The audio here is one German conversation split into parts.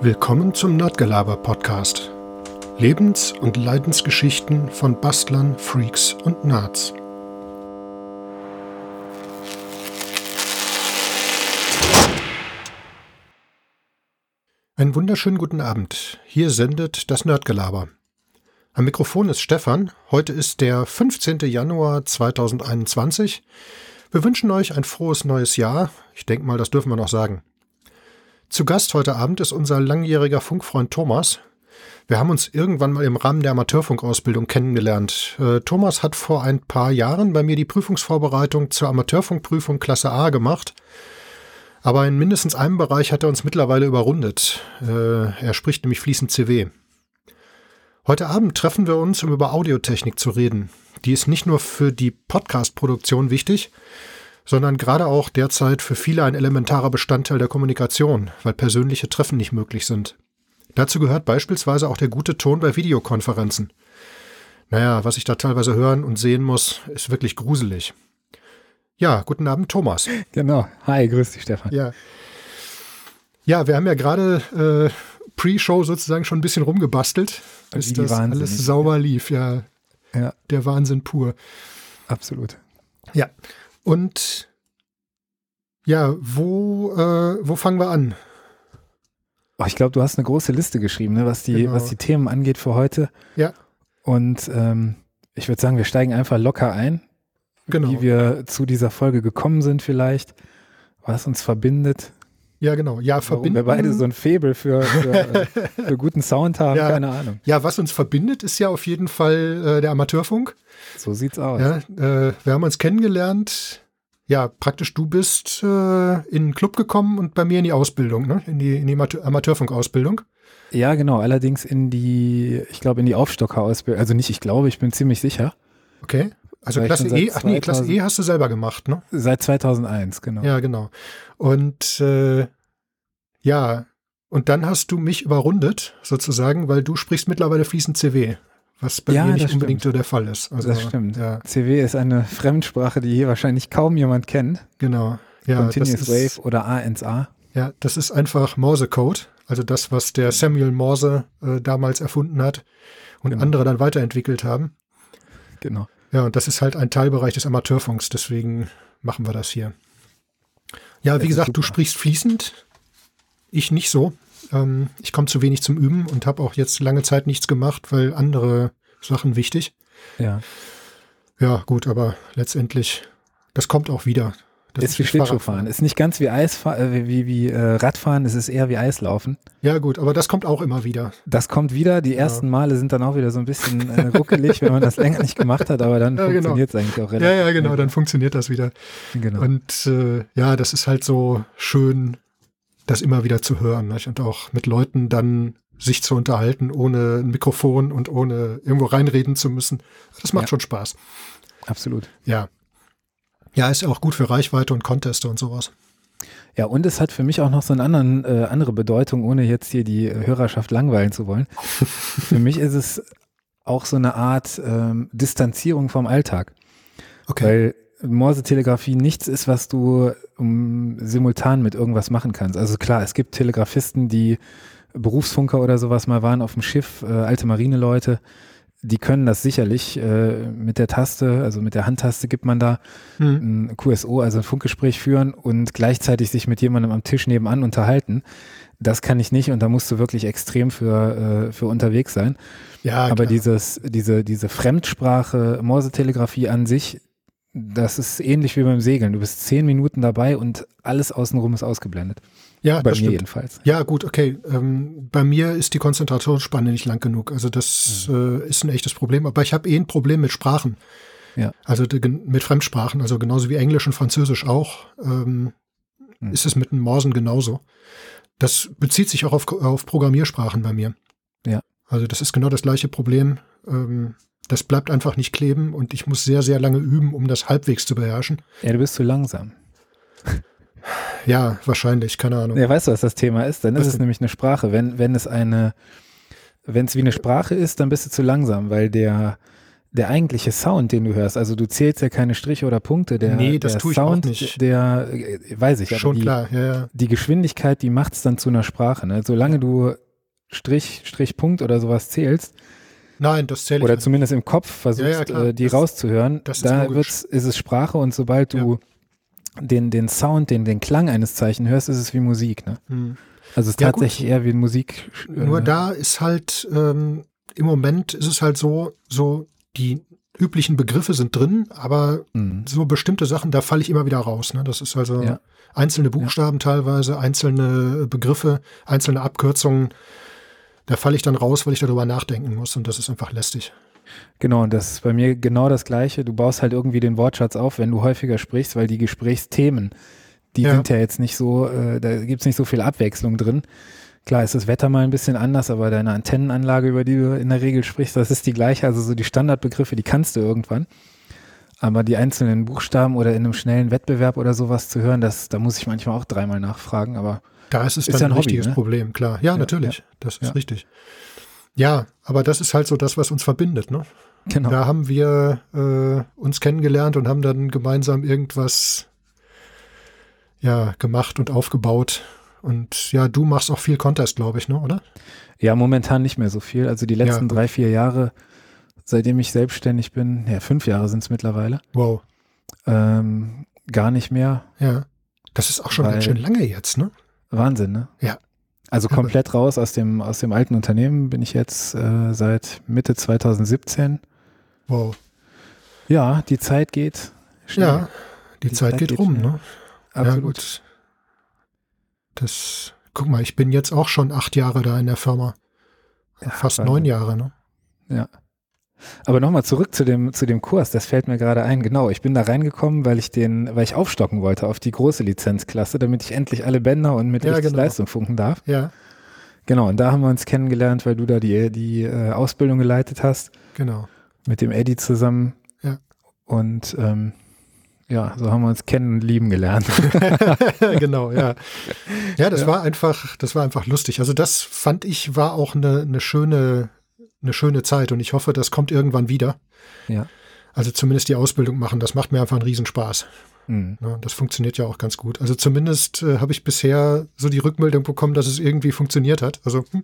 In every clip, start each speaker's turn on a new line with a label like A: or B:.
A: Willkommen zum Nerdgelaber Podcast. Lebens- und Leidensgeschichten von Bastlern, Freaks und Nerds. Einen wunderschönen guten Abend. Hier sendet das Nerdgelaber. Am Mikrofon ist Stefan. Heute ist der 15. Januar 2021. Wir wünschen euch ein frohes neues Jahr. Ich denke mal, das dürfen wir noch sagen. Zu Gast heute Abend ist unser langjähriger Funkfreund Thomas. Wir haben uns irgendwann mal im Rahmen der Amateurfunkausbildung kennengelernt. Äh, Thomas hat vor ein paar Jahren bei mir die Prüfungsvorbereitung zur Amateurfunkprüfung Klasse A gemacht. Aber in mindestens einem Bereich hat er uns mittlerweile überrundet. Äh, er spricht nämlich fließend CW. Heute Abend treffen wir uns, um über Audiotechnik zu reden. Die ist nicht nur für die Podcast-Produktion wichtig, sondern gerade auch derzeit für viele ein elementarer Bestandteil der Kommunikation, weil persönliche Treffen nicht möglich sind. Dazu gehört beispielsweise auch der gute Ton bei Videokonferenzen. Naja, was ich da teilweise hören und sehen muss, ist wirklich gruselig. Ja, guten Abend, Thomas.
B: Genau. Hi, grüß dich, Stefan.
A: Ja, ja wir haben ja gerade äh, Pre-Show sozusagen schon ein bisschen rumgebastelt, bis
B: Wie
A: das
B: wahnsinnig,
A: alles sauber lief. Ja,
B: Ja,
A: der Wahnsinn pur.
B: absolut.
A: Ja. Und ja, wo, äh, wo fangen wir an?
B: Oh, ich glaube, du hast eine große Liste geschrieben, ne, was, die,
A: Genau.
B: was die Themen angeht für heute.
A: Ja.
B: Und ähm, ich würde sagen, wir steigen einfach locker ein,
A: Genau.
B: wie wir zu dieser Folge gekommen sind vielleicht, was uns verbindet,
A: ja, genau. Ja,
B: warum
A: verbinden.
B: wir beide so ein Faible für, für, äh, für guten Sound haben,
A: Ja.
B: keine Ahnung.
A: ja, was uns verbindet, ist ja auf jeden Fall äh, der Amateurfunk.
B: So sieht's aus.
A: Ja, äh, wir haben uns kennengelernt. Ja, praktisch du bist äh, in den Club gekommen und bei mir in die Ausbildung, ne? in die, in die Amate- Amateurfunkausbildung.
B: Ja, genau. Allerdings in die, ich glaube, in die Aufstockerausbildung. Also nicht, ich glaube, ich bin ziemlich sicher.
A: Okay. Also
B: War ich
A: Klasse
B: schon seit
A: E, ach nee, Klasse
B: 2000.
A: E hast du selber gemacht, ne?
B: Seit 2001, genau.
A: Ja, genau. Und äh, ja, und dann hast du mich überrundet, sozusagen, weil du sprichst mittlerweile fließend CW, was bei
B: Ja,
A: mir
B: das
A: nicht unbedingt so der Fall ist. Also,
B: Das stimmt.
A: Ja,
B: CW ist eine Fremdsprache, die hier wahrscheinlich kaum jemand kennt.
A: genau. Ja, das
B: Continuous
A: ist,
B: Wave oder A1A.
A: ja, das ist einfach Morsecode, also das, was der Samuel Morse äh, damals erfunden hat und
B: Genau.
A: andere dann weiterentwickelt haben.
B: Genau.
A: Ja, und das ist halt ein Teilbereich des Amateurfunks, deswegen machen wir das hier. Ja, wie
B: ist
A: gesagt, du
B: super.
A: sprichst fließend, ich nicht so. Ähm, ich komme zu wenig zum Üben und habe auch jetzt lange Zeit nichts gemacht, weil andere Sachen wichtig.
B: Ja.
A: Ja, gut, aber letztendlich, das kommt auch wieder. Das
B: ist wie Schlittschuhfahren. Ist nicht ganz wie Eisfahren, äh, wie, wie äh, Radfahren, es ist eher wie Eislaufen.
A: Ja, gut, aber das kommt auch immer wieder.
B: Das kommt wieder. Die ersten Male sind dann auch wieder so ein bisschen äh, ruckelig, wenn man das länger nicht gemacht hat, aber dann
A: Ja, genau.
B: funktioniert es eigentlich auch
A: Ja,
B: relativ.
A: ja, genau, dann funktioniert das wieder.
B: genau.
A: Und äh, ja, das ist halt so schön, das immer wieder zu hören nicht? und auch mit Leuten dann sich zu unterhalten, ohne ein Mikrofon und ohne irgendwo reinreden zu müssen. Das macht
B: Ja.
A: schon Spaß.
B: Absolut.
A: Ja. Ja, ist ja auch gut für Reichweite und Conteste und sowas.
B: Ja, und es hat für mich auch noch so eine anderen, äh, andere Bedeutung, ohne jetzt hier die äh, Hörerschaft langweilen zu wollen. für mich ist es auch so eine Art ähm, Distanzierung vom Alltag.
A: Okay.
B: Weil Morse-Telegrafie nichts ist, was du ähm, simultan mit irgendwas machen kannst. Also klar, es gibt Telegrafisten, die Berufsfunker oder sowas mal waren auf dem Schiff, äh, alte Marineleute, die können das sicherlich äh, mit der Taste, also mit der Handtaste gibt man da
A: Hm.
B: ein QSO, also ein Funkgespräch führen und gleichzeitig sich mit jemandem am Tisch nebenan unterhalten. Das kann ich nicht und da musst du wirklich extrem für, äh, für unterwegs sein.
A: Ja,
B: Aber
A: Ah, klar.
B: dieses, diese, diese Fremdsprache, Morsetelegrafie an sich, das ist ähnlich wie beim Segeln. Du bist zehn Minuten dabei und alles außenrum ist ausgeblendet.
A: ja,
B: Bei
A: Ah, das
B: mir
A: stimmt.
B: jedenfalls.
A: Ja, gut, okay. Ähm, bei mir ist die Konzentrationsspanne nicht lang genug. Also das
B: Mhm.
A: äh, ist ein echtes Problem. Aber ich habe eh ein Problem mit Sprachen.
B: Ja.
A: Also de- gen- mit Fremdsprachen, also genauso wie Englisch und Französisch auch, ähm,
B: Mhm.
A: ist es mit dem Morsen genauso. Das bezieht sich auch auf, Ko- auf Programmiersprachen bei mir.
B: Ja.
A: Also das ist genau das gleiche Problem. Ähm, das bleibt einfach nicht kleben und ich muss sehr, sehr lange üben, um das halbwegs zu beherrschen.
B: Ja, du bist zu langsam.
A: Ja, wahrscheinlich, keine Ahnung.
B: Ja, weißt du, was das Thema ist? Dann ist
A: Was
B: es
A: denn?
B: nämlich eine Sprache. Wenn, wenn es eine, wenn es wie eine Sprache ist, dann bist du zu langsam, weil der, der eigentliche Sound, den du hörst, also du zählst ja keine Striche oder Punkte, der,
A: Nee, das
B: der
A: tue ich auch
B: Sound,
A: nicht.
B: der, äh, weiß ich,
A: Schon
B: aber die,
A: klar, ja, ja.
B: die Geschwindigkeit, die macht es dann zu einer Sprache. Ne? Solange du Strich, Strich, Punkt oder sowas zählst,
A: Nein, das zähle ich
B: oder
A: nicht.
B: zumindest im Kopf
A: Ja, ja,
B: versuchst,
A: klar.
B: äh, die
A: Das-
B: rauszuhören,
A: das ist
B: da
A: logisch.
B: wird's, ist es Sprache und sobald du den, den Sound, den, den Klang eines Zeichen hörst, ist es wie Musik. Ne?
A: Hm.
B: Also es ist
A: Ja, gut.
B: tatsächlich eher wie ein Musik. äh,
A: Nur da ist halt, ähm, im Moment ist es halt so, so die üblichen Begriffe sind drin, aber
B: mh.
A: so bestimmte Sachen, da falle ich immer wieder raus. Ne? Das ist also
B: Ja.
A: einzelne Buchstaben teilweise, einzelne Begriffe, einzelne Abkürzungen. Da falle ich dann raus, weil ich darüber nachdenken muss und das ist einfach lästig.
B: Genau, und das ist bei mir genau das Gleiche. Du baust halt irgendwie den Wortschatz auf, wenn du häufiger sprichst, weil die Gesprächsthemen, die
A: Ja.
B: sind ja jetzt nicht so, äh, da gibt's nicht so viel Abwechslung drin. Klar ist das Wetter mal ein bisschen anders, aber deine Antennenanlage, über die du in der Regel sprichst, das ist die gleiche. Also so die Standardbegriffe, die kannst du irgendwann. Aber die einzelnen Buchstaben oder in einem schnellen Wettbewerb oder sowas zu hören, das, da muss ich manchmal auch dreimal nachfragen. Aber
A: Da ist es dann
B: Ist ja
A: ein,
B: ein Hobby,
A: richtiges
B: ne?
A: Problem, klar. Ja,
B: Ja,
A: natürlich, das ist
B: Ja.
A: richtig. Ja, aber das ist halt so das, was uns verbindet. Ne?
B: genau.
A: Da haben wir äh, uns kennengelernt und haben dann gemeinsam irgendwas ja, gemacht und aufgebaut. Und ja, du machst auch viel Contest, glaube ich, ne, oder?
B: Ja, momentan nicht mehr so viel. Also die letzten drei, vier Jahre, seitdem ich selbstständig bin, ja, fünf Jahre sind es mittlerweile,
A: Wow.
B: ähm, gar nicht mehr.
A: Ja. Das ist auch schon
B: Weil-
A: ganz schön lange jetzt, ne?
B: Wahnsinn, ne?
A: Ja.
B: Also
A: Ja,
B: komplett raus aus dem, aus dem alten Unternehmen bin ich jetzt äh, seit Mitte 2017.
A: Wow.
B: Ja, die Zeit geht schnell.
A: Ja, die, Zeit, geht, rum,
B: schnell.
A: ne? Ja,
B: absolut.
A: gut. Das, guck mal, ich bin jetzt auch schon acht Jahre da in der Firma. Fast
B: Wahnsinn.
A: neun Jahre, ne?
B: Aber nochmal zurück zu dem, zu dem Kurs, das fällt mir gerade ein. Genau, ich bin da reingekommen, weil ich den, weil ich aufstocken wollte auf die große Lizenzklasse, damit ich endlich alle Bänder und mit
A: Ja,
B: richtig
A: genau.
B: Leistung funken darf.
A: Ja,
B: Genau, und da haben wir uns kennengelernt, weil du da die, die äh, Ausbildung geleitet hast,
A: genau.
B: mit dem Eddie zusammen.
A: Ja.
B: Und ähm, ja, so haben wir uns kennen und lieben gelernt.
A: genau, ja. Ja, das
B: Ja.
A: war einfach, das war einfach lustig. Also das fand ich war auch eine, eine schöne, eine schöne Zeit und ich hoffe, das kommt irgendwann wieder.
B: Ja.
A: Also zumindest die Ausbildung machen, das macht mir einfach einen Riesenspaß.
B: Mhm.
A: Ne? Und das funktioniert ja auch ganz gut. Also zumindest äh, habe ich bisher so die Rückmeldung bekommen, dass es irgendwie funktioniert hat. Also hm,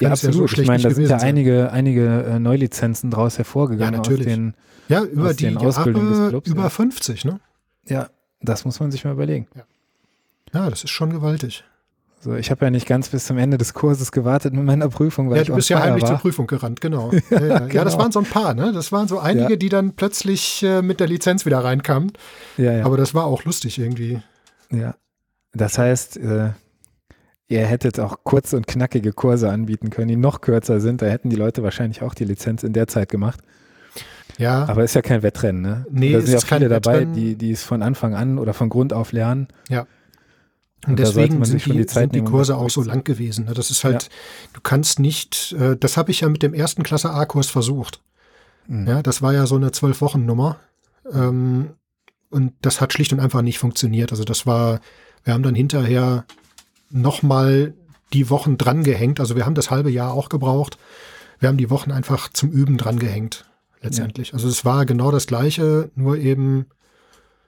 B: Ja,
A: Kann es ja so
B: absolut. ich
A: schlecht
B: meine,
A: nicht
B: da sind
A: gewesen
B: ja
A: sein.
B: einige, einige äh, Neulizenzen draus hervorgegangen.
A: Ja,
B: aus
A: natürlich.
B: den-
A: ja, über
B: Aus
A: die
B: den Ausbildungen des
A: Jahre
B: Clubs,
A: über
B: ja.
A: 50, ne?
B: ja, das muss man sich mal überlegen.
A: Ja, das ist schon gewaltig.
B: So, ich habe ja nicht ganz bis zum Ende des Kurses gewartet mit meiner Prüfung, weil
A: ja,
B: ich
A: du
B: on
A: bist ja
B: fire
A: heimlich zur
B: war.
A: Prüfung gerannt, genau. Ja, ja. ja, das
B: genau.
A: waren so ein paar, ne? Das waren so einige,
B: Ja.
A: die dann plötzlich äh, mit der Lizenz wieder reinkamen.
B: Ja, ja.
A: Aber das war auch lustig irgendwie.
B: ja. Das heißt, äh, ihr hättet auch kurze und knackige Kurse anbieten können, die noch kürzer sind. Da hätten die Leute wahrscheinlich auch die Lizenz in der Zeit gemacht.
A: Ja,
B: Aber ist ja kein Wettrennen, ne?
A: Ah. Nee,
B: da
A: es
B: sind ja
A: ist kein
B: viele dabei,
A: Wettrennen.
B: die, die es von Anfang an oder von Grund auf lernen.
A: und
B: da sollte
A: deswegen
B: man
A: sind
B: sich schon
A: die,
B: die Zeit
A: sind die
B: nehmen, um
A: Kurse
B: das
A: auch so
B: durchzu-
A: lang gewesen. ne? Das ist halt, du kannst nicht, äh, das habe ich ja mit dem ersten Klasse A-Kurs versucht.
B: Mhm.
A: Ja, das war ja so eine Zwölf-Wochen-Nummer. Ähm, und das hat schlicht und einfach nicht funktioniert. Also das war, wir haben dann hinterher nochmal die Wochen drangehängt. Also wir haben das halbe Jahr auch gebraucht. Wir haben die Wochen einfach zum Üben drangehängt, letztendlich. Also es war genau das Gleiche, nur eben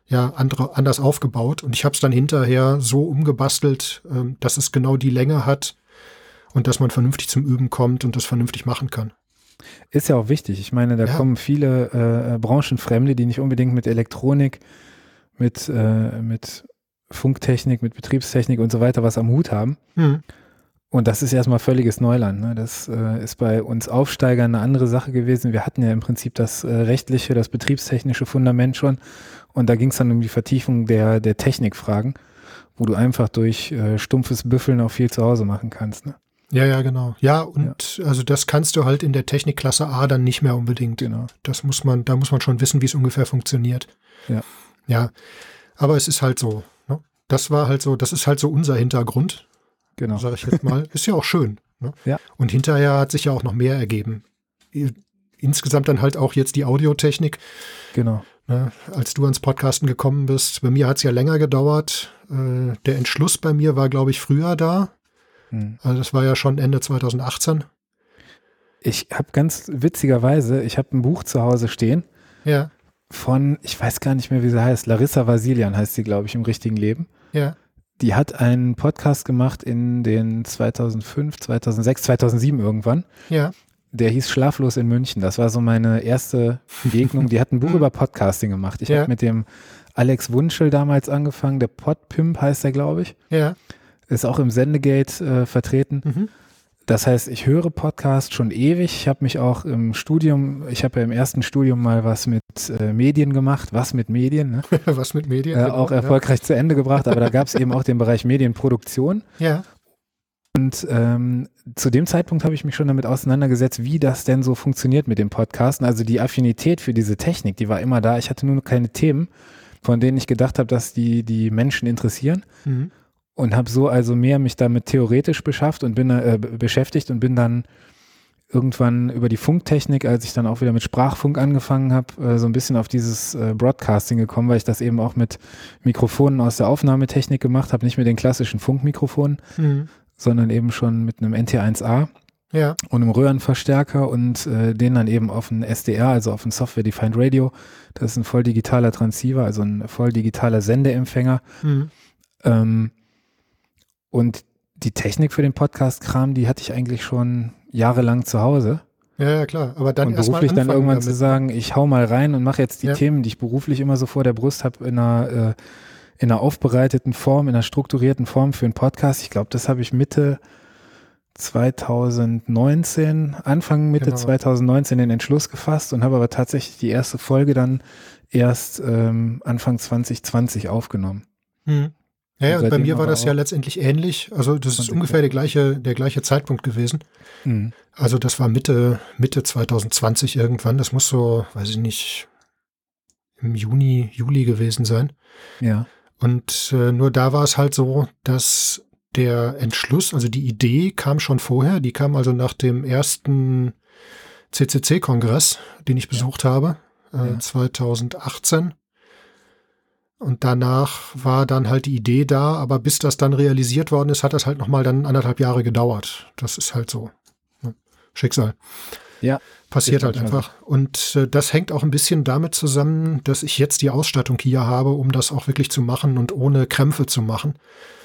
A: ja andere, anders aufgebaut. Und ich habe es dann hinterher so umgebastelt, ähm, dass es genau die Länge hat und dass man vernünftig zum Üben kommt und das vernünftig machen kann.
B: Ist ja auch wichtig. Ich meine, da
A: Ja.
B: kommen viele äh, Branchenfremde, die nicht unbedingt mit Elektronik, mit, äh, mit Funktechnik, mit Betriebstechnik und so weiter was am Hut haben.
A: Hm.
B: Und das ist erstmal völliges Neuland. Ne? Das äh, ist bei uns Aufsteigern eine andere Sache gewesen. Wir hatten ja im Prinzip das äh, rechtliche, das betriebstechnische Fundament schon. Und da ging es dann um die Vertiefung der, der Technikfragen, wo du einfach durch äh, stumpfes Büffeln auch viel zu Hause machen kannst. Ne?
A: Ja, ja, genau. Ja, und also das kannst du halt in der Technikklasse A dann nicht mehr unbedingt.
B: Genau.
A: Das muss man, da muss man schon wissen, wie es ungefähr funktioniert.
B: Ja.
A: Ja. Aber es ist halt so. Ne? Das war halt so, das ist halt so unser Hintergrund,
B: genau.
A: sage ich jetzt mal. ist ja auch schön. Ne?
B: Ja.
A: Und hinterher hat sich ja auch noch mehr ergeben. Insgesamt dann halt auch jetzt die Audiotechnik.
B: genau.
A: Ne, als du ans Podcasten gekommen bist, bei mir hat es ja länger gedauert. Äh, der Entschluss bei mir war, glaube ich, früher da.
B: Hm.
A: Also das war ja schon Ende 2018.
B: Ich habe ganz witzigerweise, ich habe ein Buch zu Hause stehen
A: Ja,
B: von, ich weiß gar nicht mehr, wie sie heißt, Larissa Vasilian heißt sie, glaube ich, im richtigen Leben.
A: ja.
B: Die hat einen Podcast gemacht in den 2005, 2006, 2007 irgendwann.
A: Ja,
B: Der hieß Schlaflos in München. Das war so meine erste Begegnung. Die hat ein Buch über Podcasting gemacht. Ich
A: Ja.
B: habe mit dem Alex Wunschel damals angefangen. Der Podpimp heißt er, glaube ich.
A: ja.
B: Ist auch im Sendegate äh, vertreten.
A: Mhm.
B: Das heißt, ich höre Podcasts schon ewig. Ich habe mich auch im Studium, ich habe ja im ersten Studium mal was mit äh, Medien gemacht. Was mit Medien? Ne?
A: Was mit Medien?
B: Äh,
A: genau,
B: auch erfolgreich zu Ende gebracht. Aber da gab es eben auch den Bereich Medienproduktion.
A: Ja,
B: Und ähm, zu dem Zeitpunkt habe ich mich schon damit auseinandergesetzt, wie das denn so funktioniert mit dem Podcasten. Also die Affinität für diese Technik, die war immer da. Ich hatte nur noch keine Themen, von denen ich gedacht habe, dass die die Menschen interessieren.
A: ja. Mhm.
B: Und habe so also mehr mich damit theoretisch beschafft und bin äh, b- beschäftigt und bin dann irgendwann über die Funktechnik, als ich dann auch wieder mit Sprachfunk angefangen habe, äh, so ein bisschen auf dieses äh, Broadcasting gekommen, weil ich das eben auch mit Mikrofonen aus der Aufnahmetechnik gemacht habe, nicht mit den klassischen Funkmikrofonen
A: Mhm.
B: sondern eben schon mit einem NT1A
A: Ja,
B: und einem Röhrenverstärker und äh, den dann eben auf ein SDR, also auf ein Software Defined Radio. Das ist ein voll digitaler Transceiver, also ein voll digitaler Sendeempfänger.
A: mhm.
B: Ähm, und die Technik für den Podcast-Kram, die hatte ich eigentlich schon jahrelang zu Hause.
A: ja, ja, klar. Aber dann
B: und
A: erst mal
B: beruflich dann
A: anfangen
B: irgendwann zu
A: damit.
B: sagen, ich hau mal rein und mache jetzt die
A: Ja.
B: Themen, die ich beruflich immer so vor der Brust habe, in einer, äh, in einer aufbereiteten Form, in einer strukturierten Form für einen Podcast. Ich glaube, das habe ich Mitte 2019, Anfang Mitte
A: Genau.
B: 2019 den Entschluss gefasst und habe aber tatsächlich die erste Folge dann erst ähm, Anfang 2020 aufgenommen.
A: Mhm. Ja, ja,
B: Und
A: und bei
B: seitdem
A: mir war
B: aber
A: das ja
B: auch-
A: letztendlich ähnlich. Also das ist
B: Konsequent.
A: ungefähr der gleiche, der gleiche Zeitpunkt gewesen. Also das war Mitte, Mitte 2020 irgendwann. Das muss so, weiß ich nicht, im Juni, Juli gewesen sein.
B: Ja.
A: Und äh, nur da war es halt so, dass der Entschluss, also die Idee kam schon vorher. Die kam also nach dem ersten CCC-Kongress, den ich besucht habe, äh,
B: Ja.
A: 2018. Und danach war dann halt die Idee da, aber bis das dann realisiert worden ist, hat das halt nochmal dann anderthalb Jahre gedauert. Das ist halt so. ne? Schicksal.
B: Ja.
A: Passiert
B: Ist
A: halt
B: manchmal
A: einfach. Und äh, das hängt auch ein bisschen damit zusammen, dass ich jetzt die Ausstattung hier habe, um das auch wirklich zu machen und ohne Krämpfe zu machen.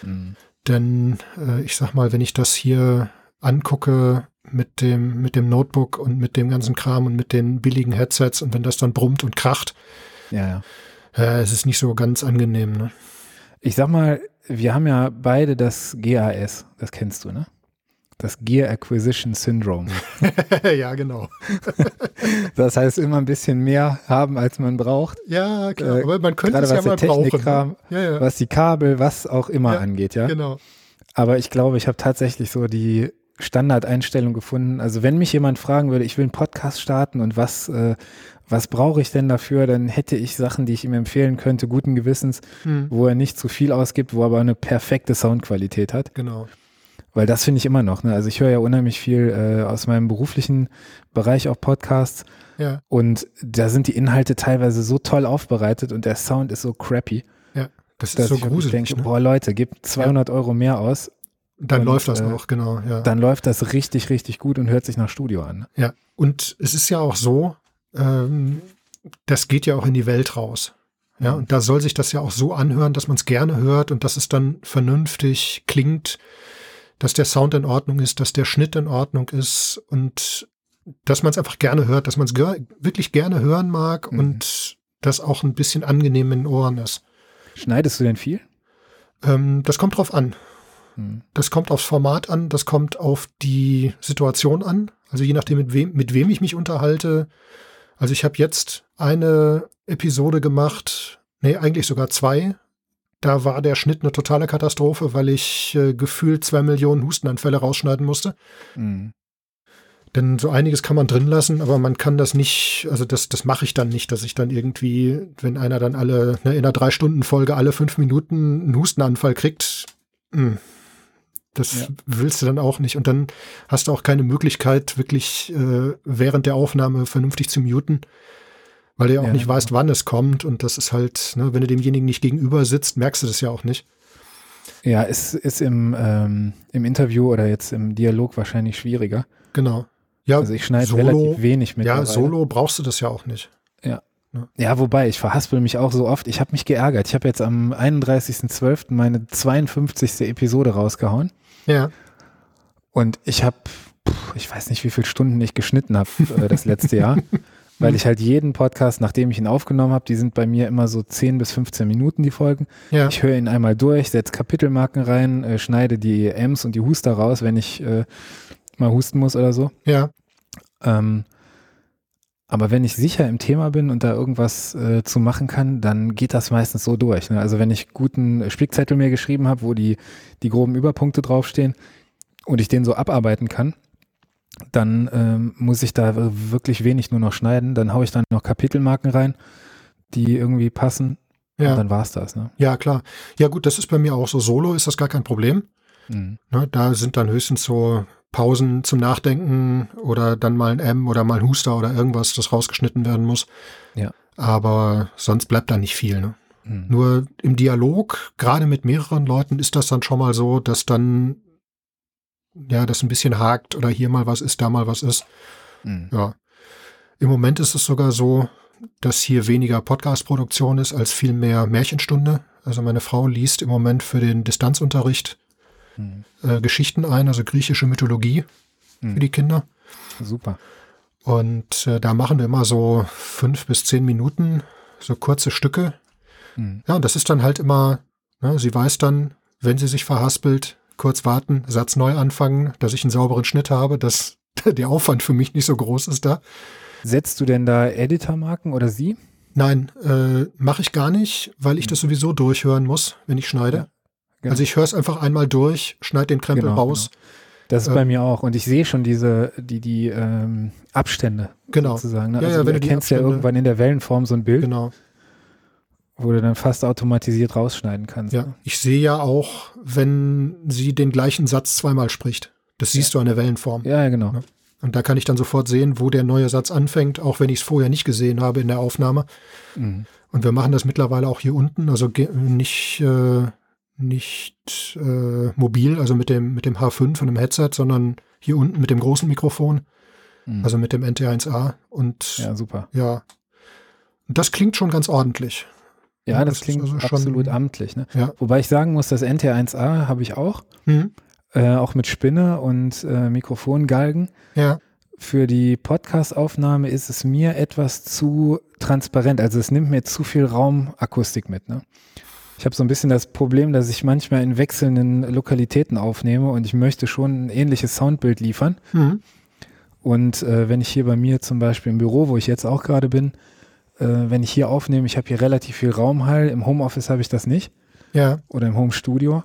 B: Mhm.
A: Denn äh, ich sag mal, wenn ich das hier angucke mit dem, mit dem Notebook und mit dem ganzen Kram und mit den billigen Headsets und wenn das dann brummt und kracht,
B: Ja, ja.
A: äh, es ist nicht so ganz angenehm. Ne?
B: Ich sag mal, wir haben ja beide das GAS, das kennst du, ne? Das Gear Acquisition Syndrome.
A: ja, genau.
B: Das heißt, immer ein bisschen mehr haben, als man braucht,
A: Ja, klar.
B: Äh,
A: aber man könnte
B: gerade
A: es ja
B: was
A: mal
B: der
A: brauchen.
B: Technikkram-
A: ne? Ja, ja,
B: was die Kabel, was auch immer
A: Ja,
B: angeht, ja.
A: genau.
B: Aber ich glaube, ich habe tatsächlich so die Standardeinstellung gefunden. Also wenn mich jemand fragen würde, ich will einen Podcast starten und was, äh, was brauche ich denn dafür, dann hätte ich Sachen, die ich ihm empfehlen könnte, guten Gewissens,
A: Hm.
B: wo er nicht zu viel ausgibt, wo er aber eine perfekte Soundqualität hat.
A: Genau.
B: Weil das finde ich immer noch. Ne? Also ich höre ja unheimlich viel äh, aus meinem beruflichen Bereich auch Podcasts
A: Ja,
B: und da sind die Inhalte teilweise so toll aufbereitet und der Sound ist so crappy,
A: ja. Das ist
B: dass
A: so
B: ich wirklich
A: gruselig.
B: denke,
A: ne?
B: boah Leute, gebt 200 Euro mehr aus,
A: Dann
B: und,
A: läuft das
B: äh,
A: auch, genau. Ja.
B: dann läuft das richtig, richtig gut und hört sich nach Studio an. ne?
A: Ja, und es ist ja auch so, ähm, das geht ja auch in die Welt raus. Ja, und da soll sich das ja auch so anhören, dass man es gerne hört und dass es dann vernünftig klingt, dass der Sound in Ordnung ist, dass der Schnitt in Ordnung ist und dass man es einfach gerne hört, dass man es ger- wirklich gerne hören mag
B: Mhm.
A: und das auch ein bisschen angenehm in den Ohren ist.
B: Schneidest du denn viel?
A: Ähm, das kommt drauf an.
B: Hm.
A: Das kommt aufs Format an, das kommt auf die Situation an. Also je nachdem, mit wem, mit wem ich mich unterhalte. Also ich habe jetzt eine Episode gemacht, nee, eigentlich sogar zwei. Da war der Schnitt eine totale Katastrophe, weil ich äh, gefühlt zwei Millionen Hustenanfälle rausschneiden musste.
B: Hm.
A: Denn so einiges kann man drin lassen, aber man kann das nicht, also das, das mache ich dann nicht, dass ich dann irgendwie, wenn einer dann alle, ne, in einer Drei-Stunden-Folge alle fünf Minuten einen Hustenanfall kriegt, mm, das
B: Ja.
A: willst du dann auch nicht. Und dann hast du auch keine Möglichkeit, wirklich äh, während der Aufnahme vernünftig zu muten, weil du ja auch
B: Ja,
A: nicht
B: genau.
A: weißt, wann es kommt. Und das ist halt, ne, wenn du demjenigen nicht gegenüber sitzt, merkst du das ja auch nicht.
B: Ja, es ist im, ähm, im Interview oder jetzt im Dialog wahrscheinlich schwieriger.
A: Genau. Ja,
B: Also ich schneide
A: Solo.
B: relativ wenig mit.
A: ja, solo brauchst du das ja auch nicht.
B: Ja, wobei, ich verhaspel mich auch so oft. Ich habe mich geärgert. Ich habe jetzt am 31.12. meine 52. Episode rausgehauen.
A: Ja.
B: Und ich habe, ich weiß nicht, wie viele Stunden ich geschnitten habe äh, das letzte Jahr, weil ich halt jeden Podcast, nachdem ich ihn aufgenommen habe, die sind bei mir immer so 10 bis 15 Minuten, die Folgen.
A: Ja.
B: Ich höre ihn einmal durch, setze Kapitelmarken rein, äh, schneide die M's und die Huster raus, wenn ich äh, mal husten muss oder so.
A: ja.
B: Ähm, aber wenn ich sicher im Thema bin und da irgendwas äh, zu machen kann, dann geht das meistens so durch. Ne? Also wenn ich guten Spickzettel mir geschrieben habe, wo die, die groben Überpunkte draufstehen und ich den so abarbeiten kann, dann ähm, muss ich da wirklich wenig nur noch schneiden. Dann haue ich dann noch Kapitelmarken rein, die irgendwie passen.
A: Ja.
B: Und dann war's das. Ne?
A: Ja, klar. Ja, gut, das ist bei mir auch so. Solo ist das gar kein Problem.
B: Mhm.
A: Ne, da sind dann höchstens so Pausen zum Nachdenken oder dann mal ein M oder mal ein Huster oder irgendwas, das rausgeschnitten werden muss.
B: Ja.
A: Aber sonst bleibt da nicht viel. Ne?
B: Mhm.
A: Nur im Dialog, gerade mit mehreren Leuten, ist das dann schon mal so, dass dann ja, das ein bisschen hakt oder hier mal was ist, da mal was ist.
B: Mhm.
A: Ja. Im Moment ist es sogar so, dass hier weniger Podcast-Produktion ist als viel mehr Märchenstunde. Also meine Frau liest im Moment für den Distanzunterricht
B: Mhm.
A: äh, Geschichten ein, also griechische Mythologie für
B: Mhm.
A: die Kinder.
B: Super.
A: Und äh, da machen wir immer so fünf bis zehn Minuten, so kurze Stücke.
B: Mhm.
A: Ja, und das ist dann halt immer, ne, sie weiß dann, wenn sie sich verhaspelt, kurz warten, Satz neu anfangen, dass ich einen sauberen Schnitt habe, dass der Aufwand für mich nicht so groß ist da.
B: Setzt du denn da Editormarken oder sie?
A: Nein, äh, mache ich gar nicht, weil ich das sowieso durchhören muss, wenn ich schneide.
B: Mhm. Ja, genau.
A: Also ich höre es einfach einmal durch, schneide den Krempel
B: Genau,
A: raus.
B: Das ist
A: Ähm,
B: bei mir auch. Und ich sehe schon diese, die, die ähm, Abstände
A: Genau, genau.
B: sozusagen. Ne?
A: Ja,
B: also
A: ja,
B: du
A: wenn du die
B: erkennst ja
A: Abstände- Genau.
B: irgendwann in der Wellenform so ein Bild, wo du dann fast automatisiert rausschneiden kannst.
A: Ja,
B: Ne?
A: ich sehe ja auch, wenn sie den gleichen Satz zweimal spricht. Das siehst du an der Wellenform.
B: ja, ja, genau.
A: Ja. Und da kann ich dann sofort sehen, wo der neue Satz anfängt, auch wenn ich es vorher nicht gesehen habe in der Aufnahme.
B: Mhm.
A: Und wir machen das mittlerweile auch hier unten, also ge- nicht, äh, nicht äh, mobil, also mit dem, mit dem H5 und dem Headset, sondern hier unten mit dem großen Mikrofon,
B: Mhm.
A: also mit dem NT1A. Und ja.
B: ja, super.
A: Und das klingt schon ganz ordentlich.
B: Ja,
A: Ja,
B: das
A: das
B: klingt
A: ist also schon-
B: absolut amtlich. Ne?
A: Ja.
B: Wobei ich sagen muss, das NT1A habe ich auch,
A: Hm?
B: äh, auch mit Spinne und äh, Mikrofongalgen.
A: Ja,
B: Für die Podcast-Aufnahme ist es mir etwas zu transparent. Also es nimmt mir zu viel Raumakustik mit. Ne? Ich habe so ein bisschen das Problem, dass ich manchmal in wechselnden Lokalitäten aufnehme und ich möchte schon ein ähnliches Soundbild liefern.
A: hm?
B: Und äh, wenn ich hier bei mir zum Beispiel im Büro, wo ich jetzt auch gerade bin, äh, wenn ich hier aufnehme, ich habe hier relativ viel Raumhall. Im Homeoffice habe ich das nicht
A: ja,
B: oder im Home Studio.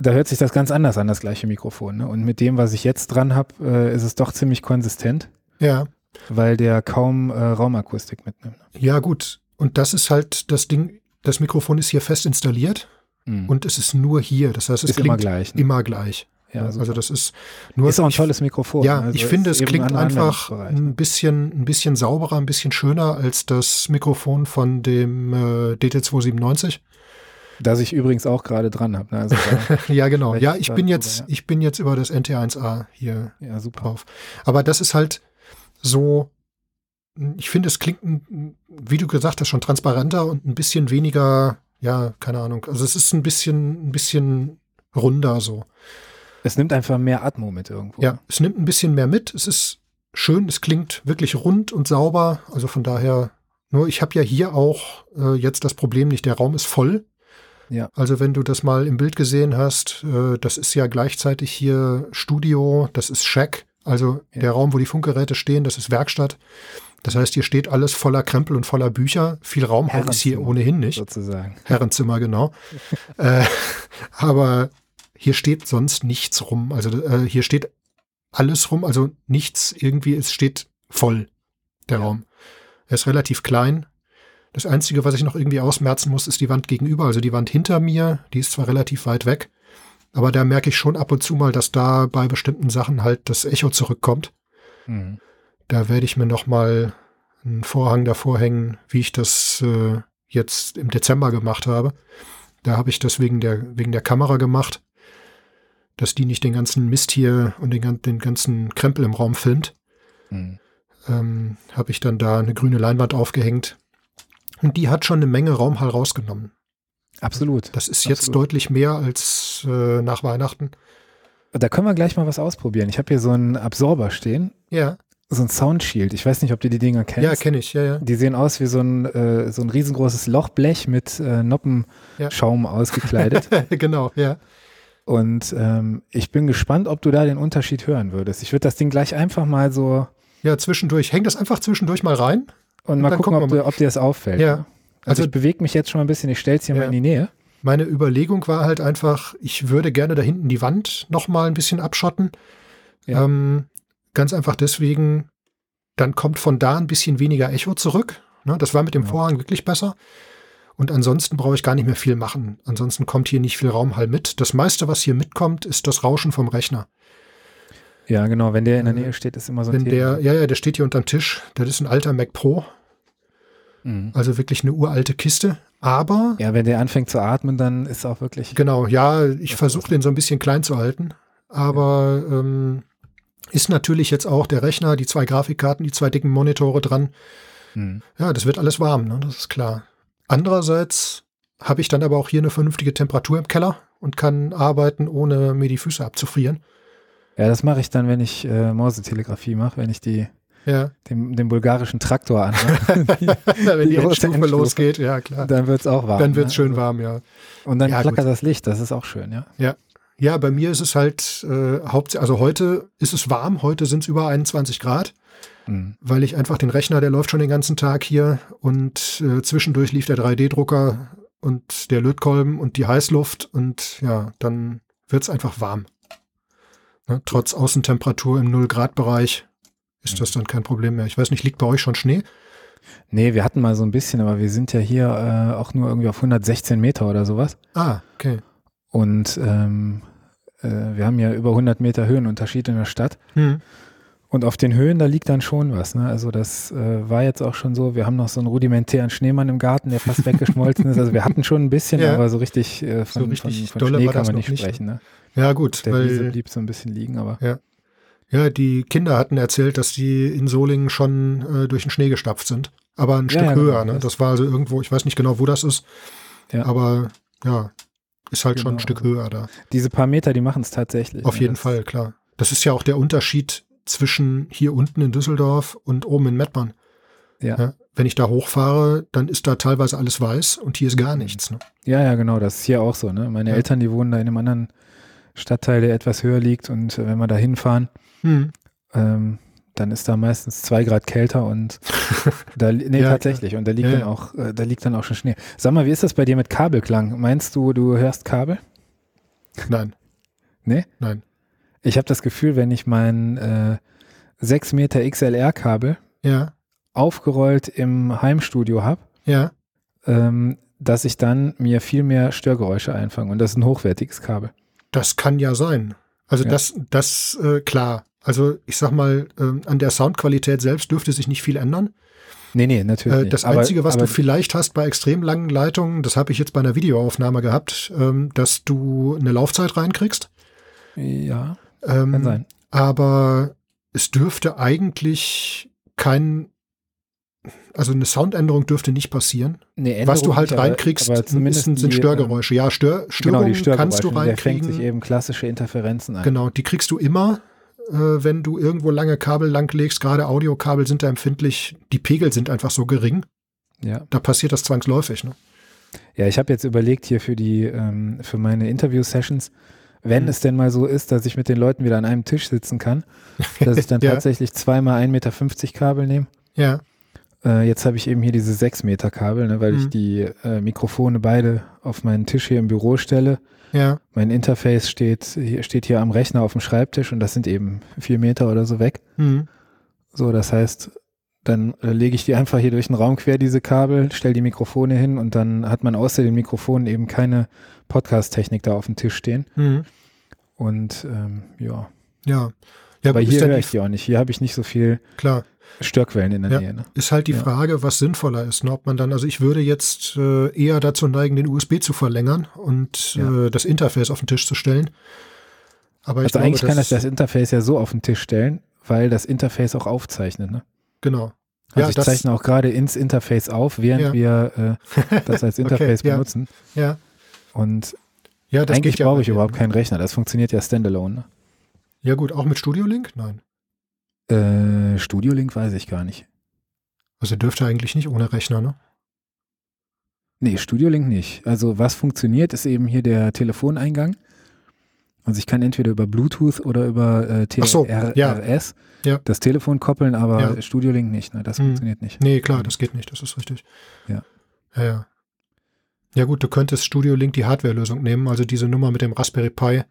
B: da hört sich das ganz anders an, das gleiche Mikrofon. Ne? Und mit dem, was ich jetzt dran habe, äh, ist es doch ziemlich konsistent
A: ja.
B: weil der kaum äh, Raumakustik mitnimmt. ne?
A: Ja, gut. Und das ist halt das Ding, das Mikrofon ist hier fest installiert
B: Mhm.
A: und es ist nur hier. Das heißt, es
B: ist
A: klingt
B: immer gleich. Ne?
A: immer gleich.
B: ja,
A: also,
B: super.
A: das ist nur.
B: ist auch ein
A: ich-
B: tolles Mikrofon.
A: Ja,
B: also
A: ich finde, es
B: eben
A: klingt
B: ein anderer
A: einfach
B: Anwendungsbereich, ne?
A: ein bisschen, ein bisschen sauberer, ein bisschen schöner als das Mikrofon von dem äh, DT297.
B: Das ich übrigens auch gerade dran habe. Ne? Also, da-
A: ja, genau.
B: Vielleicht
A: Ja, ich
B: dann
A: bin
B: drüber,
A: jetzt,
B: ja.
A: ich bin jetzt über das NT1A hier
B: ja, super.
A: drauf. Aber das ist halt so, hm, ich finde, es klingt, ein- wie du gesagt hast, schon transparenter und ein bisschen weniger, ja, keine Ahnung. Also es ist ein bisschen, ein bisschen runder so.
B: Es nimmt einfach mehr Atmo mit irgendwo.
A: Ja,
B: ne?
A: es nimmt ein bisschen mehr mit. Es ist schön, es klingt wirklich rund und sauber. Also von daher, nur ich habe ja hier auch äh, jetzt das Problem nicht, der Raum ist voll.
B: Ja.
A: Also wenn du das mal im Bild gesehen hast, äh, das ist ja gleichzeitig hier Studio, das ist Shack, also
B: Ja.
A: der Raum, wo die Funkgeräte stehen, das ist Werkstatt. Das heißt, hier steht alles voller Krempel und voller Bücher. Viel Raum halt ist hier
B: Herrenzimmer.
A: ohnehin nicht.
B: sozusagen.
A: Herrenzimmer, genau. äh, aber hier steht sonst nichts rum. Also äh, hier steht alles rum, also nichts irgendwie, es steht voll, der
B: Ja.
A: Raum. Er ist relativ klein. Das Einzige, was ich noch irgendwie ausmerzen muss, ist die Wand gegenüber, also die Wand hinter mir. Die ist zwar relativ weit weg, aber da merke ich schon ab und zu mal, dass da bei bestimmten Sachen halt das Echo zurückkommt.
B: Mhm.
A: Da werde ich mir nochmal einen Vorhang davor hängen, wie ich das äh, jetzt im Dezember gemacht habe. Da habe ich das wegen der, wegen der Kamera gemacht, dass die nicht den ganzen Mist hier und den, gan- den ganzen Krempel im Raum filmt.
B: Mhm.
A: ähm, habe ich dann da eine grüne Leinwand aufgehängt. Und die hat schon eine Menge Raumhall rausgenommen.
B: Absolut.
A: Das ist jetzt
B: Absolut.
A: deutlich mehr als äh, nach Weihnachten.
B: Da können wir gleich mal was ausprobieren. Ich habe hier so einen Absorber stehen,
A: Ja,
B: so ein Soundshield. Ich weiß nicht, ob du die Dinger kennst.
A: ja, kenne ich, ja, ja.
B: Die sehen aus wie so ein, äh, so ein riesengroßes Lochblech mit äh, Noppenschaum ausgekleidet.
A: genau, ja.
B: Und ähm, ich bin gespannt, ob du da den Unterschied hören würdest. Ich würde das Ding gleich einfach mal so
A: Ja, zwischendurch. Häng das einfach zwischendurch mal rein.
B: und mal
A: Dann
B: gucken,
A: gucken
B: ob,
A: wir
B: du, ob dir das auffällt.
A: Ja.
B: ne? Also,
A: Also-
B: ich bewege mich jetzt schon mal ein bisschen, ich stelle es hier mal
A: Ja.
B: in die Nähe.
A: Meine Überlegung war halt einfach, ich würde gerne da hinten die Wand nochmal ein bisschen abschotten.
B: Ja.
A: Ähm, ganz einfach deswegen, dann kommt von da ein bisschen weniger Echo zurück. Ne, das war mit dem
B: Ja.
A: Vorhang wirklich besser. Und ansonsten brauche ich gar nicht mehr viel machen. Ansonsten kommt hier nicht viel Raumhall mit. Das meiste, was hier mitkommt, ist das Rauschen vom Rechner.
B: Ja, genau, wenn der in der
A: Äh,
B: Nähe steht, ist immer so ein
A: Wenn
B: Thema.
A: der, ja, ja, der steht hier unterm Tisch. Das ist ein alter Mac Pro,
B: Mhm.
A: also wirklich eine uralte Kiste. Aber
B: Ja, wenn der anfängt zu atmen, dann ist auch wirklich.
A: Genau, ja, ich
B: Das-
A: versuche den so ein bisschen klein zu halten. Aber ähm, ist natürlich jetzt auch der Rechner, die zwei Grafikkarten, die zwei dicken Monitore dran.
B: Mhm.
A: Ja, das wird alles warm, ne? das ist klar. Andererseits habe ich dann aber auch hier eine vernünftige Temperatur im Keller und kann arbeiten, ohne mir die Füße abzufrieren.
B: Ja, das mache ich dann, wenn ich äh, Morsetelegrafie mache, wenn ich die,
A: Ja,
B: dem, den bulgarischen Traktor anmache.
A: wenn die
B: Die große
A: Endstufe Also
B: Endstufe.
A: losgeht, ja klar.
B: dann wird es auch warm.
A: Dann wird es
B: ne?
A: schön warm, ja.
B: Und dann
A: Ja,
B: flackert das Licht, das ist auch schön, ja.
A: Ja, bei mir ist es halt äh, hauptsächlich, also heute ist es warm, heute sind es über 21 Grad.
B: Mhm.
A: weil ich einfach den Rechner, der läuft schon den ganzen Tag hier und äh, zwischendurch lief der 3D-Drucker und der Lötkolben und die Heißluft und ja, dann wird es einfach warm. Ne, trotz Außentemperatur im 0-Grad-Bereich ist das dann kein Problem mehr. Ich weiß nicht, liegt bei euch schon Schnee?
B: Nee, wir hatten mal so ein bisschen, aber wir sind ja hier äh, auch nur irgendwie auf 116 Meter oder sowas.
A: Ah, okay.
B: Und ähm, äh, wir haben ja über 100 Meter Höhenunterschied in der Stadt.
A: Hm.
B: Und auf den Höhen, da liegt dann schon was. Ne? Also das äh, war jetzt auch schon so, wir haben noch so einen rudimentären Schneemann im Garten, der fast weggeschmolzen ist. Also wir hatten schon ein bisschen,
A: Ja.
B: aber so richtig äh, von,
A: So richtig
B: von, von
A: dolle
B: Schnee
A: war
B: kann
A: das
B: man
A: noch
B: nicht
A: nicht.
B: sprechen. Ne?
A: Ja, gut,
B: Der Wiese
A: weil
B: blieb so ein bisschen liegen, aber
A: ja, die Kinder hatten erzählt, dass die in Solingen schon äh, durch den Schnee gestapft sind. Aber ein
B: Ja,
A: Stück
B: ja, genau,
A: höher, ne?
B: das-
A: Das war also irgendwo, ich weiß nicht genau, wo das ist,
B: Ja.
A: aber ja, ist halt schon
B: Genau.
A: ein Stück höher da.
B: diese paar Meter, die machen es tatsächlich.
A: Auf
B: ne?
A: jeden
B: Das-
A: Fall, klar. Das ist ja auch der Unterschied zwischen hier unten in Düsseldorf und oben in Mettmann. ne?
B: Ja.
A: Wenn ich da hochfahre, dann ist da teilweise alles weiß und hier ist gar
B: Mhm.
A: nichts. Ne?
B: Ja, ja, genau, das ist hier auch so. Ne? Meine
A: Ja.
B: Eltern, die wohnen da in einem anderen Stadtteil, der etwas höher liegt. Und äh, wenn wir da hinfahren,
A: Hm.
B: ähm, dann ist da meistens zwei Grad kälter und da li- nee,
A: Ja,
B: tatsächlich. Und da liegt
A: Ja,
B: dann
A: ja.
B: auch, äh, da liegt dann auch schon Schnee. Sag mal, wie ist das bei dir mit Kabelklang? Meinst du, du hörst Kabel?
A: Nein.
B: Nee?
A: Nein.
B: Ich habe das Gefühl, wenn ich mein äh, 6 Meter XLR-Kabel
A: Ja,
B: aufgerollt im Heimstudio habe,
A: ja.
B: ähm, dass ich dann mir viel mehr Störgeräusche einfange. Und das ist ein hochwertiges Kabel.
A: Das kann ja sein. Also
B: Ja.
A: das, das, äh, klar. Also ich sag mal, ähm, an der Soundqualität selbst dürfte sich nicht viel ändern.
B: Nee, nee, natürlich.
A: Äh,
B: nicht.
A: das
B: Aber-
A: Einzige, was
B: aber-
A: du vielleicht hast bei extrem langen Leitungen, das habe ich jetzt bei einer Videoaufnahme gehabt, ähm, dass du eine Laufzeit reinkriegst.
B: Ja,
A: Ähm,
B: kann sein.
A: aber es dürfte eigentlich kein, also eine Soundänderung dürfte nicht passieren.
B: Nee,
A: Was du halt
B: nicht, aber-
A: reinkriegst,
B: aber zumindest
A: sind, sind
B: die, äh,
A: Störgeräusche. Ja, Stör,
B: ähm, Genau,
A: Störungen
B: die Störgeräusche.
A: kannst du
B: Der fängt sich
A: reinkriegen.
B: eben klassische Interferenzen ein.
A: Genau, die kriegst du immer, äh, wenn du irgendwo lange Kabel langlegst. Gerade Audiokabel sind da empfindlich. Die Pegel sind einfach so gering.
B: Ja,
A: Da passiert das zwangsläufig. Ne?
B: ja ich habe jetzt überlegt hier für die, ähm, für meine Interview-Sessions, wenn
A: Hm.
B: es denn mal so ist, dass ich mit den Leuten wieder an einem Tisch sitzen kann, dass ich dann
A: Ja.
B: tatsächlich zweimal 1,50 Meter Kabel nehme.
A: Ja,
B: Äh, jetzt habe ich eben hier diese 6 Meter Kabel, ne, weil ich
A: Hm.
B: die äh, Mikrofone beide auf meinen Tisch hier im Büro stelle.
A: ja,
B: Mein Interface steht, hier- steht hier am Rechner auf dem Schreibtisch und das sind eben 4 Meter oder so weg.
A: hm,
B: So, das heißt, dann äh, lege ich die einfach hier durch den Raum quer, diese Kabel, stelle die Mikrofone hin und dann hat man außer den Mikrofonen eben keine Podcast-Technik da auf dem Tisch stehen.
A: hm,
B: Und ähm, ja,
A: ja. Ja,
B: aber
A: gut,
B: hier
A: ist,
B: höre
A: ja
B: ich die auch nicht. Hier habe ich nicht so viel
A: die, klar.
B: Störquellen in der
A: Ja.
B: Nähe. Ne?
A: Ist halt die
B: Ja.
A: Frage, was sinnvoller ist. Ne? Ob man dann, also ich würde jetzt äh, eher dazu neigen, den USB zu verlängern und
B: Ja.
A: äh, das Interface auf den Tisch zu stellen. Aber ich
B: Also
A: glaube,
B: eigentlich kann ich
A: das,
B: das Interface ja so auf den Tisch stellen weil das Interface auch aufzeichnet. Ne?
A: Genau.
B: Also
A: Ja,
B: ich
A: das-
B: zeichne auch gerade ins Interface auf, während
A: Ja.
B: wir äh, das als Interface
A: ja.
B: benutzen.
A: Ja,
B: Und
A: ja das
B: eigentlich
A: geht ja
B: brauche
A: bei
B: ich
A: dem.
B: überhaupt keinen Rechner. Das funktioniert ja standalone.
A: Ja gut, auch mit Studio Link? Nein.
B: Ne? Äh, Studio Link weiß ich gar nicht.
A: Also dürfte eigentlich nicht ohne Rechner, ne?
B: Nee, Studio Link nicht. Also was funktioniert, ist eben hier der Telefoneingang. Also ich kann entweder über Bluetooth oder über äh,
A: Ach
B: TRS
A: so, ja. Ja.
B: das Telefon koppeln, aber
A: Ja.
B: Studio Link nicht. Ne? Das
A: Hm.
B: funktioniert nicht.
A: Nee, klar, das geht nicht, das ist richtig.
B: Ja.
A: Ja, ja. Ja gut, du könntest Studio Link die Hardware-Lösung nehmen, also diese Nummer mit dem Raspberry Pi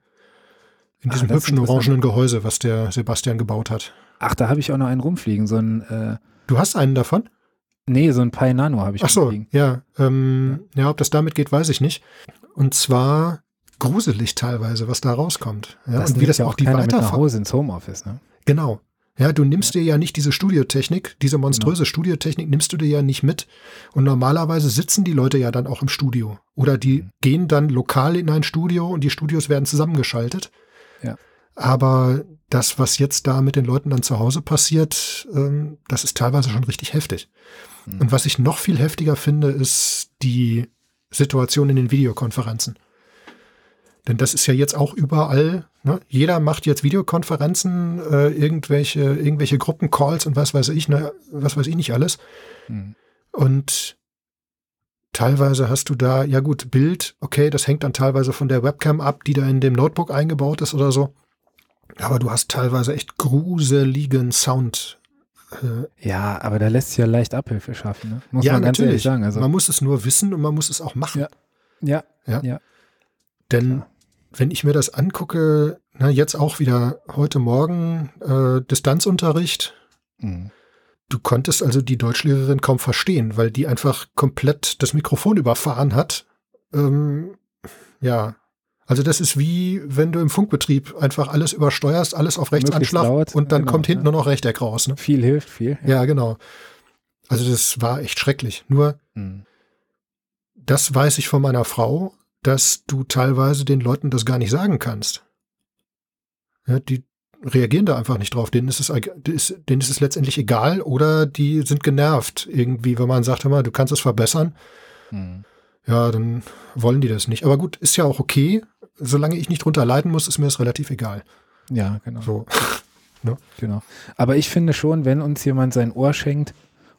A: in
B: Ah,
A: diesem
B: das ist
A: hübschen
B: interessant.
A: orangenen Gehäuse, was der Sebastian gebaut hat.
B: Ach, da habe ich auch noch einen rumfliegen. So ein, äh,
A: Du hast einen davon?
B: nee, so ein Pi Nano habe ich
A: Ach so,
B: rumfliegen.
A: ja, ähm, ja. ob das damit geht, weiß ich nicht. Und zwar gruselig teilweise, was da rauskommt. Ja,
B: das
A: und wie
B: nimmt
A: das
B: ja
A: auch die
B: keiner mit nach
A: Weiterver
B: Hause ins Homeoffice. Ne?
A: Genau. Ja, du nimmst dir ja nicht diese Studiotechnik, diese monströse Studiotechnik nimmst du dir ja nicht mit. Und normalerweise sitzen die Leute ja dann auch im Studio. Oder die gehen dann lokal in ein Studio und die Studios werden zusammengeschaltet.
B: Ja.
A: Aber das, was jetzt da mit den Leuten dann zu Hause passiert, ähm, das ist teilweise schon richtig heftig.
B: Mhm.
A: Und was ich noch viel heftiger finde, ist die Situation in den Videokonferenzen. Denn das ist ja jetzt auch überall. Ne? Jeder macht jetzt Videokonferenzen, äh, irgendwelche, irgendwelche Gruppencalls und was weiß ich, ne, was weiß ich nicht alles.
B: Hm.
A: Und teilweise hast du da, ja gut, Bild, okay, das hängt dann teilweise von der Webcam ab, die da in dem Notebook eingebaut ist oder so. Aber du hast teilweise echt gruseligen Sound. Äh,
B: Ja, aber da lässt sich ja leicht Abhilfe schaffen. Ne? Muss
A: ja,
B: man ganz
A: natürlich.
B: ehrlich sagen. Also,
A: man muss es nur wissen und man muss es auch machen.
B: ja,
A: Denn
B: Klar.
A: wenn ich mir das angucke, na, jetzt auch wieder heute Morgen äh, Distanzunterricht,
B: Hm.
A: du konntest also die Deutschlehrerin kaum verstehen, weil die einfach komplett das Mikrofon überfahren hat. Ähm, ja. Also das ist wie, wenn du im Funkbetrieb einfach alles übersteuerst, alles auf rechts
B: Möglichst laut.
A: anschlag und dann
B: Genau,
A: kommt hinten
B: ja.
A: nur noch Rechteck raus. Ne?
B: viel hilft viel.
A: Ja, genau. Also das war echt schrecklich. Nur
B: Hm.
A: das weiß ich von meiner Frau, dass du teilweise den Leuten das gar nicht sagen kannst. Ja, die reagieren da einfach nicht drauf. Denen ist, es, eig- ist- denen ist es letztendlich egal oder die sind genervt irgendwie, wenn man sagt, hör mal, du kannst es verbessern.
B: Hm.
A: Ja, dann wollen die das nicht. Aber gut, ist ja auch okay. Solange ich nicht drunter leiden muss, ist mir das relativ egal.
B: Ja, genau.
A: So.
B: Genau. Aber ich finde schon, wenn uns jemand sein Ohr schenkt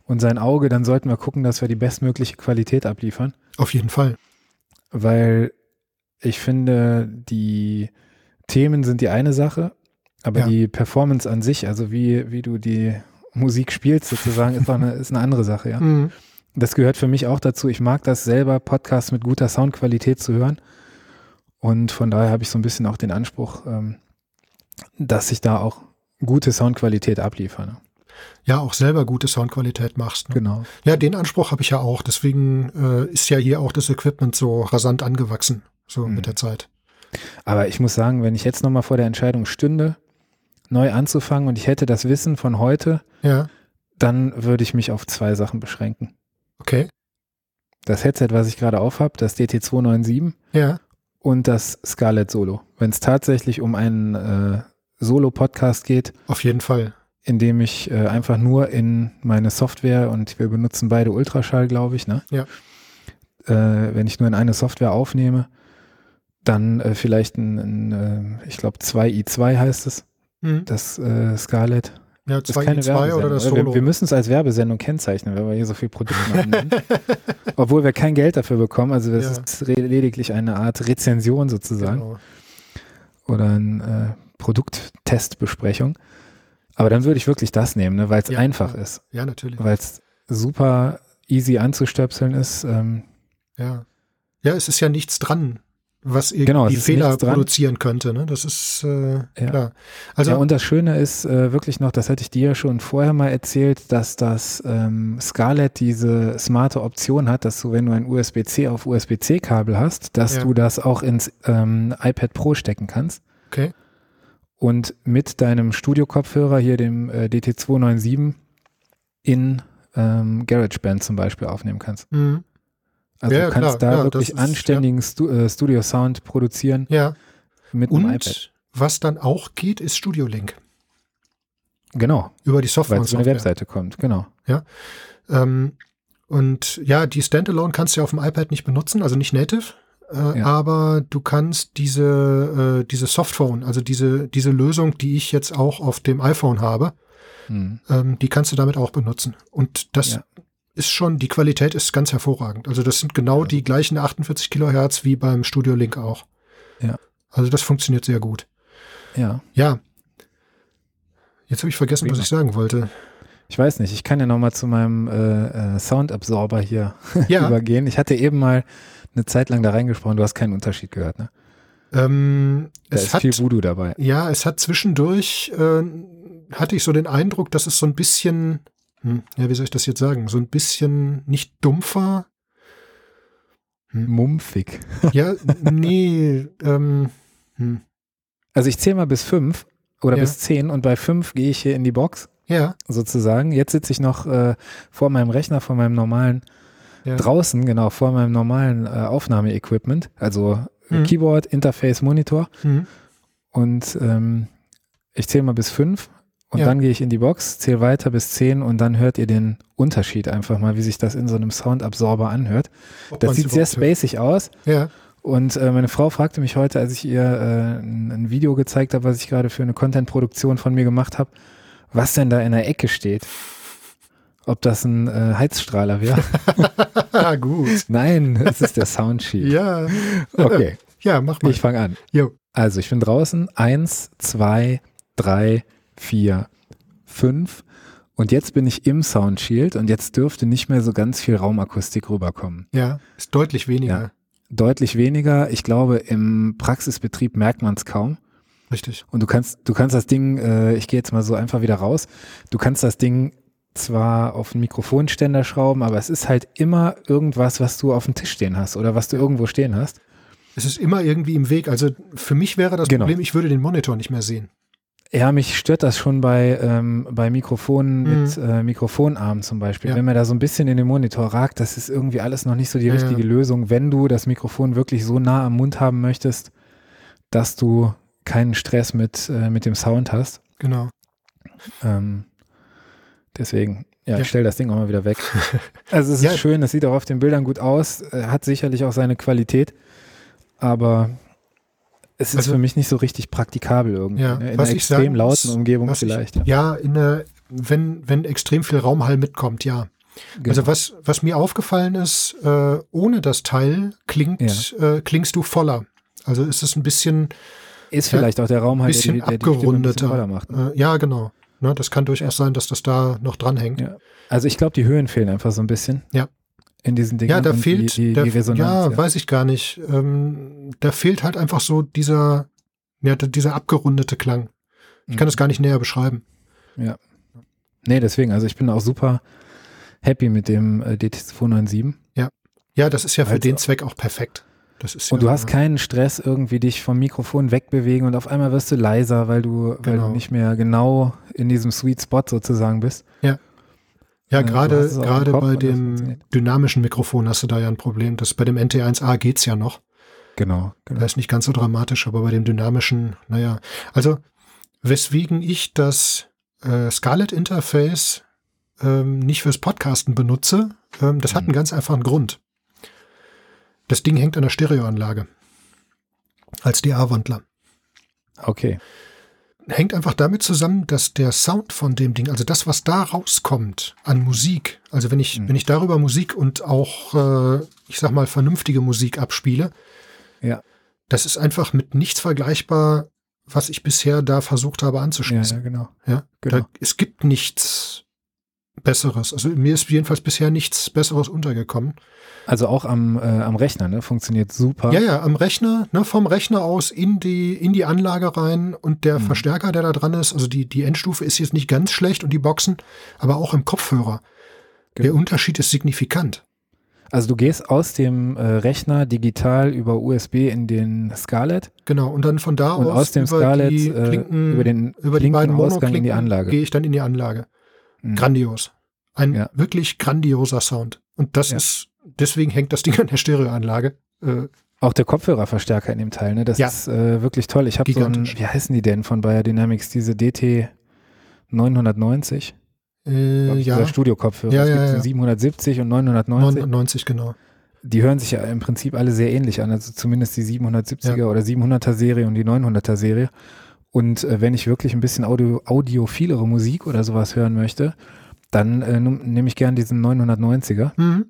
B: und sein Auge, dann sollten wir gucken, dass wir die bestmögliche Qualität abliefern,
A: Auf jeden Fall.
B: weil ich finde, die Themen sind die eine Sache, aber
A: Ja.
B: die Performance an sich, also wie, wie du die Musik spielst sozusagen, ist, auch eine, ist eine andere Sache, ja.
A: Mhm.
B: Das gehört für mich auch dazu. Ich mag das selber, Podcasts mit guter Soundqualität zu hören. Und von daher habe ich so ein bisschen auch den Anspruch, ähm, dass ich da auch gute Soundqualität abliefere. ne?
A: Ja, auch selber gute Soundqualität machst. Ne?
B: Genau.
A: Ja, den Anspruch habe ich ja auch. Deswegen äh, ist ja hier auch das Equipment so rasant angewachsen, so
B: Mhm.
A: mit der Zeit.
B: Aber ich muss sagen, wenn ich jetzt nochmal vor der Entscheidung stünde, neu anzufangen und ich hätte das Wissen von heute,
A: Ja,
B: dann würde ich mich auf zwei Sachen beschränken.
A: okay.
B: Das Headset, was ich gerade aufhab, das DT297
A: Ja,
B: und das Scarlett Solo. Wenn es tatsächlich um einen äh, Solo-Podcast geht,
A: auf jeden Fall.
B: indem ich äh, einfach nur in meine Software und wir benutzen beide Ultraschall, glaube ich, ne?
A: Ja.
B: Äh, wenn ich nur in eine Software aufnehme, dann äh, vielleicht ein, ein äh, ich glaube 2i2 heißt es,
A: Mhm.
B: das äh, Scarlett.
A: Ja,
B: Das ist
A: 2
B: keine
A: i 2 E
B: Werbesendung, Äh, Also
A: oder das
B: Wir,
A: Solo.
B: wir müssen es als Werbesendung kennzeichnen, weil wir hier so viel Produkte haben. Obwohl wir kein Geld dafür bekommen, also das
A: Ja.
B: ist re- lediglich eine Art Rezension sozusagen
A: genau.
B: oder eine äh, Produkttestbesprechung. Aber dann würde ich wirklich das nehmen, ne, weil es
A: Ja,
B: einfach
A: ja.
B: ist
A: Ja, natürlich.
B: weil es super easy anzustöpseln ist. Ähm,
A: Ja. ja, es ist ja nichts dran, was irgendwie
B: Genau, es ist
A: Fehler
B: nichts dran.
A: produzieren könnte. Ne? Das ist äh, klar. Also,
B: ja, und das Schöne ist äh, wirklich noch, das hatte ich dir ja schon vorher mal erzählt, dass das ähm, Scarlett diese smarte Option hat, dass du, wenn du ein USB-C auf USB-C-Kabel hast, dass
A: Ja.
B: du das auch ins ähm, iPad Pro stecken kannst.
A: okay.
B: und mit deinem Studio-Kopfhörer hier, dem äh, DT297, in ähm, GarageBand zum Beispiel aufnehmen kannst.
A: Mhm.
B: Also
A: Ja,
B: du kannst
A: klar,
B: da
A: ja,
B: wirklich
A: das ist-
B: anständigen Stu äh, Studio-Sound produzieren
A: Ja,
B: mit einem iPad.
A: und was dann auch geht, ist Studio Link.
B: Genau,
A: über die Software
B: weil
A: und
B: es von der
A: Software.
B: Webseite kommt, genau.
A: Ähm, und ja, die Standalone kannst du ja auf dem iPad nicht benutzen, also nicht native. Äh,
B: Ja.
A: Aber du kannst diese, äh, diese Softphone, also diese, diese Lösung, die ich jetzt auch auf dem iPhone habe,
B: Hm.
A: ähm, die kannst du damit auch benutzen. Und das
B: Ja.
A: ist schon, die Qualität ist ganz hervorragend. Also das sind genau die gleichen 48 Kilohertz wie beim Studio Link auch.
B: Ja.
A: Also das funktioniert sehr gut.
B: Ja,
A: Ja. Jetzt habe ich vergessen, was
B: Prima.
A: ich sagen wollte.
B: ich weiß nicht, ich kann ja nochmal zu meinem äh, äh, Soundabsorber hier
A: Ja,
B: übergehen. Ich hatte eben mal eine Zeit lang da reingesprochen, du hast keinen Unterschied gehört, ne?
A: ähm,
B: Da
A: es
B: ist
A: hat
B: viel Voodoo dabei.
A: Ja, es hat zwischendurch, äh, hatte ich so den Eindruck, dass es so ein bisschen, hm, ja, wie soll ich das jetzt sagen, so ein bisschen nicht dumpfer.
B: Mumpfig.
A: Ja, nee, ähm, hm,
B: Also ich zähle mal bis fünf oder
A: Ja.
B: bis zehn und bei fünf gehe ich hier in die Box
A: ja,
B: sozusagen. Jetzt sitze ich noch äh, vor meinem Rechner, vor meinem normalen,
A: Ja.
B: draußen, genau, vor meinem normalen äh, Aufnahmeequipment, also
A: Mhm.
B: Keyboard, Interface, Monitor
A: hm,
B: und ähm, ich zähle mal bis fünf und
A: Ja.
B: dann gehe ich in die Box, zähle weiter bis zehn und dann hört ihr den Unterschied einfach mal, wie sich das in so einem Soundabsorber anhört.
A: ob
B: Das
A: man's
B: sieht sehr
A: überhaupt hört.
B: spacig aus.
A: Ja,
B: Und äh, meine Frau fragte mich heute, als ich ihr äh, ein, ein Video gezeigt habe, was ich gerade für eine Content-Produktion von mir gemacht habe, was denn da in der Ecke steht. Ob das ein äh, Heizstrahler wäre?
A: Ah, gut.
B: Nein, es ist der Soundsheet.
A: Ja,
B: Okay,
A: ja, mach mal.
B: ich fange an.
A: Jo.
B: Also ich bin draußen. Eins, zwei, drei, vier, fünf. Und jetzt bin ich im Soundshield und jetzt dürfte nicht mehr so ganz viel Raumakustik rüberkommen.
A: Ja, ist deutlich weniger.
B: Ja. Deutlich weniger. Ich glaube, im Praxisbetrieb merkt man es kaum.
A: Richtig.
B: Und du kannst, du kannst das Ding, äh, ich gehe jetzt mal so einfach wieder raus, du kannst das Ding zwar auf einen Mikrofonständer schrauben, aber es ist halt immer irgendwas, was du auf dem Tisch stehen hast oder was du irgendwo stehen hast.
A: Es ist immer irgendwie im Weg. Also für mich wäre das
B: Genau.
A: Problem, ich würde den Monitor nicht mehr sehen.
B: Ja, mich stört das schon bei, ähm, bei Mikrofonen
A: Mhm.
B: mit äh, Mikrofonarm zum Beispiel.
A: Ja.
B: Wenn man da so ein bisschen in den Monitor ragt, das ist irgendwie alles noch nicht so die
A: Ja, ja.
B: richtige Lösung, wenn du das Mikrofon wirklich so nah am Mund haben möchtest, dass du keinen Stress mit, äh, mit dem Sound hast.
A: Genau.
B: Ähm, deswegen, ja,
A: Ja.
B: ich stelle das Ding auch mal wieder weg. Also es ist
A: Ja.
B: schön, es sieht auch auf den Bildern gut aus, äh, hat sicherlich auch seine Qualität, aber es ist
A: Also-
B: für mich nicht so richtig praktikabel irgendwie.
A: Ja,
B: ne? In
A: was
B: einer
A: ich sagen
B: extrem
A: muss,
B: lauten Umgebung
A: was ich-
B: vielleicht. ja.
A: Ja, in der, wenn, wenn extrem viel Raumhall mitkommt, ja.
B: Genau.
A: Also was, was mir aufgefallen ist, äh, ohne das Teil klingt, äh, klingst du voller. Also ist es ein bisschen,
B: ist vielleicht auch der Raum halt,
A: bisschen
B: der, die- der die Stimme ein bisschen
A: abgerundeter.
B: voller macht. ne?
A: äh, ja genau. Ne, das kann durchaus sein, dass das da noch dranhängt.
B: Ja. Also ich glaube, die Höhen fehlen einfach so ein bisschen.
A: Ja.
B: In diesen Dingen.
A: Ja, da
B: und
A: fehlt,
B: die, die,
A: da,
B: die Resonanz.
A: ja, weiß ich gar nicht. Ähm, da fehlt halt einfach so dieser, ja, d- dieser abgerundete Klang. Ich
B: Mhm.
A: kann das gar nicht näher beschreiben.
B: Nee, deswegen, also ich bin auch super happy mit dem äh, DT297.
A: Ja, das ist ja für
B: Also-
A: den Zweck auch perfekt. Das ist
B: Und
A: ja,
B: du hast keinen Stress, irgendwie dich vom Mikrofon wegbewegen und auf einmal wirst du leiser, weil du, weil
A: Genau.
B: du nicht mehr genau in diesem Sweet Spot sozusagen bist.
A: ja
B: äh, du
A: gerade
B: hast es auf dem
A: gerade
B: Kopf
A: bei
B: und das
A: dem
B: funktioniert.
A: dynamischen Mikrofon hast du da ja ein Problem. Das bei dem NT1A geht's ja noch.
B: Genau,
A: Da
B: genau.
A: ist nicht ganz so dramatisch, aber bei dem dynamischen, naja. Also, weswegen ich das äh, Scarlett Interface ähm, nicht fürs Podcasten benutze, ähm, das hat einen ganz einfachen Grund. Das Ding hängt an der Stereoanlage. Als DA-Wandler.
B: Okay.
A: Hängt einfach damit zusammen, dass der Sound von dem Ding, also das, was da rauskommt an Musik, also wenn ich,
B: Mhm.
A: wenn ich darüber Musik und auch, äh, ich sag mal, vernünftige Musik abspiele,
B: Ja,
A: das ist einfach mit nichts vergleichbar, was ich bisher da versucht habe
B: ja,
A: anzuschließen.
B: ja genau.
A: Ja,
B: genau.
A: Da, es gibt nichts Besseres. Also mir ist jedenfalls bisher nichts Besseres untergekommen.
B: Also auch am, äh, am Rechner, ne? Funktioniert super.
A: Ja, ja, am Rechner, ne, vom Rechner aus in die, in die Anlage rein und der
B: Mhm.
A: Verstärker, der da dran ist, also die, die Endstufe ist jetzt nicht ganz schlecht und die Boxen, aber auch im Kopfhörer.
B: Ge-
A: Der Unterschied ist signifikant.
B: Also du gehst aus dem äh, Rechner digital über USB in den Scarlett
A: Genau, und dann von da
B: und
A: aus,
B: aus dem
A: über
B: Scarlett
A: die
B: äh,
A: Klinken,
B: über den
A: über die beiden
B: Ausgang in die
A: Monoklinken
B: Anlage.
A: gehe ich dann in die Anlage.
B: Mhm.
A: Grandios. Ein
B: Ja.
A: wirklich grandioser Sound. Und das
B: Ja.
A: ist, deswegen hängt das Ding an der Stereoanlage. Äh,
B: Auch der Kopfhörerverstärker in dem Teil, ne? Das
A: Ja.
B: ist äh, wirklich toll. Ich habe so ein,
A: Gigantisch.
B: wie heißen die denn von Biodynamics, diese DT, 990.
A: Äh,
B: glaub ich,
A: ja,
B: Dieser Studio-Kopfhörer.
A: Ja,
B: es
A: ja,
B: gibt so
A: ja.
B: 770 und 990.
A: 99, genau.
B: die hören sich ja im Prinzip alle sehr ähnlich an, also zumindest die 770er
A: Ja.
B: oder 700er Serie und die 900er Serie. Und äh, wenn ich wirklich ein bisschen audio, audiophilere Musik oder sowas hören möchte, dann äh, num- nehme ich gern diesen 990er.
A: Mhm.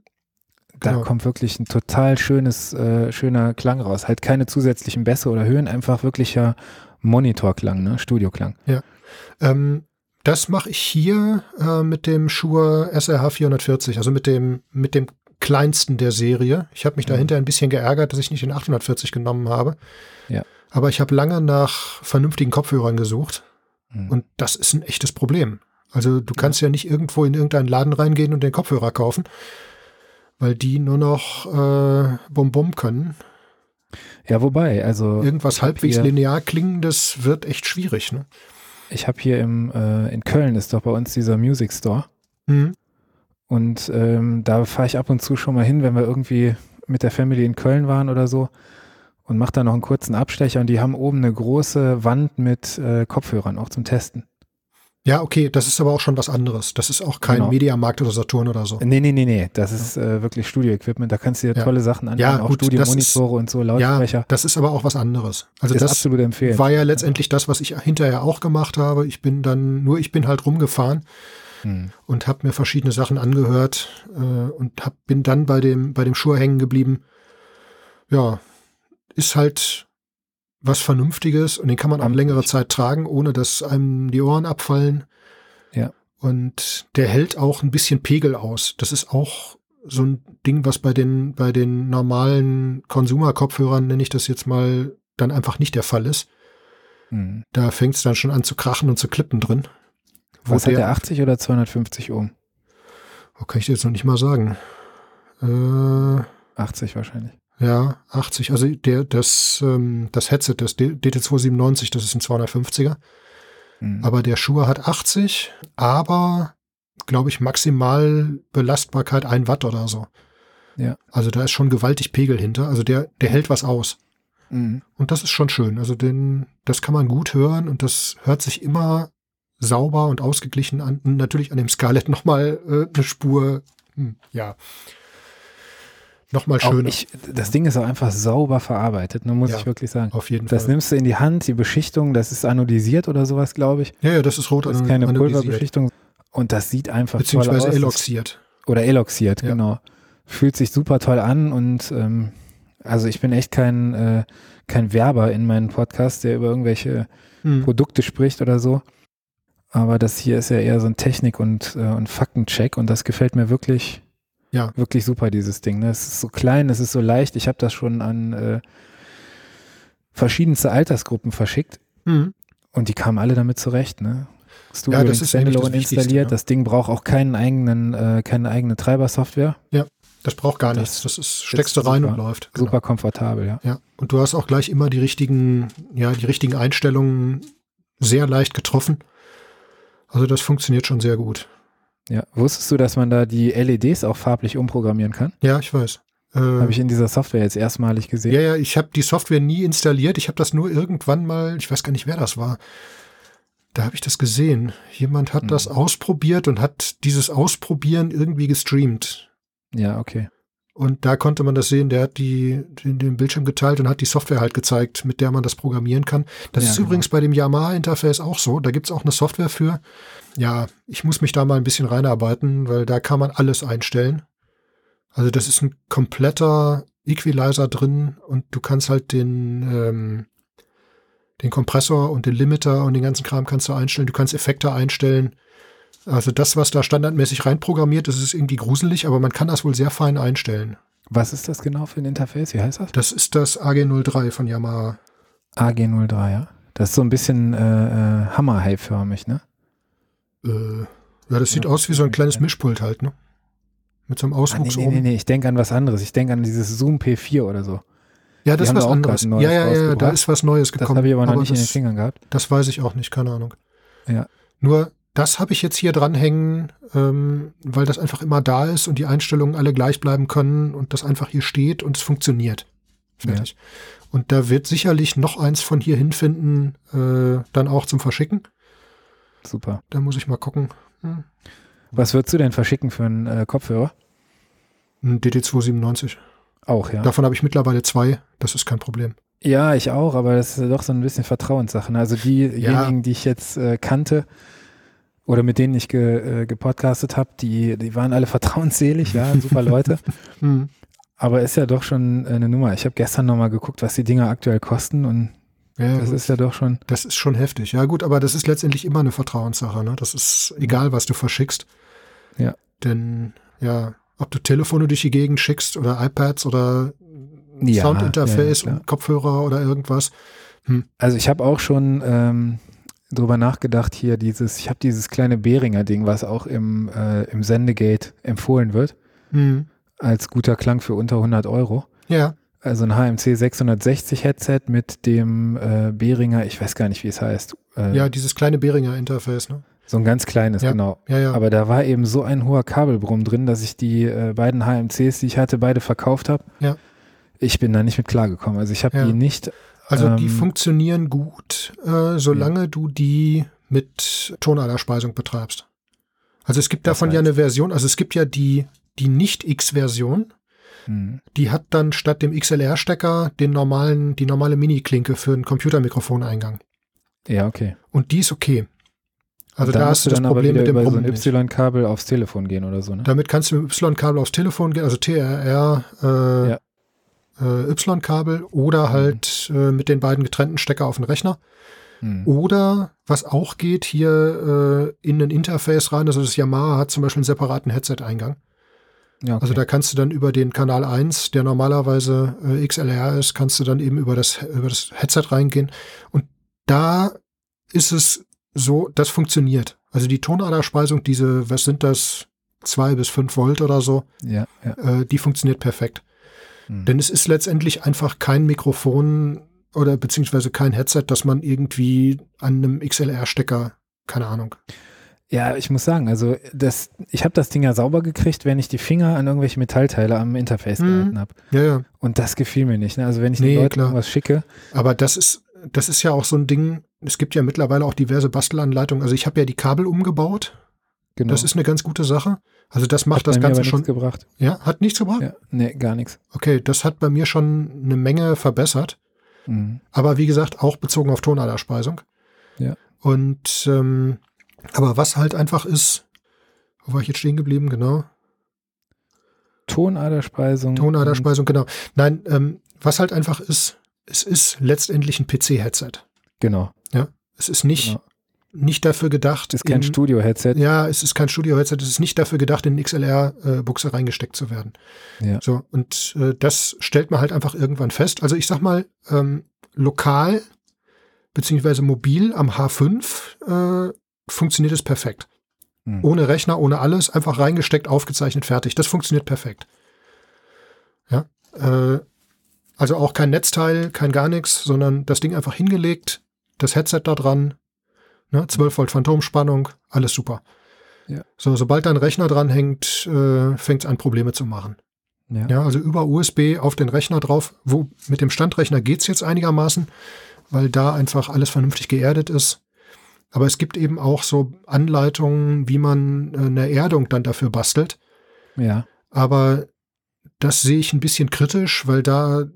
B: Da
A: Genau.
B: kommt wirklich ein total schönes, äh, schöner Klang raus. Halt keine zusätzlichen Bässe oder Höhen, einfach wirklicher Monitorklang, ne? Studioklang.
A: Ähm, das mache ich hier äh, mit dem Shure SRH 440, also mit dem, mit dem kleinsten der Serie. Ich habe mich
B: Mhm.
A: dahinter ein bisschen geärgert, dass ich nicht den 840 genommen habe.
B: Ja.
A: Aber ich habe lange nach vernünftigen Kopfhörern gesucht
B: Mhm.
A: und das ist ein echtes Problem. Also du kannst ja nicht irgendwo in irgendeinen Laden reingehen und den Kopfhörer kaufen, weil die nur noch äh, Bum-Bum können.
B: Ja, wobei, also
A: Irgendwas halbwegs
B: hier-
A: linear klingendes wird echt schwierig. Ne?
B: ich habe hier im, äh, in Köln ist doch bei uns dieser Music Store.
A: Mhm.
B: Und ähm, da fahre ich ab und zu schon mal hin, wenn wir irgendwie mit der Family in Köln waren oder so und mache da noch einen kurzen Abstecher. Und die haben oben eine große Wand mit äh, Kopfhörern, auch zum Testen.
A: Ja, okay, das ist aber auch schon was anderes. Das ist auch kein
B: Genau.
A: Mediamarkt oder Saturn oder so.
B: Äh, Nee, nee, nee, nee, das ist äh, wirklich Studio-Equipment. Da kannst du dir
A: Ja.
B: tolle Sachen anschauen,
A: Ja,
B: auch
A: gut, das
B: Studiomonitore und so,
A: Ja,
B: Lautsprecher.
A: das ist aber auch was anderes. Also
B: ist
A: das
B: absolut empfehlen.
A: war ja letztendlich das, was ich hinterher auch gemacht habe. Ich bin dann, nur ich bin halt rumgefahren
B: Hm.
A: und habe mir verschiedene Sachen angehört äh, und hab, bin dann bei dem, bei dem Schuh hängen geblieben. Ja, ist halt was Vernünftiges und den kann man auch
B: Amtlich.
A: längere Zeit tragen, ohne dass einem die Ohren abfallen.
B: Ja.
A: Und der hält auch ein bisschen Pegel aus. Das ist auch so ein Ding, was bei den, bei den normalen Consumer-Kopfhörern, nenne ich das jetzt mal, dann einfach nicht der Fall ist.
B: Hm.
A: Da fängt es dann schon an zu krachen und zu klippen drin. Wo
B: Was hat
A: der-
B: der 80 oder um? 250 Ohm?
A: Oh, kann ich dir jetzt noch nicht mal sagen. Äh,
B: 80 wahrscheinlich.
A: ja, 80. Also der, das, ähm, das Headset, das D- DT297, das ist ein 250er.
B: Hm.
A: Aber der Schuhe hat 80, aber, glaube ich, maximal Belastbarkeit 1 Watt oder so.
B: Ja.
A: Also da ist schon gewaltig Pegel hinter. Also der, der hält was aus.
B: Hm.
A: Und das ist schon schön. Also den, das kann man gut hören und das hört sich immer sauber und ausgeglichen an. Natürlich an dem Scarlett nochmal äh, eine Spur, hm, ja, nochmal
B: Auch
A: schöner.
B: Ich, das Ding ist auch einfach sauber verarbeitet, ne, muss
A: Ja.
B: ich wirklich sagen.
A: auf jeden
B: Das
A: Fall.
B: nimmst du in die Hand, die Beschichtung, das ist anodisiert oder sowas, glaube ich.
A: Ja, ja, das ist rot
B: Das ist
A: an-
B: keine
A: anodisiert,
B: Pulverbeschichtung. Und das sieht einfach toll aus.
A: Beziehungsweise
B: Das-
A: eloxiert.
B: Oder eloxiert,
A: Ja.
B: genau. Fühlt sich super toll an und ähm, also ich bin echt kein, äh, kein Werber in meinem Podcast, der über irgendwelche
A: Hm.
B: Produkte spricht oder so. Aber das hier ist ja eher so ein Technik- und, äh, und Faktencheck und das gefällt mir wirklich,
A: Ja.
B: wirklich super, dieses Ding. Ne? Es ist so klein, es ist so leicht. Ich habe das schon an äh, verschiedenste Altersgruppen verschickt.
A: Hm.
B: Und die kamen alle damit zurecht, ne? Studio
A: Ja, das
B: in
A: ist eigentlich das
B: Standalone
A: Wichtigste,
B: installiert.
A: ja.
B: Das Ding braucht auch keinen eigenen, äh, keine eigene Treibersoftware.
A: Das braucht gar
B: Das
A: nichts. Das ist, steckst du
B: super.
A: rein und läuft. Genau.
B: Super komfortabel, ja.
A: Ja. Und du hast auch gleich immer die richtigen, ja, die richtigen Einstellungen sehr leicht getroffen. Also das funktioniert schon sehr gut.
B: ja. Wusstest du, dass man da die LEDs auch farblich umprogrammieren kann?
A: Ja, ich weiß. Äh,
B: Habe ich in dieser Software jetzt erstmalig gesehen.
A: ja, ja, ich habe die Software nie installiert. Ich habe das nur irgendwann mal, ich weiß gar nicht, wer das war. Da habe ich das gesehen. Jemand hat
B: Hm.
A: das ausprobiert und hat dieses Ausprobieren irgendwie gestreamt.
B: Ja, okay.
A: Und da konnte man das sehen. Der hat die, den, den Bildschirm geteilt und hat die Software halt gezeigt, mit der man das programmieren kann. Das
B: Ja,
A: ist
B: genau.
A: übrigens bei dem Yamaha-Interface auch so. Da gibt's auch eine Software für. Ja, ich muss mich da mal ein bisschen reinarbeiten, weil da kann man alles einstellen. Also das ist ein kompletter Equalizer drin und du kannst halt den, ähm, den Kompressor und den Limiter und den ganzen Kram kannst du einstellen. Du kannst Effekte einstellen. Also das, was da standardmäßig reinprogrammiert ist, ist irgendwie gruselig, aber man kann das wohl sehr fein einstellen.
B: Was ist das genau für ein Interface? Wie heißt das?
A: Das ist das AG03 von Yamaha.
B: AG03, ja. Das ist so ein bisschen äh, äh, Hammerhai-förmig, ne?
A: Äh, ja, das sieht aus wie so ein kleines Mischpult halt, ne? Mit so einem
B: Ah, nee,
A: Auswuchs
B: nee, nee,
A: oben.
B: nee, ich denke an was anderes. Ich denke an dieses Zoom P4 oder so.
A: Ja,
B: Die
A: das ist
B: haben
A: was
B: da auch gerade
A: anderes.
B: ein
A: Ja, ja,
B: neues
A: ja, da
B: rausgebracht.
A: ist was Neues
B: Das
A: gekommen.
B: habe ich aber noch nicht in den
A: das,
B: Fingern gehabt.
A: das weiß ich auch nicht, keine Ahnung.
B: Ja.
A: Nur das habe ich jetzt hier dranhängen, ähm, weil das einfach immer da ist und die Einstellungen alle gleich bleiben können und das einfach hier steht und es funktioniert. Fertig. Und da wird sicherlich noch eins von hier hinfinden, äh, dann auch zum Verschicken.
B: Super.
A: Da muss ich mal gucken. Hm.
B: Was würdest du denn verschicken für einen äh, Kopfhörer?
A: Ein DD297.
B: Auch, ja.
A: Davon habe ich mittlerweile zwei. Das ist kein Problem.
B: Ja, ich auch, aber das ist doch so ein bisschen Vertrauenssache. ne? Also diejenigen, die ich jetzt äh, kannte oder mit denen ich ge, äh, gepodcastet habe, die, die waren alle vertrauensselig, ja, super Leute.
A: Hm.
B: aber ist ja doch schon eine Nummer. Ich habe gestern nochmal geguckt, was die Dinger aktuell kosten und
A: Ja,
B: das
A: gut.
B: ist ja doch schon.
A: das ist schon heftig. Ja, gut, aber das ist letztendlich immer eine Vertrauenssache. Ne? Das ist egal, was du verschickst.
B: Ja.
A: Denn, ja, ob du Telefone durch die Gegend schickst oder iPads oder
B: Ja,
A: Soundinterface
B: ja, ja, klar.
A: und Kopfhörer oder irgendwas.
B: Also ich habe auch schon ähm, drüber nachgedacht hier dieses, ich habe dieses kleine Behringer Ding, was auch im, äh, im Sendegate empfohlen wird,
A: Hm.
B: als guter Klang für unter 100 Euro.
A: Ja,
B: Also ein HMC 660 Headset mit dem äh, Behringer, ich weiß gar nicht, wie es heißt. Äh,
A: ja, dieses kleine Behringer Interface. Ne?
B: So ein ganz kleines,
A: Ja.
B: genau.
A: Ja, ja.
B: Aber da war eben so ein hoher Kabelbrumm drin, dass ich die äh, beiden HMCs, die ich hatte, beide verkauft habe.
A: Ja.
B: Ich bin da nicht mit klargekommen. Also ich habe
A: Ja.
B: die nicht.
A: also die
B: ähm,
A: funktionieren gut, äh, solange du die mit Tonallerspeisung betreibst. Also es gibt
B: Das
A: davon ja
B: heißt?
A: eine Version, also es gibt ja die, die Nicht-X-Version,
B: Hm,
A: die hat dann statt dem XLR-Stecker den normalen, die normale Mini-Klinke für einen Computermikrofoneingang.
B: ja, okay.
A: Und die ist okay. Also
B: dann
A: da
B: musst
A: hast du
B: du
A: das
B: dann aber
A: Problem
B: wieder
A: mit dem
B: über so
A: Brummen
B: ein
A: nicht.
B: Y-Kabel aufs Telefon gehen oder so, ne?
A: Damit kannst du mit dem Y-Kabel aufs Telefon gehen, also TRR, äh,
B: Ja. Mhm.
A: äh, Y-Kabel oder halt äh, mit den beiden getrennten Stecker auf den Rechner.
B: Hm.
A: Oder was auch geht, hier äh, in ein Interface rein, also das Yamaha hat zum Beispiel einen separaten Headset-Eingang.
B: Ja, okay.
A: Also da kannst du dann über den Kanal 1, der normalerweise äh, XLR ist, kannst du dann eben über das, über das Headset reingehen. Und da ist es so, das funktioniert. Also die Tonallerspeisung, diese, was sind das, zwei bis fünf Volt oder so,
B: ja, ja.
A: äh, die funktioniert perfekt.
B: Hm.
A: Denn es ist letztendlich einfach kein Mikrofon oder beziehungsweise kein Headset, das man irgendwie an einem XLR-Stecker, keine Ahnung.
B: Ja, ich muss sagen, also das, ich habe das Ding ja sauber gekriegt, wenn ich die Finger an irgendwelche Metallteile am Interface
A: Mhm.
B: gehalten habe.
A: Ja, ja.
B: Und das gefiel mir nicht. Ne? Also wenn ich
A: Nee,
B: den Leuten
A: klar.
B: irgendwas schicke,
A: Aber das ist, das ist ja auch so ein Ding, es gibt ja mittlerweile auch diverse Bastelanleitungen. Also ich habe ja die Kabel umgebaut.
B: genau,
A: Das ist eine ganz gute Sache. Also das macht
B: bei
A: das
B: mir
A: Ganze
B: aber nichts
A: schon.
B: gebracht.
A: Ja, hat nichts gebracht?
B: Ja, nee, gar nichts.
A: Okay, das hat bei mir schon eine Menge verbessert.
B: Mhm.
A: Aber wie gesagt, auch bezogen auf Tonallerspeisung.
B: Ja.
A: Und ähm, aber was halt einfach ist, wo war ich jetzt stehen geblieben, genau?
B: Tonaderspeisung.
A: Tonallerspeisung, genau. Nein, ähm, was halt einfach ist, es ist letztendlich ein PC-Headset.
B: und- Genau.
A: Es ist nicht,
B: Genau.
A: nicht dafür gedacht,
B: Ist kein
A: in-
B: Studio-Headset.
A: Mhm. Ja, es ist kein Studio-Headset, es ist nicht dafür gedacht, in eine XLR-Buchse äh, reingesteckt zu werden.
B: Ja.
A: So, und äh, das stellt man halt einfach irgendwann fest. Also ich sag mal, ähm, lokal beziehungsweise mobil am H5 äh, funktioniert es perfekt.
B: Mhm.
A: Ohne Rechner, ohne alles, einfach reingesteckt, aufgezeichnet, fertig. Das funktioniert perfekt. Ja. Äh, also auch kein Netzteil, kein gar nichts, sondern das Ding einfach hingelegt, das Headset da dran, ne, 12 Volt Phantomspannung, alles super.
B: Ja.
A: So, sobald da ein Rechner dranhängt, äh, fängt es an, Probleme zu machen.
B: Ja.
A: Ja, also über USB auf den Rechner drauf. Wo, mit dem Standrechner geht's jetzt einigermaßen, weil da einfach alles vernünftig geerdet ist. Aber es gibt eben auch so Anleitungen, wie man äh, eine Erdung dann dafür bastelt.
B: ja.
A: Aber das sehe ich ein bisschen kritisch, weil da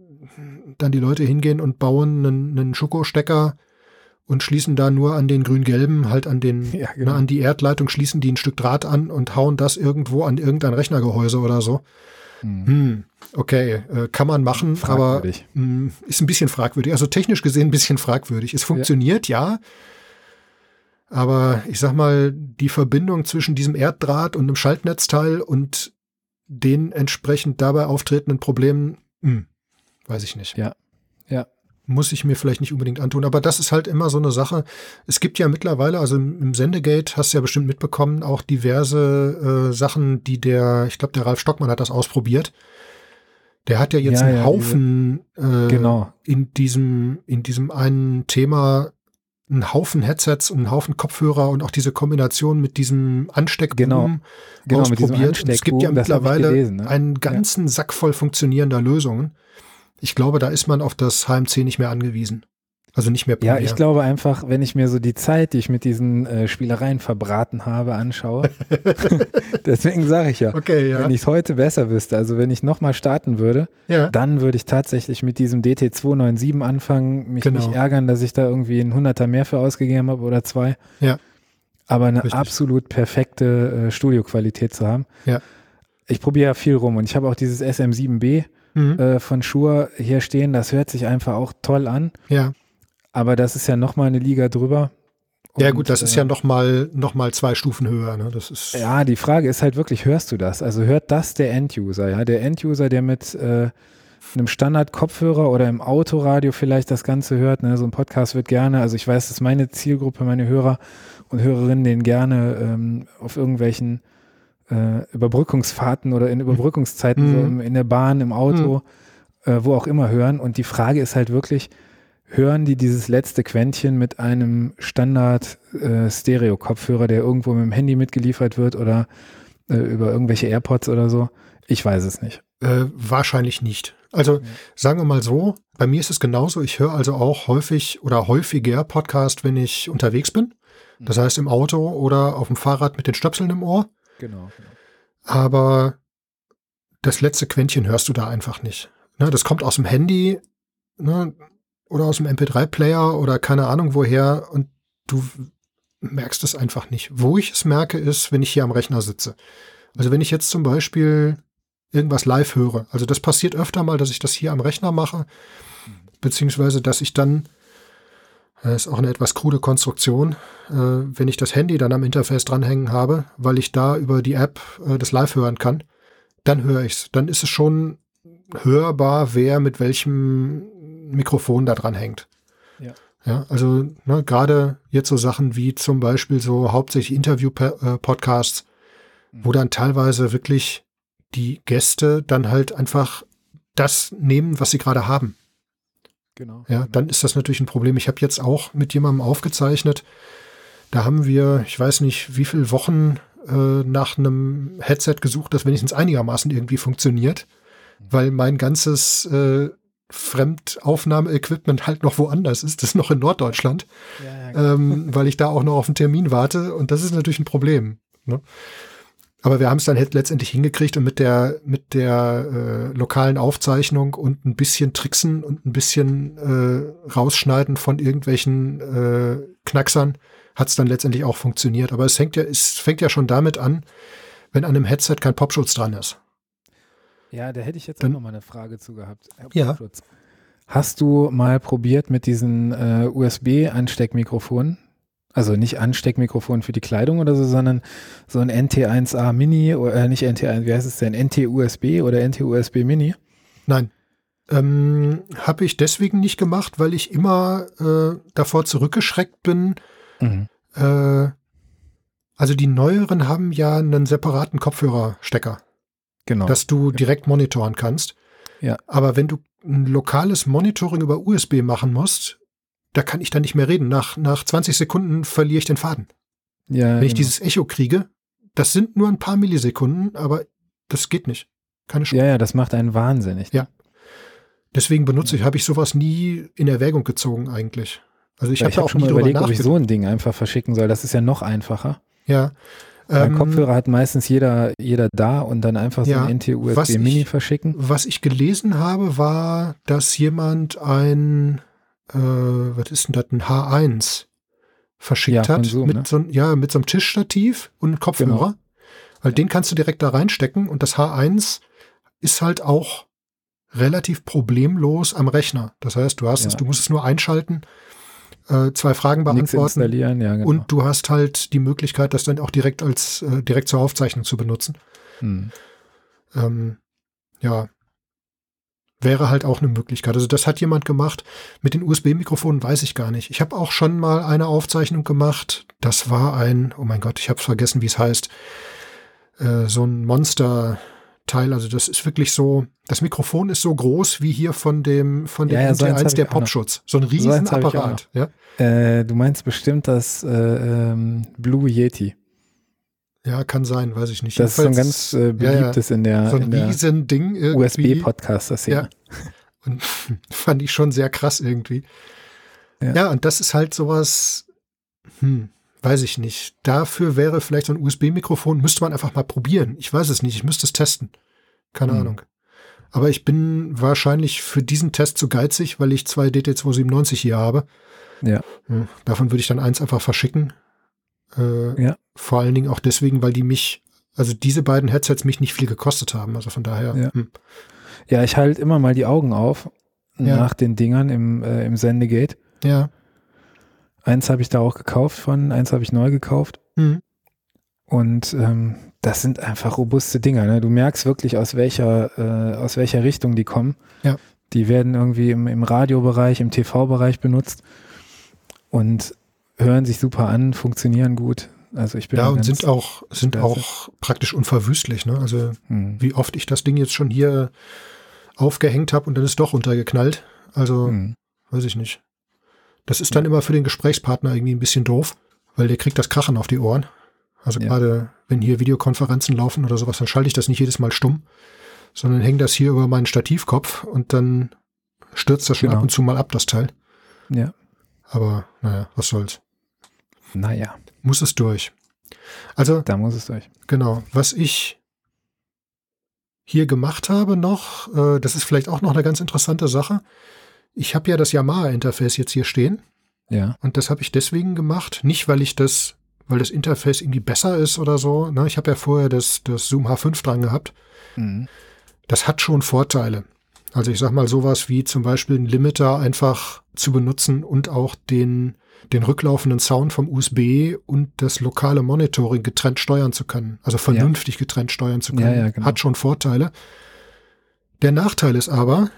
A: dann die Leute hingehen und bauen einen, einen Schokostecker und schließen da nur an den grün-gelben, halt an den,
B: Ja, genau.
A: ne, an die Erdleitung, schließen die ein Stück Draht an und hauen das irgendwo an irgendein Rechnergehäuse oder so.
B: Mhm.
A: Hm, okay, äh, kann man machen, aber
B: Fragwürdig.
A: mh, Mm, ist ein bisschen fragwürdig. Also technisch gesehen ein bisschen fragwürdig. Es funktioniert, ja. Aber ich sag mal, die Verbindung zwischen diesem Erddraht und einem Schaltnetzteil und den entsprechend dabei auftretenden Problemen, mh, weiß ich nicht.
B: Ja. Ja.
A: Muss ich mir vielleicht nicht unbedingt antun. Aber das ist halt immer so eine Sache. Es gibt ja mittlerweile, also im im Sendegate hast du ja bestimmt mitbekommen, auch diverse äh, Sachen, die der, ich glaube, der Ralf Stockmann hat das ausprobiert. Der hat ja jetzt
B: Ja,
A: einen
B: ja,
A: Haufen äh,
B: Genau.
A: in diesem, in diesem einen Thema einen Haufen Headsets und einen Haufen Kopfhörer und auch diese Kombination mit diesem Ansteckboom
B: Genau, Genau, mit diesem
A: ausprobiert. Und es gibt ja
B: Ansteckbogen, das hab ich
A: mittlerweile
B: gelesen, ne?
A: einen ganzen Sack voll funktionierender Lösungen. Ich glaube, da ist man auf das HMC nicht mehr angewiesen. Also nicht mehr
B: Ja, ich glaube einfach, wenn ich mir so die Zeit, die ich mit diesen äh, Spielereien verbraten habe, anschaue, deswegen sage ich ja,
A: Okay, ja.
B: wenn ich es heute besser wüsste, also wenn ich nochmal starten würde,
A: ja.
B: dann würde ich tatsächlich mit diesem DT297 anfangen, mich
A: Genau.
B: nicht ärgern, dass ich da irgendwie einen Hunderter mehr für ausgegeben habe oder zwei.
A: Ja.
B: Aber eine
A: Richtig.
B: absolut perfekte äh, Studioqualität zu haben.
A: Ja.
B: Ich probiere ja viel rum und ich habe auch dieses SM7B
A: Mhm.
B: äh, von Schur hier stehen. Das hört sich einfach auch toll an.
A: ja.
B: Aber das ist ja nochmal eine Liga drüber.
A: ja,
B: Und,
A: gut, das ist
B: äh,
A: ja nochmal noch mal zwei Stufen höher. Ne? Das ist,
B: Ja, die Frage ist halt wirklich, hörst du das? Also hört das der End-User, ja? Der End-User, der mit äh, einem Standard-Kopfhörer oder im Autoradio vielleicht das Ganze hört, ne? So ein Podcast wird gerne, also ich weiß, dass meine Zielgruppe, meine Hörer und Hörerinnen den gerne ähm, auf irgendwelchen äh, Überbrückungsfahrten oder in Überbrückungszeiten, so
A: Mhm.
B: im, in der Bahn, im Auto, äh, wo auch immer hören. Und die Frage ist halt wirklich, hören die dieses letzte Quäntchen mit einem Standard-Stereo-Kopfhörer, der irgendwo mit dem Handy mitgeliefert wird oder äh, über irgendwelche AirPods oder so. Ich weiß es nicht.
A: Äh, wahrscheinlich nicht. Also sagen wir mal so, bei mir ist es genauso. Ich höre also auch häufig oder häufiger Podcast, wenn ich unterwegs bin. Das heißt im Auto oder auf dem Fahrrad mit den Stöpseln im Ohr.
B: Genau.
A: Aber das letzte Quäntchen hörst du da einfach nicht. Ne, das kommt aus dem Handy ne, oder aus dem MP3-Player oder keine Ahnung woher und du merkst es einfach nicht. Wo ich es merke, ist, wenn ich hier am Rechner sitze. Also wenn ich jetzt zum Beispiel irgendwas live höre. Also das passiert öfter mal, dass ich das hier am Rechner mache, beziehungsweise dass ich dann, das ist auch eine etwas krude Konstruktion, äh, wenn ich das Handy dann am Interface dranhängen habe, weil ich da über die App äh, das live hören kann, dann höre ich es. Dann ist es schon hörbar, wer mit welchem Mikrofon da dranhängt.
B: Ja.
A: Ja, also ne, gerade jetzt so Sachen wie zum Beispiel so hauptsächlich Interview-Podcasts, wo dann teilweise wirklich die Gäste dann halt einfach das nehmen, was sie gerade haben.
B: genau.
A: Ja, dann ist das natürlich ein Problem. Ich habe jetzt auch mit jemandem aufgezeichnet. Da haben wir, ich weiß nicht, wie viele Wochen äh, nach einem Headset gesucht, das wenigstens einigermaßen irgendwie funktioniert, weil mein ganzes äh, Fremdaufnahme-Equipment halt noch woanders ist. Das ist noch in Norddeutschland, ähm, weil ich da auch noch auf einen Termin warte. Und das ist natürlich ein Problem. Ne? Aber wir haben es dann halt letztendlich hingekriegt und mit der, mit der äh, lokalen Aufzeichnung und ein bisschen Tricksen und ein bisschen äh, Rausschneiden von irgendwelchen äh, Knacksern hat es dann letztendlich auch funktioniert. Aber es hängt ja, es fängt ja schon damit an, wenn an einem Headset kein Popschutz dran ist.
B: Ja, da hätte ich jetzt auch
A: Dann-
B: noch mal eine Frage zu gehabt. Äh, Herr
A: Ja.
B: Popschutz. Hast du mal probiert mit diesen äh, USB-Ansteckmikrofonen? Also nicht Ansteckmikrofon für die Kleidung oder so, sondern so ein NT1A Mini oder äh, nicht NT1, wie heißt es denn? NT-USB oder NT-USB Mini?
A: Nein. Ähm, Habe ich deswegen nicht gemacht, weil ich immer äh, davor zurückgeschreckt bin.
B: Mhm.
A: Äh, also die neueren haben ja einen separaten Kopfhörerstecker.
B: Genau.
A: dass du direkt monitoren kannst.
B: Ja.
A: Aber wenn du ein lokales Monitoring über USB machen musst, da kann ich dann nicht mehr reden. Nach, nach 20 Sekunden verliere ich den Faden.
B: ja,
A: Wenn ich
B: genau.
A: dieses Echo kriege, das sind nur ein paar Millisekunden, aber das geht nicht. Keine Chance.
B: ja, ja, das macht einen wahnsinnig.
A: Ja. Deswegen benutze ich, habe ich sowas nie in Erwägung gezogen eigentlich. Also ich
B: Weil
A: habe
B: ich
A: da
B: habe
A: auch
B: schon
A: nie
B: mal
A: drüber
B: überlegt, ob ich
A: nachgedacht.
B: so ein Ding einfach verschicken soll. Das ist ja noch einfacher.
A: ja.
B: Weil
A: Ähm,
B: Kopfhörer hat meistens jeder, jeder da und dann einfach so
A: ja,
B: ein
A: was
B: NT-USB
A: ich-
B: Mini verschicken.
A: Was ich gelesen habe, war, dass jemand ein, äh, was ist denn das, ein H1 verschickt
B: Ja, von
A: hat.
B: Zoom,
A: mit
B: ne? Genau.
A: so, einem- ja, mit so einem Tischstativ und einem Kopfhörer. Weil den kannst du direkt da reinstecken und das H1 ist halt auch relativ problemlos am Rechner. Das heißt, du hast es,
B: Ja.
A: du musst es nur einschalten, äh, zwei Fragen
B: Nichts
A: beantworten
B: installieren, ja, genau.
A: und du hast halt die Möglichkeit, das dann auch direkt als äh, direkt zur Aufzeichnung zu benutzen.
B: Hm.
A: Ähm, ja, wäre halt auch eine Möglichkeit. Also das hat jemand gemacht. Mit den USB-Mikrofonen weiß ich gar nicht. Ich habe auch schon mal eine Aufzeichnung gemacht. Das war ein, oh mein Gott, ich habe vergessen, wie es heißt. Äh, so ein Monster-Teil. Also das ist wirklich so, das Mikrofon ist so groß wie hier von dem, von dem
B: Ja, ja, so eins
A: MT1 der
B: hab ich auch noch.
A: Popschutz. So ein
B: eins hab ich auch
A: Riesenapparat. ja?
B: Äh, du meinst bestimmt das äh, ähm, Blue Yeti.
A: ja, kann sein, weiß ich nicht.
B: Das ist so ein
A: Jedenfalls,
B: ganz äh,
A: ja, ja,
B: beliebtes in der,
A: so
B: in
A: ein
B: der
A: Riesending. irgendwie.
B: USB-Podcaster-Szene.
A: Ja. Und fand ich schon sehr krass irgendwie. Ja. ja, und das ist halt sowas, hm, weiß ich nicht. Dafür wäre vielleicht so ein USB-Mikrofon, müsste man einfach mal probieren. Ich weiß es nicht, ich müsste es testen. Keine hm. Ahnung. Aber ich bin wahrscheinlich für diesen Test zu geizig, weil ich zwei DT297 hier habe. Hm,
B: Ja.
A: Davon würde ich dann eins einfach verschicken. Äh,
B: Ja.
A: Vor allen Dingen auch deswegen, weil die mich, also diese beiden Headsets mich nicht viel gekostet haben. Also von daher,
B: Ja.
A: hm.
B: Ja, ich halte immer mal die Augen auf
A: Ja.
B: nach den Dingern im, äh, im Sendegate.
A: ja.
B: Eins habe ich da auch gekauft von, eins habe ich neu gekauft.
A: Hm.
B: Und ähm, das sind einfach robuste Dinger. Ne? Du merkst wirklich, aus welcher, äh, aus welcher Richtung die kommen.
A: Ja.
B: Die werden irgendwie im, im Radiobereich, im TV-Bereich benutzt und hören sich super an, funktionieren gut. Also ich bin
A: Ja,
B: da
A: und
B: ganz-
A: sind auch, sind
B: begeistert.
A: auch praktisch unverwüstlich. Ne? Also
B: Hm.
A: wie oft ich das Ding jetzt schon hier aufgehängt habe und dann ist doch runtergeknallt. Also
B: Hm.
A: weiß ich nicht. Das ist dann immer für den Gesprächspartner irgendwie ein bisschen doof, weil der kriegt das Krachen auf die Ohren. Also
B: Ja.
A: gerade wenn hier Videokonferenzen laufen oder sowas, dann schalte ich das nicht jedes Mal stumm, sondern hänge das hier über meinen Stativkopf und dann stürzt das schon
B: Genau.
A: ab und zu mal ab, das Teil.
B: Ja.
A: Aber naja, was soll's.
B: Naja,
A: Muss es durch. Also
B: da muss es durch.
A: Genau. Was ich hier gemacht habe noch, äh, das ist vielleicht auch noch eine ganz interessante Sache. Ich habe ja das Yamaha-Interface jetzt hier stehen
B: Ja.
A: und das habe ich deswegen gemacht, nicht weil ich das, weil das Interface irgendwie besser ist oder so. Ne? Ich habe ja vorher das, das Zoom H5 dran gehabt.
B: Hm.
A: Das hat schon Vorteile. Also ich sag mal sowas wie zum Beispiel einen Limiter einfach zu benutzen und auch den, den rücklaufenden Sound vom USB und das lokale Monitoring getrennt steuern zu können. Also vernünftig getrennt steuern zu können.
B: Ja, ja, genau.
A: Hat schon Vorteile. Der Nachteil ist aber,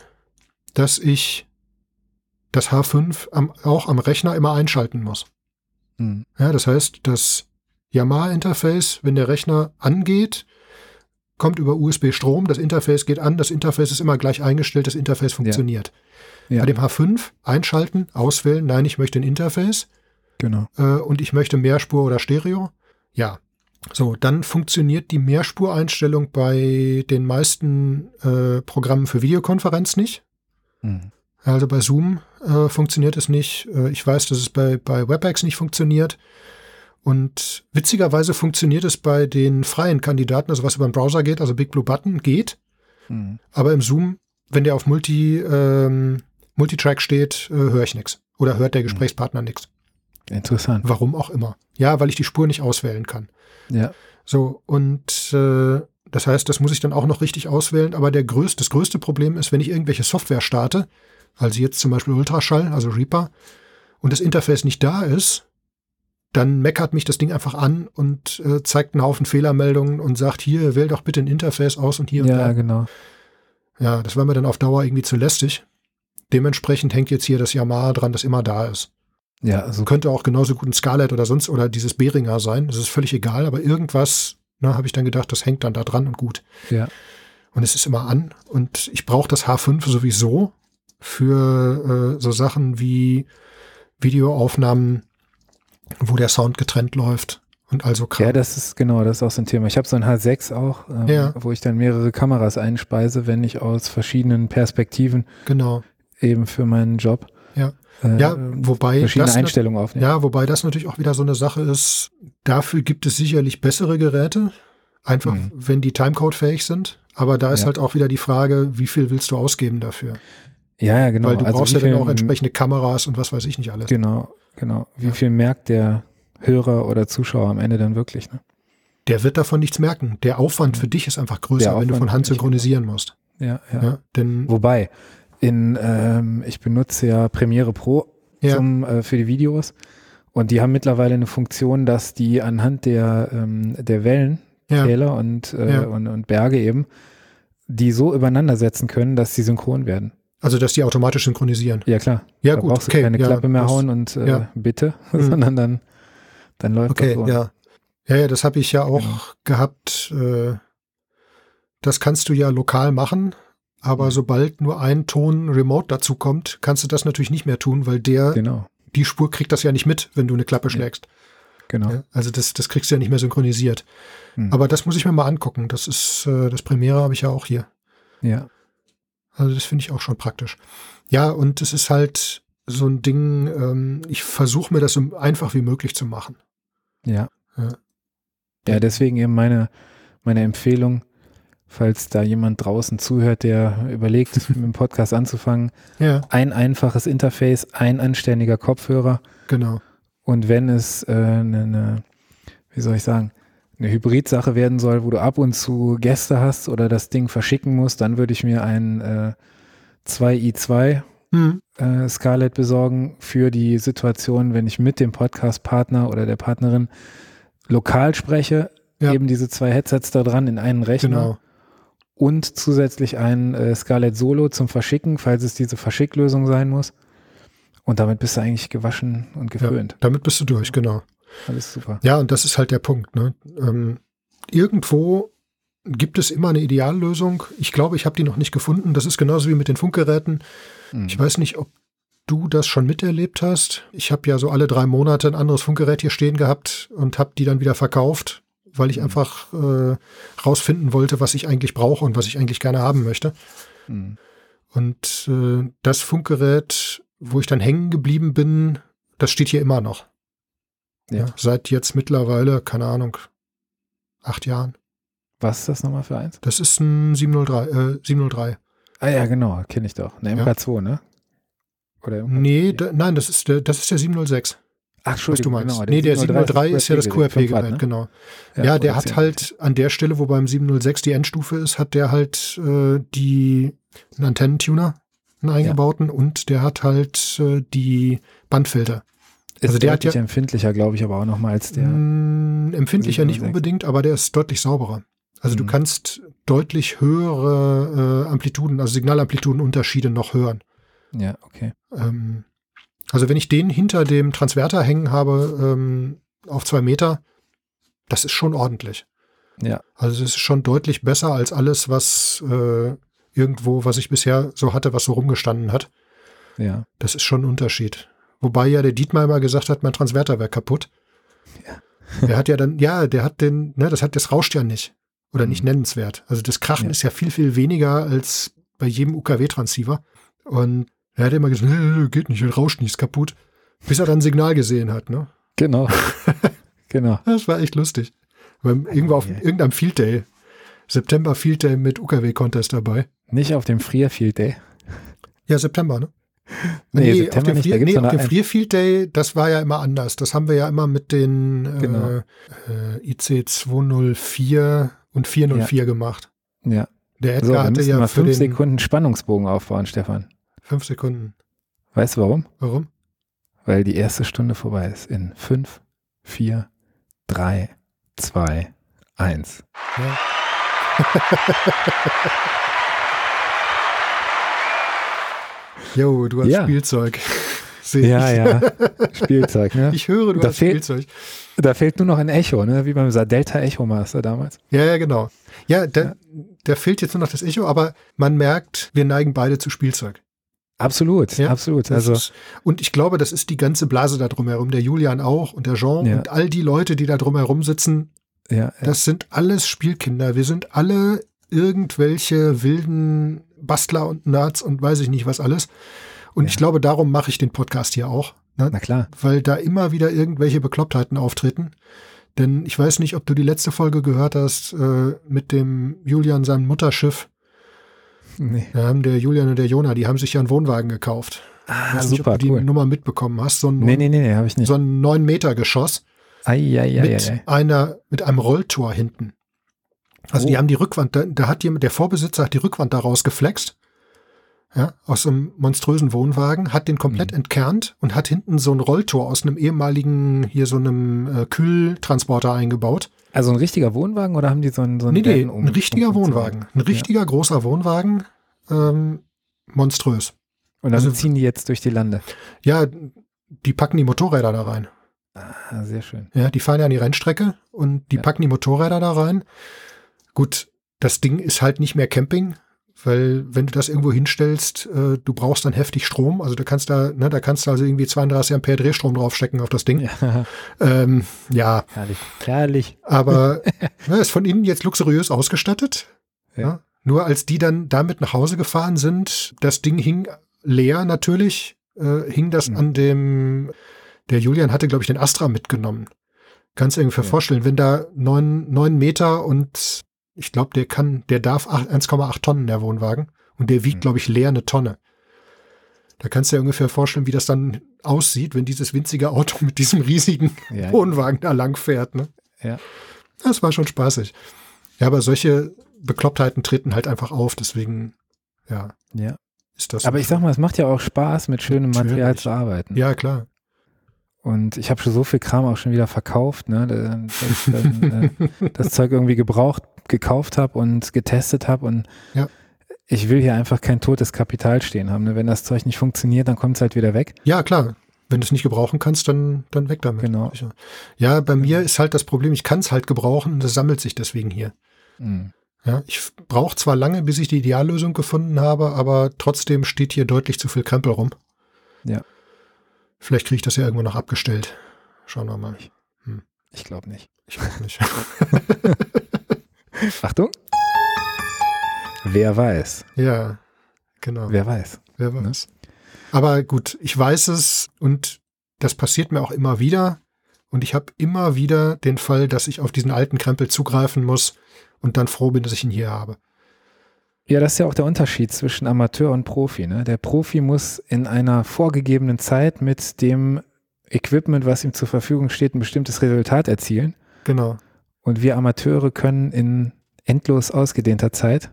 A: dass ich das H5 am, auch am Rechner immer einschalten muss.
B: Hm.
A: Ja, das heißt, das Yamaha-Interface, wenn der Rechner angeht, kommt über USB Strom, das Interface geht an, das Interface ist immer gleich eingestellt, das Interface funktioniert.
B: Ja.
A: Bei dem H5 einschalten, auswählen, nein, ich möchte ein Interface
B: Genau.
A: äh, und ich möchte Mehrspur oder Stereo. Ja. So, dann funktioniert die Mehrspureinstellung bei den meisten äh, Programmen für Videokonferenz nicht.
B: Hm.
A: Also bei Zoom äh, funktioniert es nicht. Äh, ich weiß, dass es bei, bei WebEx nicht funktioniert. Und witzigerweise funktioniert es bei den freien Kandidaten, also was über den Browser geht, also Big Blue Button geht.
B: Hm.
A: Aber im Zoom, wenn der auf Multi, ähm, Multitrack steht, äh, höre ich nichts. Oder hört der Gesprächspartner nichts.
B: Interessant.
A: Warum auch immer. Ja, weil ich die Spur nicht auswählen kann.
B: Ja.
A: So, und äh, das heißt, das muss ich dann auch noch richtig auswählen. Aber der größte, das größte Problem ist, wenn ich irgendwelche Software starte, also jetzt zum Beispiel Ultraschall, also Reaper, und das Interface nicht da ist, dann meckert mich das Ding einfach an und äh, zeigt einen Haufen Fehlermeldungen und sagt, hier, wähl doch bitte ein Interface aus und hier
B: Ja,
A: und
B: genau.
A: da. Ja, das war mir dann auf Dauer irgendwie zu lästig. Dementsprechend hängt jetzt hier das Yamaha dran, das immer da ist.
B: Ja, so
A: Könnte auch genauso gut ein Scarlett oder sonst oder dieses Beringer sein. Das ist völlig egal, aber irgendwas, na, habe ich dann gedacht, das hängt dann da dran und gut.
B: Ja.
A: Und es ist immer an. Und ich brauche das H5 sowieso für äh, so Sachen wie Videoaufnahmen, wo der Sound getrennt läuft und also
B: Ja, das ist genau, das ist auch so ein Thema. Ich habe so ein H6 auch, ähm,
A: Ja.
B: wo ich dann mehrere Kameras einspeise, wenn ich aus verschiedenen Perspektiven
A: genau.
B: eben für meinen Job
A: Ja.
B: äh,
A: Ja, wobei
B: verschiedene
A: das nat-
B: Einstellungen aufnehme.
A: Ja, wobei das natürlich auch wieder so eine Sache ist. Dafür gibt es sicherlich bessere Geräte, einfach
B: Mhm.
A: wenn die Timecode-fähig sind. Aber da ist
B: Ja.
A: halt auch wieder die Frage, wie viel willst du ausgeben dafür?
B: Ja, ja, genau.
A: Weil du
B: Also
A: brauchst
B: wie
A: ja dann
B: viel-
A: auch entsprechende Kameras und was weiß ich nicht alles.
B: Genau, genau. Wie
A: Ja.
B: viel merkt der Hörer oder Zuschauer am Ende dann wirklich? Ne?
A: Der wird davon nichts merken. Der Aufwand für dich ist einfach größer,
B: Mhm. Der
A: wenn du von
B: Aufwand,
A: Hand
B: ich-
A: synchronisieren musst.
B: Ja, ja.
A: Ja, denn
B: Wobei, in, ähm, ich benutze ja Premiere Pro
A: Ja.
B: zum, äh, für die Videos und die haben mittlerweile eine Funktion, dass die anhand der, ähm, der Wellen,
A: ja,
B: Täler und, äh,
A: Ja.
B: und, und Berge eben, die so übereinander setzen können, dass sie synchron werden.
A: also dass die automatisch synchronisieren.
B: Ja, klar.
A: Ja,
B: da
A: gut,
B: brauchst du
A: okay.
B: keine
A: ja,
B: Klappe mehr
A: das-
B: hauen und äh,
A: ja.
B: bitte,
A: Mhm.
B: sondern dann, dann läuft
A: Okay,
B: das so.
A: ja. Ja, ja, das habe ich ja auch
B: Genau.
A: gehabt. Äh, das kannst du ja lokal machen, aber
B: Mhm.
A: sobald nur ein Ton remote dazu kommt, kannst du das natürlich nicht mehr tun, weil der,
B: Genau,
A: die Spur kriegt das ja nicht mit, wenn du eine Klappe schlägst.
B: genau.
A: Ja, also das, das kriegst du ja nicht mehr synchronisiert.
B: Mhm.
A: Aber das muss ich mir mal angucken. Das ist, äh, das Premiere habe ich ja auch hier.
B: Ja.
A: Also das finde ich auch schon praktisch. Ja, und es ist halt, so ein Ding, ähm, ich versuche mir das so einfach wie möglich zu machen.
B: Ja.
A: Ja.
B: Ja, deswegen eben meine, meine Empfehlung, falls da jemand draußen zuhört, der überlegt, mit dem Podcast anzufangen,
A: Ja,
B: ein einfaches Interface, ein anständiger Kopfhörer
A: genau.
B: und wenn es äh, eine, eine, wie soll ich sagen, eine Hybrid-Sache werden soll, wo du ab und zu Gäste hast oder das Ding verschicken musst, dann würde ich mir ein äh, 2i2
A: Hm.
B: äh, Scarlett besorgen für die Situation, wenn ich mit dem Podcast-Partner oder der Partnerin lokal spreche,
A: Ja.
B: eben diese zwei Headsets da dran in einen Rechner
A: Genau.
B: und zusätzlich ein äh, Scarlett Solo zum Verschicken, falls es diese Verschicklösung sein muss. Und damit bist du eigentlich gewaschen und
A: Ja,
B: geföhnt.
A: damit bist du durch, genau.
B: Alles super.
A: Ja, und das ist halt der Punkt. Ne? Ähm, irgendwo gibt es immer eine Ideallösung. Ich glaube, ich habe die noch nicht gefunden. Das ist genauso wie mit den Funkgeräten.
B: Mhm.
A: Ich weiß nicht, ob du das schon miterlebt hast. Ich habe ja so alle drei Monate ein anderes Funkgerät hier stehen gehabt und habe die dann wieder verkauft, weil ich
B: Mhm.
A: einfach äh, rausfinden wollte, was ich eigentlich brauche und was ich eigentlich gerne haben möchte.
B: Mhm.
A: Und äh, das Funkgerät, wo ich dann hängen geblieben bin, das steht hier immer noch. Ja,
B: Ja.
A: seit jetzt mittlerweile, keine Ahnung, acht Jahren.
B: Was ist das nochmal für eins?
A: Das ist ein 703. Äh, 703.
B: Ah ja, genau, kenne ich doch. Eine
A: Ja.
B: MK2, ne? Oder MK2?
A: Nee, da, nein, das ist, der, das ist der 706,
B: Ach,
A: was du
B: Entschuldigung,
A: meinst.
B: genau,
A: nee, der 703
B: das
A: ist ja das QRP-Gerät,
B: ne?
A: genau. Ja, der
B: oder
A: hat
B: 10.
A: halt an der Stelle, wo beim 706 die Endstufe ist, hat der halt äh, die einen Antennentuner, einen eingebauten und der hat halt äh, die Bandfilter.
B: Ist
A: also der hat
B: deutlich empfindlicher, glaube ich, aber auch nochmal als der.
A: Mm, empfindlicher nicht
B: 706.
A: unbedingt, aber der ist deutlich sauberer. Also du
B: Mhm.
A: kannst deutlich höhere äh, Amplituden, also Signalamplitudenunterschiede noch hören.
B: Ja, okay.
A: Ähm, also wenn ich den hinter dem Transverter hängen habe ähm, auf zwei Meter, das ist schon ordentlich.
B: Ja.
A: Also es ist schon deutlich besser als alles, was äh, irgendwo, was ich bisher so hatte, was so rumgestanden hat.
B: Ja.
A: Das ist schon ein Unterschied. Wobei ja der Dietmar immer gesagt hat, mein Transverter wäre kaputt. der hat ja dann, ja, der hat den, ne, das hat, das rauscht ja nicht. Oder nicht
B: Mhm.
A: nennenswert. Also das Krachen
B: Ja.
A: ist ja viel, viel weniger als bei jedem UKW-Transceiver. Und er hat immer gesagt, "Nee, geht nicht, rauscht nicht, ist kaputt. Bis er dann ein Signal gesehen hat, ne?
B: Genau. genau.
A: Das war echt lustig. Beim, irgendwo auf
B: Ja.
A: irgendeinem Field Day. September Field Day mit UKW-Contest dabei.
B: Nicht auf dem Frierfield Day.
A: Ja, September, ne?
B: Nee,
A: auf
B: September
A: dem,
B: nicht. Da
A: Frier,
B: gibt's
A: nee,
B: doch
A: auf
B: noch
A: dem
B: einen.
A: Frierfield Day, das war ja immer anders. Das haben wir ja immer mit den
B: Genau.
A: äh, äh, IC 204 und 404 gemacht.
B: Ja.
A: Der
B: So,
A: Edgar
B: wir
A: hatte
B: müssen
A: ja
B: mal
A: für
B: fünf
A: den
B: Sekunden Spannungsbogen aufbauen, Stefan.
A: fünf Sekunden.
B: Weißt du warum?
A: Warum?
B: Weil die erste Stunde vorbei ist. In fünf, vier, drei, zwei, eins.
A: Ja. Jo, du hast
B: Ja.
A: Spielzeug. Seh
B: Ja,
A: ich.
B: ja. Spielzeug, ne?
A: Ich höre, du
B: Da
A: hast
B: fehlt-
A: Spielzeug.
B: Da fehlt nur noch ein Echo, ne? Wie beim Delta Echo Master damals.
A: Ja, ja, genau. Ja, da, da fehlt jetzt nur noch das Echo, aber man merkt, wir neigen beide zu Spielzeug.
B: Absolut,
A: Ja,
B: absolut.
A: Das
B: Also,
A: ist, und ich glaube, das ist die ganze Blase da drumherum. Der Julian auch und der Jean
B: Ja.
A: und all die Leute, die da drumherum sitzen,
B: ja, ja.
A: das sind alles Spielkinder. Wir sind alle irgendwelche wilden Bastler und Nerds und weiß ich nicht was alles. Und
B: Ja.
A: ich glaube, darum mache ich den Podcast hier auch. Ne?
B: na klar.
A: Weil da immer wieder irgendwelche Beklopptheiten auftreten. Denn ich weiß nicht, ob du die letzte Folge gehört hast äh, mit dem Julian, seinem Mutterschiff.
B: Nee.
A: Da haben der Julian und der Jona, die haben sich ja einen Wohnwagen gekauft.
B: Ah,
A: weiß nicht,
B: super,
A: ob du also die
B: cool.
A: Nummer mitbekommen hast. So ein,
B: Nee, nee, nee, nee, habe ich nicht.
A: so ein 9-Meter-Geschoss mit,
B: Eieieiei.
A: einer mit einem Rolltor hinten. Also
B: Oh.
A: die haben die Rückwand, da, da hat jemand, der Vorbesitzer hat die Rückwand daraus geflext, ja, aus einem monströsen Wohnwagen, hat den komplett
B: Mhm.
A: entkernt und hat hinten so ein Rolltor aus einem ehemaligen, hier so einem äh, Kühltransporter eingebaut.
B: Also ein richtiger Wohnwagen oder haben die so einen so einen
A: Nee, nee,
B: Van um-
A: ein richtiger
B: umfunktioniert?
A: Wohnwagen. Ein richtiger großer Wohnwagen, ähm, monströs.
B: Ja. Und dann
A: also-
B: ziehen die jetzt durch die Lande.
A: Ja, die packen die Motorräder da rein.
B: Ah, sehr schön.
A: Ja, die fahren ja an die Rennstrecke und die
B: Ja.
A: packen die Motorräder da rein. Gut, das Ding ist halt nicht mehr Camping, weil wenn du das irgendwo hinstellst, äh, du brauchst dann heftig Strom. Also du kannst da, ne, da kannst du also irgendwie 32 Ampere Drehstrom draufstecken auf das Ding. Ja,
B: Ja,
A: ähm, ja
B: herrlich. Herrlich.
A: aber ne, ist von innen jetzt luxuriös ausgestattet.
B: Ja.
A: Ja. Nur als die dann damit nach Hause gefahren sind, das Ding hing leer natürlich äh, hing das
B: Mhm.
A: an dem, der Julian hatte, glaube ich, den Astra mitgenommen. Kannst du irgendwie
B: Ja.
A: vorstellen, wenn da neun, neun Meter und ich glaube, der kann, der darf acht- 1,8 Tonnen der Wohnwagen und der wiegt,
B: Mhm.
A: glaube ich, leer eine Tonne. Da kannst du dir ungefähr vorstellen, wie das dann aussieht, wenn dieses winzige Auto mit diesem riesigen
B: Ja,
A: Wohnwagen da lang fährt. Ne?
B: Ja.
A: Das war schon spaßig. Ja, aber solche Beklopptheiten treten halt einfach auf, deswegen, ja,
B: ja.
A: ist das.
B: Aber ich sag mal, es macht ja auch Spaß, mit schönem Material
A: Natürlich.
B: zu arbeiten.
A: Ja, klar.
B: Und ich habe schon so viel Kram auch schon wieder verkauft, ne, dass ich dann, äh, das Zeug irgendwie gebraucht, gekauft habe und getestet habe. Und
A: Ja.
B: ich will hier einfach kein totes Kapital stehen haben. Ne? Wenn das Zeug nicht funktioniert, dann kommt es halt wieder weg.
A: Ja, klar. Wenn du es nicht gebrauchen kannst, dann, dann weg damit.
B: Genau.
A: Ja, bei mir ist halt das Problem, ich kann es halt gebrauchen und das sammelt sich deswegen hier.
B: Mhm.
A: Ja, ich brauche zwar lange, bis ich die Ideallösung gefunden habe, aber trotzdem steht hier deutlich zu viel Krempel rum.
B: Ja.
A: Vielleicht kriege ich das ja irgendwann noch abgestellt. Schauen wir mal.
B: Ich glaube nicht.
A: Ich auch nicht.
B: Achtung. Wer weiß?
A: ja, genau.
B: Wer weiß?
A: Wer weiß. Aber gut, ich weiß es und das passiert mir auch immer wieder. Und ich habe immer wieder den Fall, dass ich auf diesen alten Krempel zugreifen muss und dann froh bin, dass ich ihn hier habe.
B: Ja, das ist ja auch der Unterschied zwischen Amateur und Profi. Ne? Der Profi muss in einer vorgegebenen Zeit mit dem Equipment, was ihm zur Verfügung steht, ein bestimmtes Resultat erzielen.
A: Genau.
B: Und wir Amateure können in endlos ausgedehnter Zeit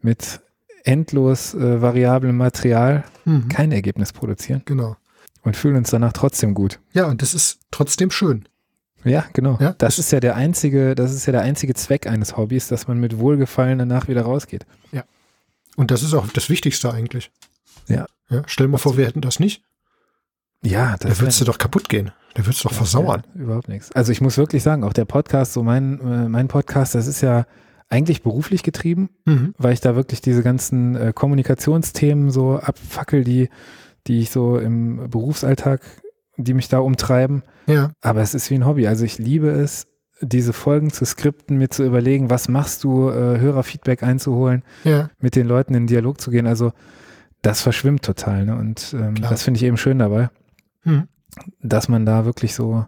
B: mit endlos äh, variablem Material
A: Mhm.
B: kein Ergebnis produzieren
A: Genau.
B: und fühlen uns danach trotzdem gut.
A: Ja, und das ist trotzdem schön.
B: Ja, genau.
A: Ja,
B: das ist ja der einzige, das ist ja der einzige Zweck eines Hobbys, dass man mit Wohlgefallen danach wieder rausgeht.
A: Und das ist auch das Wichtigste eigentlich.
B: Ja.
A: ja stell dir mal vor, wir hätten das nicht.
B: Ja,
A: Da
B: das
A: würdest
B: ist
A: du doch kaputt gehen. Da würdest du doch versauern.
B: Ja, überhaupt nichts. Also ich muss wirklich sagen, auch der Podcast, so mein, äh, mein Podcast, das ist ja eigentlich beruflich getrieben.
A: Mhm.
B: weil ich da wirklich diese ganzen äh, Kommunikationsthemen so abfackel, die, die ich so im Berufsalltag, die mich da umtreiben.
A: Ja,
B: Aber es ist wie ein Hobby. Also ich liebe es, diese Folgen zu skripten, mir zu überlegen, was machst du, äh, Hörerfeedback einzuholen,
A: ja,
B: mit den Leuten in Dialog zu gehen. Also das verschwimmt total. Ne? Und ähm,
A: Klar.
B: das finde ich eben schön dabei,
A: Mhm.
B: dass man da wirklich so,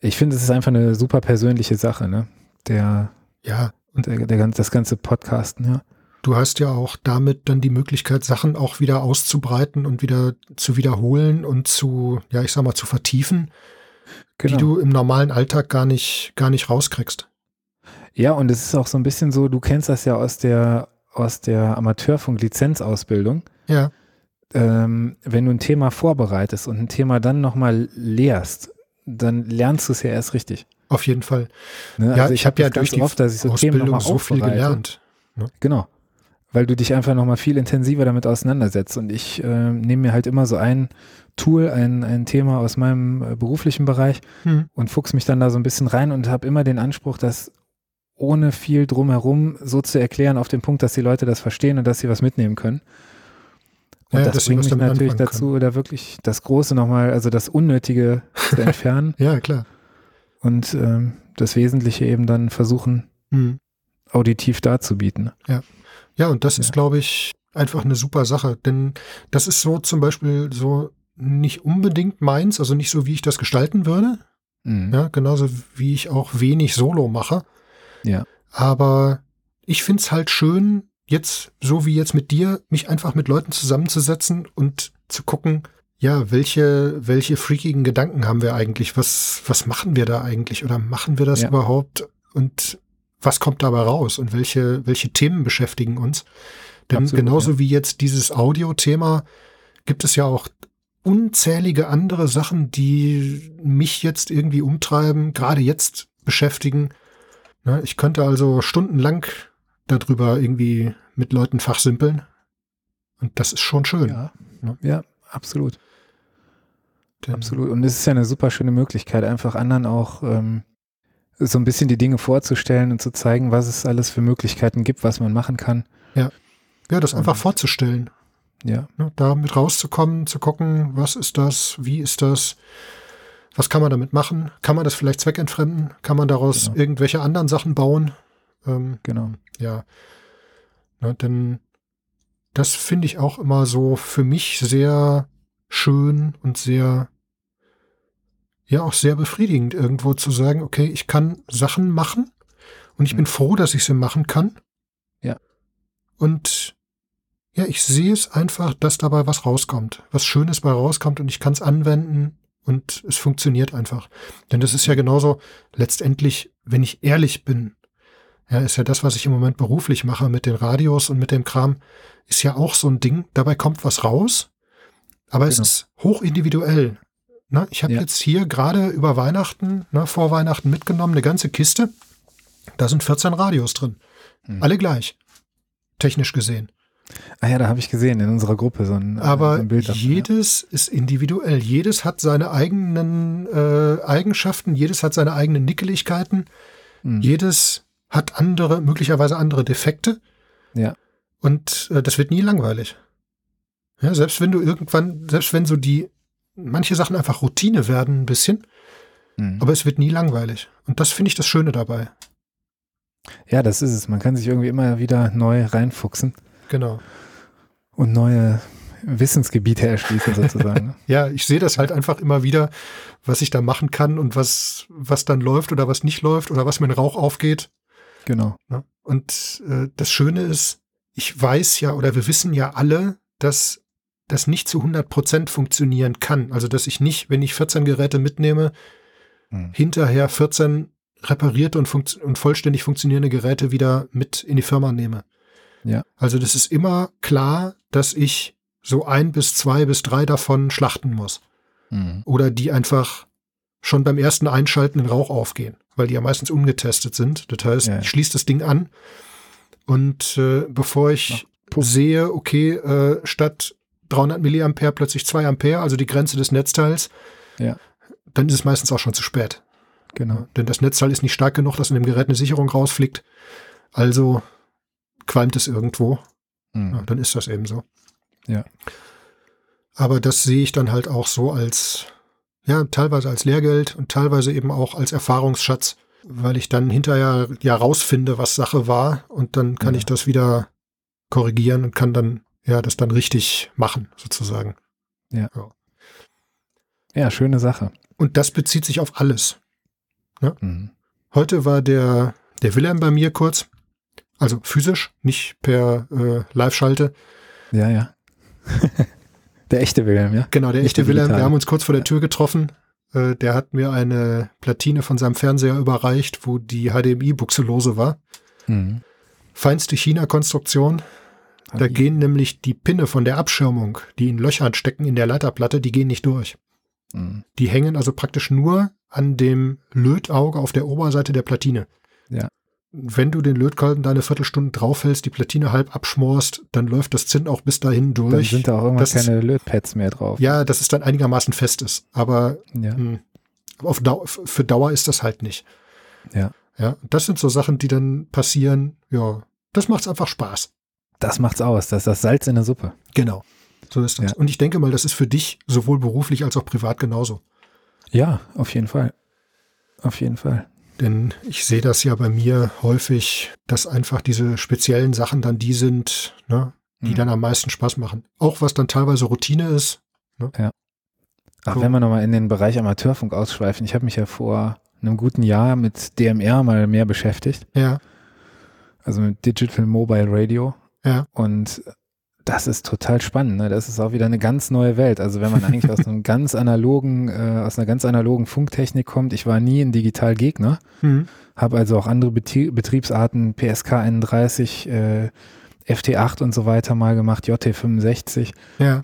B: ich finde, es ist einfach eine super persönliche Sache, ne? Der,
A: ja. Und
B: der, der, ganz- das ganze Podcasten, ja.
A: Du hast ja auch damit dann die Möglichkeit, Sachen auch wieder auszubreiten und wieder zu wiederholen und zu, ja, ich sag mal, zu vertiefen,
B: Genau.
A: die du im normalen Alltag gar nicht, gar nicht rauskriegst.
B: Ja, und es ist auch so ein bisschen so, du kennst das ja aus der, aus der Amateurfunk-Lizenzausbildung.
A: Ja,
B: Ähm, wenn du ein Thema vorbereitest und ein Thema dann nochmal lehrst, dann lernst du es ja erst richtig.
A: auf jeden Fall.
B: Ne?
A: Ja,
B: also
A: ich habe ja
B: das ganz
A: durch die
B: oft, dass ich so Themen
A: Ausbildung
B: nochmal
A: so viel
B: aufbereite.
A: gelernt.
B: Genau. Weil du dich einfach nochmal viel intensiver damit auseinandersetzt. Und ich äh, nehme mir halt immer so ein Tool, ein, ein Thema aus meinem äh, beruflichen Bereich
A: Hm.
B: und fuchs mich dann da so ein bisschen rein und habe immer den Anspruch, das ohne viel drumherum so zu erklären auf den Punkt, dass die Leute das verstehen und dass sie was mitnehmen können. Und
A: Ja, dass
B: das
A: sie
B: bringt
A: was
B: mich
A: damit
B: natürlich
A: anfangen
B: dazu, da wirklich das Große nochmal, also das Unnötige zu entfernen
A: Ja, klar.
B: und ähm, das Wesentliche eben dann versuchen,
A: Hm.
B: auditiv darzubieten.
A: Ja, und das
B: Ja.
A: ist, glaube ich, einfach eine super Sache, denn das ist so zum Beispiel so nicht unbedingt meins, also nicht so, wie ich das gestalten würde.
B: Mhm.
A: Ja, genauso wie ich auch wenig Solo mache.
B: Ja.
A: Aber ich find's halt schön, jetzt, so wie jetzt mit dir, mich einfach mit Leuten zusammenzusetzen und zu gucken, ja, welche, welche freakigen Gedanken haben wir eigentlich? Was, was machen wir da eigentlich? Oder machen wir das
B: Ja.
A: überhaupt? Und was kommt dabei raus? Und welche, welche Themen beschäftigen uns? Denn
B: Absolut,
A: genauso wie jetzt dieses Audio-Thema gibt es ja auch unzählige andere Sachen, die mich jetzt irgendwie umtreiben, gerade jetzt beschäftigen. Ne, Ich könnte also stundenlang darüber irgendwie mit Leuten fachsimpeln. Und das ist schon schön.
B: Ja.
A: Ja.
B: ja, absolut.
A: Denn-
B: Absolut. Und es ist ja eine super schöne Möglichkeit, einfach anderen auch ähm, so ein bisschen die Dinge vorzustellen und zu zeigen, was es alles für Möglichkeiten gibt, was man machen kann.
A: Ja, das einfach
B: Und-
A: vorzustellen.
B: Ja,
A: Ne? Damit rauszukommen, zu gucken, was ist das, wie ist das, was kann man damit machen? Kann man das vielleicht zweckentfremden? Kann man daraus
B: Genau.
A: irgendwelche anderen Sachen bauen? Ähm,
B: genau.
A: ja. Ne, denn Das finde ich auch immer so für mich sehr schön und sehr, ja, auch sehr befriedigend, irgendwo zu sagen, okay, ich kann Sachen machen und ich bin froh, dass ich sie machen kann.
B: Ja.
A: Und ja, ich sehe es einfach, dass dabei was rauskommt, was Schönes bei rauskommt und ich kann es anwenden und es funktioniert einfach. Denn das ist ja genauso, letztendlich, wenn ich ehrlich bin, ja, ist ja das, was ich im Moment beruflich mache mit den Radios und mit dem Kram, ist ja auch so ein Ding, dabei kommt was raus, aber es
B: Genau.
A: ist hochindividuell. Na, ich habe
B: Ja.
A: jetzt hier gerade über Weihnachten, na, vor Weihnachten mitgenommen, eine ganze Kiste. Da sind 14 Radios drin.
B: Hm.
A: Alle gleich. Technisch gesehen.
B: Ah ja, da habe ich gesehen in unserer Gruppe so ein, äh, so
A: Aber
B: ein Bild. davon,
A: jedes ist individuell. Jedes hat seine eigenen äh, Eigenschaften, jedes hat seine eigenen Nickeligkeiten,
B: ja. Hm.
A: jedes hat andere, möglicherweise andere Defekte.
B: Ja.
A: Und äh, das wird nie langweilig. Ja, selbst wenn du irgendwann, selbst wenn so die, manche Sachen einfach Routine werden ein bisschen,
B: Hm.
A: aber es wird nie langweilig. Und das finde ich das Schöne dabei.
B: ja, das ist es. Man kann sich irgendwie immer wieder neu reinfuchsen
A: Genau.
B: und neue Wissensgebiete erschließen sozusagen. ne?
A: Ja, ich sehe das halt einfach immer wieder, was ich da machen kann und was, was dann läuft oder was nicht läuft oder was mit Rauch aufgeht.
B: genau.
A: Ne? Und äh, das Schöne ist, ich weiß ja oder wir wissen ja alle, dass das nicht zu 100 Prozent funktionieren kann. Also, dass ich nicht, wenn ich 14 Geräte mitnehme,
B: Hm.
A: hinterher 14 reparierte und, funkt- und vollständig funktionierende Geräte wieder mit in die Firma nehme.
B: Ja.
A: Also, das ist immer klar, dass ich so ein bis zwei bis drei davon schlachten muss
B: Hm.
A: oder die einfach schon beim ersten Einschalten in Rauch aufgehen, weil die ja meistens ungetestet sind. Das heißt,
B: Ja, ja.
A: ich schließe das Ding an und äh, bevor ich
B: puff.
A: sehe, okay, äh, statt 300 Milliampere plötzlich 2 Ampere, also die Grenze des Netzteils,
B: Ja.
A: dann ist es meistens auch schon zu spät.
B: Genau.
A: Denn das Netzteil ist nicht stark genug, dass in dem Gerät eine Sicherung rausfliegt. Also qualmt es irgendwo.
B: Hm.
A: Ja, dann ist das eben so.
B: Ja.
A: Aber das sehe ich dann halt auch so als, ja, teilweise als Lehrgeld und teilweise eben auch als Erfahrungsschatz, weil ich dann hinterher ja rausfinde, was Sache war und dann kann
B: Ja.
A: ich das wieder korrigieren und kann dann, ja, das dann richtig machen, sozusagen.
B: Ja, schöne Sache.
A: Und das bezieht sich auf alles.
B: Hm.
A: Heute war der, der Wilhelm bei mir kurz, also physisch, nicht per äh, Live-Schalte.
B: Ja, ja. Der echte Wilhelm, ja.
A: Genau, der
B: Nicht
A: echte
B: der
A: Wilhelm, wir
B: digitale.
A: haben uns kurz vor der Tür getroffen. Äh, Der hat mir eine Platine von seinem Fernseher überreicht, wo die HDMI-Buchse lose war.
B: Hm.
A: Feinste China-Konstruktion. Da
B: Hat-
A: gehen nämlich die Pinne von der Abschirmung, die in Löchern stecken in der Leiterplatte, die gehen nicht durch.
B: Hm.
A: Die hängen also praktisch nur an dem Lötauge auf der Oberseite der Platine.
B: Ja.
A: Wenn du den Lötkolben da eine Viertelstunde draufhältst, die Platine halb abschmorst, dann läuft das Zinn auch bis dahin durch.
B: Dann sind da auch irgendwann
A: das ist-
B: keine Lötpads mehr drauf.
A: ja, dass es dann einigermaßen fest ist. Aber
B: ja.
A: Hm. Auf Dau f- für Dauer ist das halt nicht.
B: Ja.
A: Ja, das sind so Sachen, die dann passieren. Ja, das macht's einfach Spaß.
B: Das macht's aus. Das ist das Salz in der Suppe.
A: Genau. So ist das.
B: Ja.
A: Und ich denke mal, das ist für dich sowohl beruflich als auch privat genauso.
B: Ja, auf jeden Fall. Auf jeden Fall.
A: Denn ich sehe das ja bei mir häufig, dass einfach diese speziellen Sachen dann die sind, ne, die
B: Hm.
A: dann am meisten Spaß machen. Auch was dann teilweise Routine ist.
B: Ach,
A: So.
B: wenn wir nochmal in den Bereich Amateurfunk ausschweifen. Ich habe mich ja vor einem guten Jahr mit DMR mal mehr beschäftigt.
A: Ja,
B: Also mit Digital Mobile Radio.
A: Ja.
B: Und das ist total spannend. Ne? Das ist auch wieder eine ganz neue Welt. Also wenn man eigentlich aus einem ganz analogen, äh, aus einer ganz analogen Funktechnik kommt. Ich war nie ein Digitalgegner.
A: mhm.
B: habe also auch andere Betrie Betriebsarten, PSK 31, äh, FT8 und so weiter mal gemacht, JT65,
A: ja,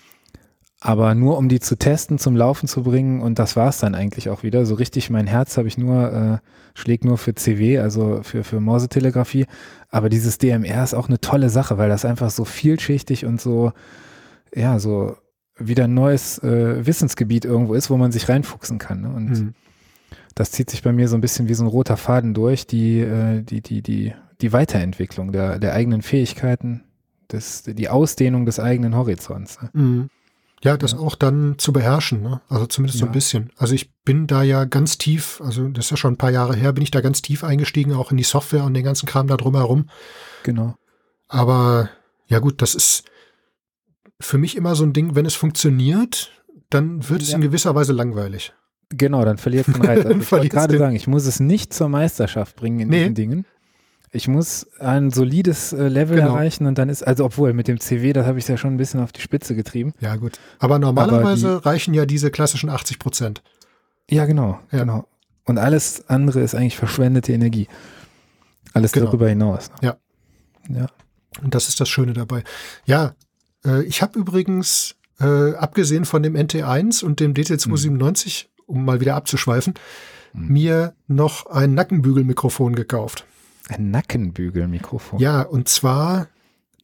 B: aber nur um die zu testen, zum Laufen zu bringen und das war's dann eigentlich auch wieder. So richtig mein Herz habe ich nur, äh, schlägt nur für CW, also für, für Morsetelegrafie, aber dieses DMR ist auch eine tolle Sache, weil das einfach so vielschichtig und so, ja, so wieder ein neues äh, Wissensgebiet irgendwo ist, wo man sich reinfuchsen kann. Ne? Und
A: mhm.
B: das zieht sich bei mir so ein bisschen wie so ein roter Faden durch, die, äh, die, die, die, die Weiterentwicklung der, der eigenen Fähigkeiten, des, die Ausdehnung des eigenen Horizonts. Ne?
A: Mhm. Ja, das
B: Ja.
A: auch dann zu beherrschen, ne? also zumindest so ein
B: Ja.
A: bisschen. Also ich bin da ja ganz tief, also das ist ja schon ein paar Jahre her, bin ich da ganz tief eingestiegen, auch in die Software und den ganzen Kram da drumherum.
B: Genau.
A: Aber ja gut, das ist, für mich immer so ein Ding, wenn es funktioniert, dann wird es
B: Ja.
A: in gewisser Weise langweilig.
B: Genau, dann verliert man Reiz. Also ich wollte
A: Verlierst
B: gerade
A: den.
B: sagen, ich muss es nicht zur Meisterschaft bringen in
A: Nee.
B: diesen Dingen. Ich muss ein solides äh, Level
A: Genau.
B: erreichen und dann ist, also obwohl mit dem CW, das habe ich ja schon ein bisschen auf die Spitze getrieben.
A: Ja, gut. Aber normalerweise reichen ja diese klassischen 80 Prozent.
B: Ja, genau,
A: Ja.
B: genau. Und alles andere ist eigentlich verschwendete Energie. Alles
A: Genau.
B: darüber hinaus.
A: Ja.
B: Ja.
A: Und das ist das Schöne dabei. Ja, äh, ich habe übrigens, äh, abgesehen von dem NT1 und dem
B: Hm.
A: DT297, um mal wieder abzuschweifen, mir noch ein Nackenbügelmikrofon gekauft.
B: Ein Nackenbügelmikrofon.
A: Ja, und zwar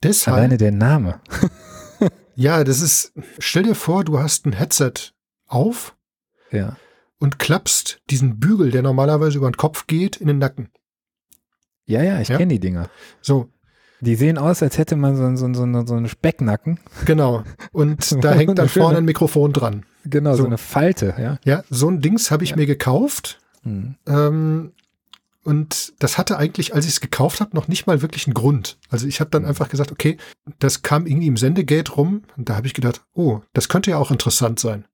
A: deshalb.
B: Oh. Alleine der Name.
A: Ja, das ist, stell dir vor, du hast ein Headset auf
B: Ja.
A: und klappst diesen Bügel, der normalerweise über den Kopf geht, in den Nacken.
B: Ja, ja, ich
A: Ja.
B: kenne die Dinger.
A: So,
B: Die sehen aus, als hätte man so, einen- so, einen- so, einen- so einen Specknacken.
A: genau. Und da hängt dann
B: Wunderschön,
A: vorne
B: ne?
A: ein Mikrofon dran.
B: Genau, so,
A: So.
B: eine Falte, ja.
A: Ja, so ein Dings habe ich
B: Ja.
A: mir gekauft.
B: Mhm.
A: Ähm, und das hatte eigentlich, als ich es gekauft habe, noch nicht mal wirklich einen Grund. Also ich
B: Mhm.
A: habe dann einfach gesagt, okay, das kam irgendwie im Sendegate rum. Und da habe ich gedacht, oh, das könnte ja auch interessant sein.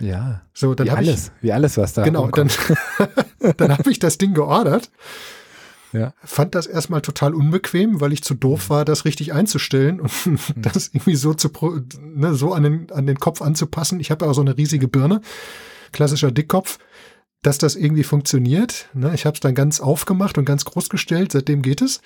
B: Ja.
A: So, dann
B: wie
A: habe ich
B: alles, wie alles, was da
A: Genau, dann,
B: rumkommt.
A: dann habe ich das Ding geordert.
B: Ja. Mhm.
A: Fand das erstmal total unbequem, weil ich zu doof war, das richtig einzustellen und das irgendwie so, zu, pro- ne, so an, den, an den Kopf anzupassen. Ich habe auch so eine riesige Birne, klassischer Dickkopf, dass das irgendwie funktioniert. Ne, ich habe es dann ganz aufgemacht und ganz groß gestellt, seitdem geht es.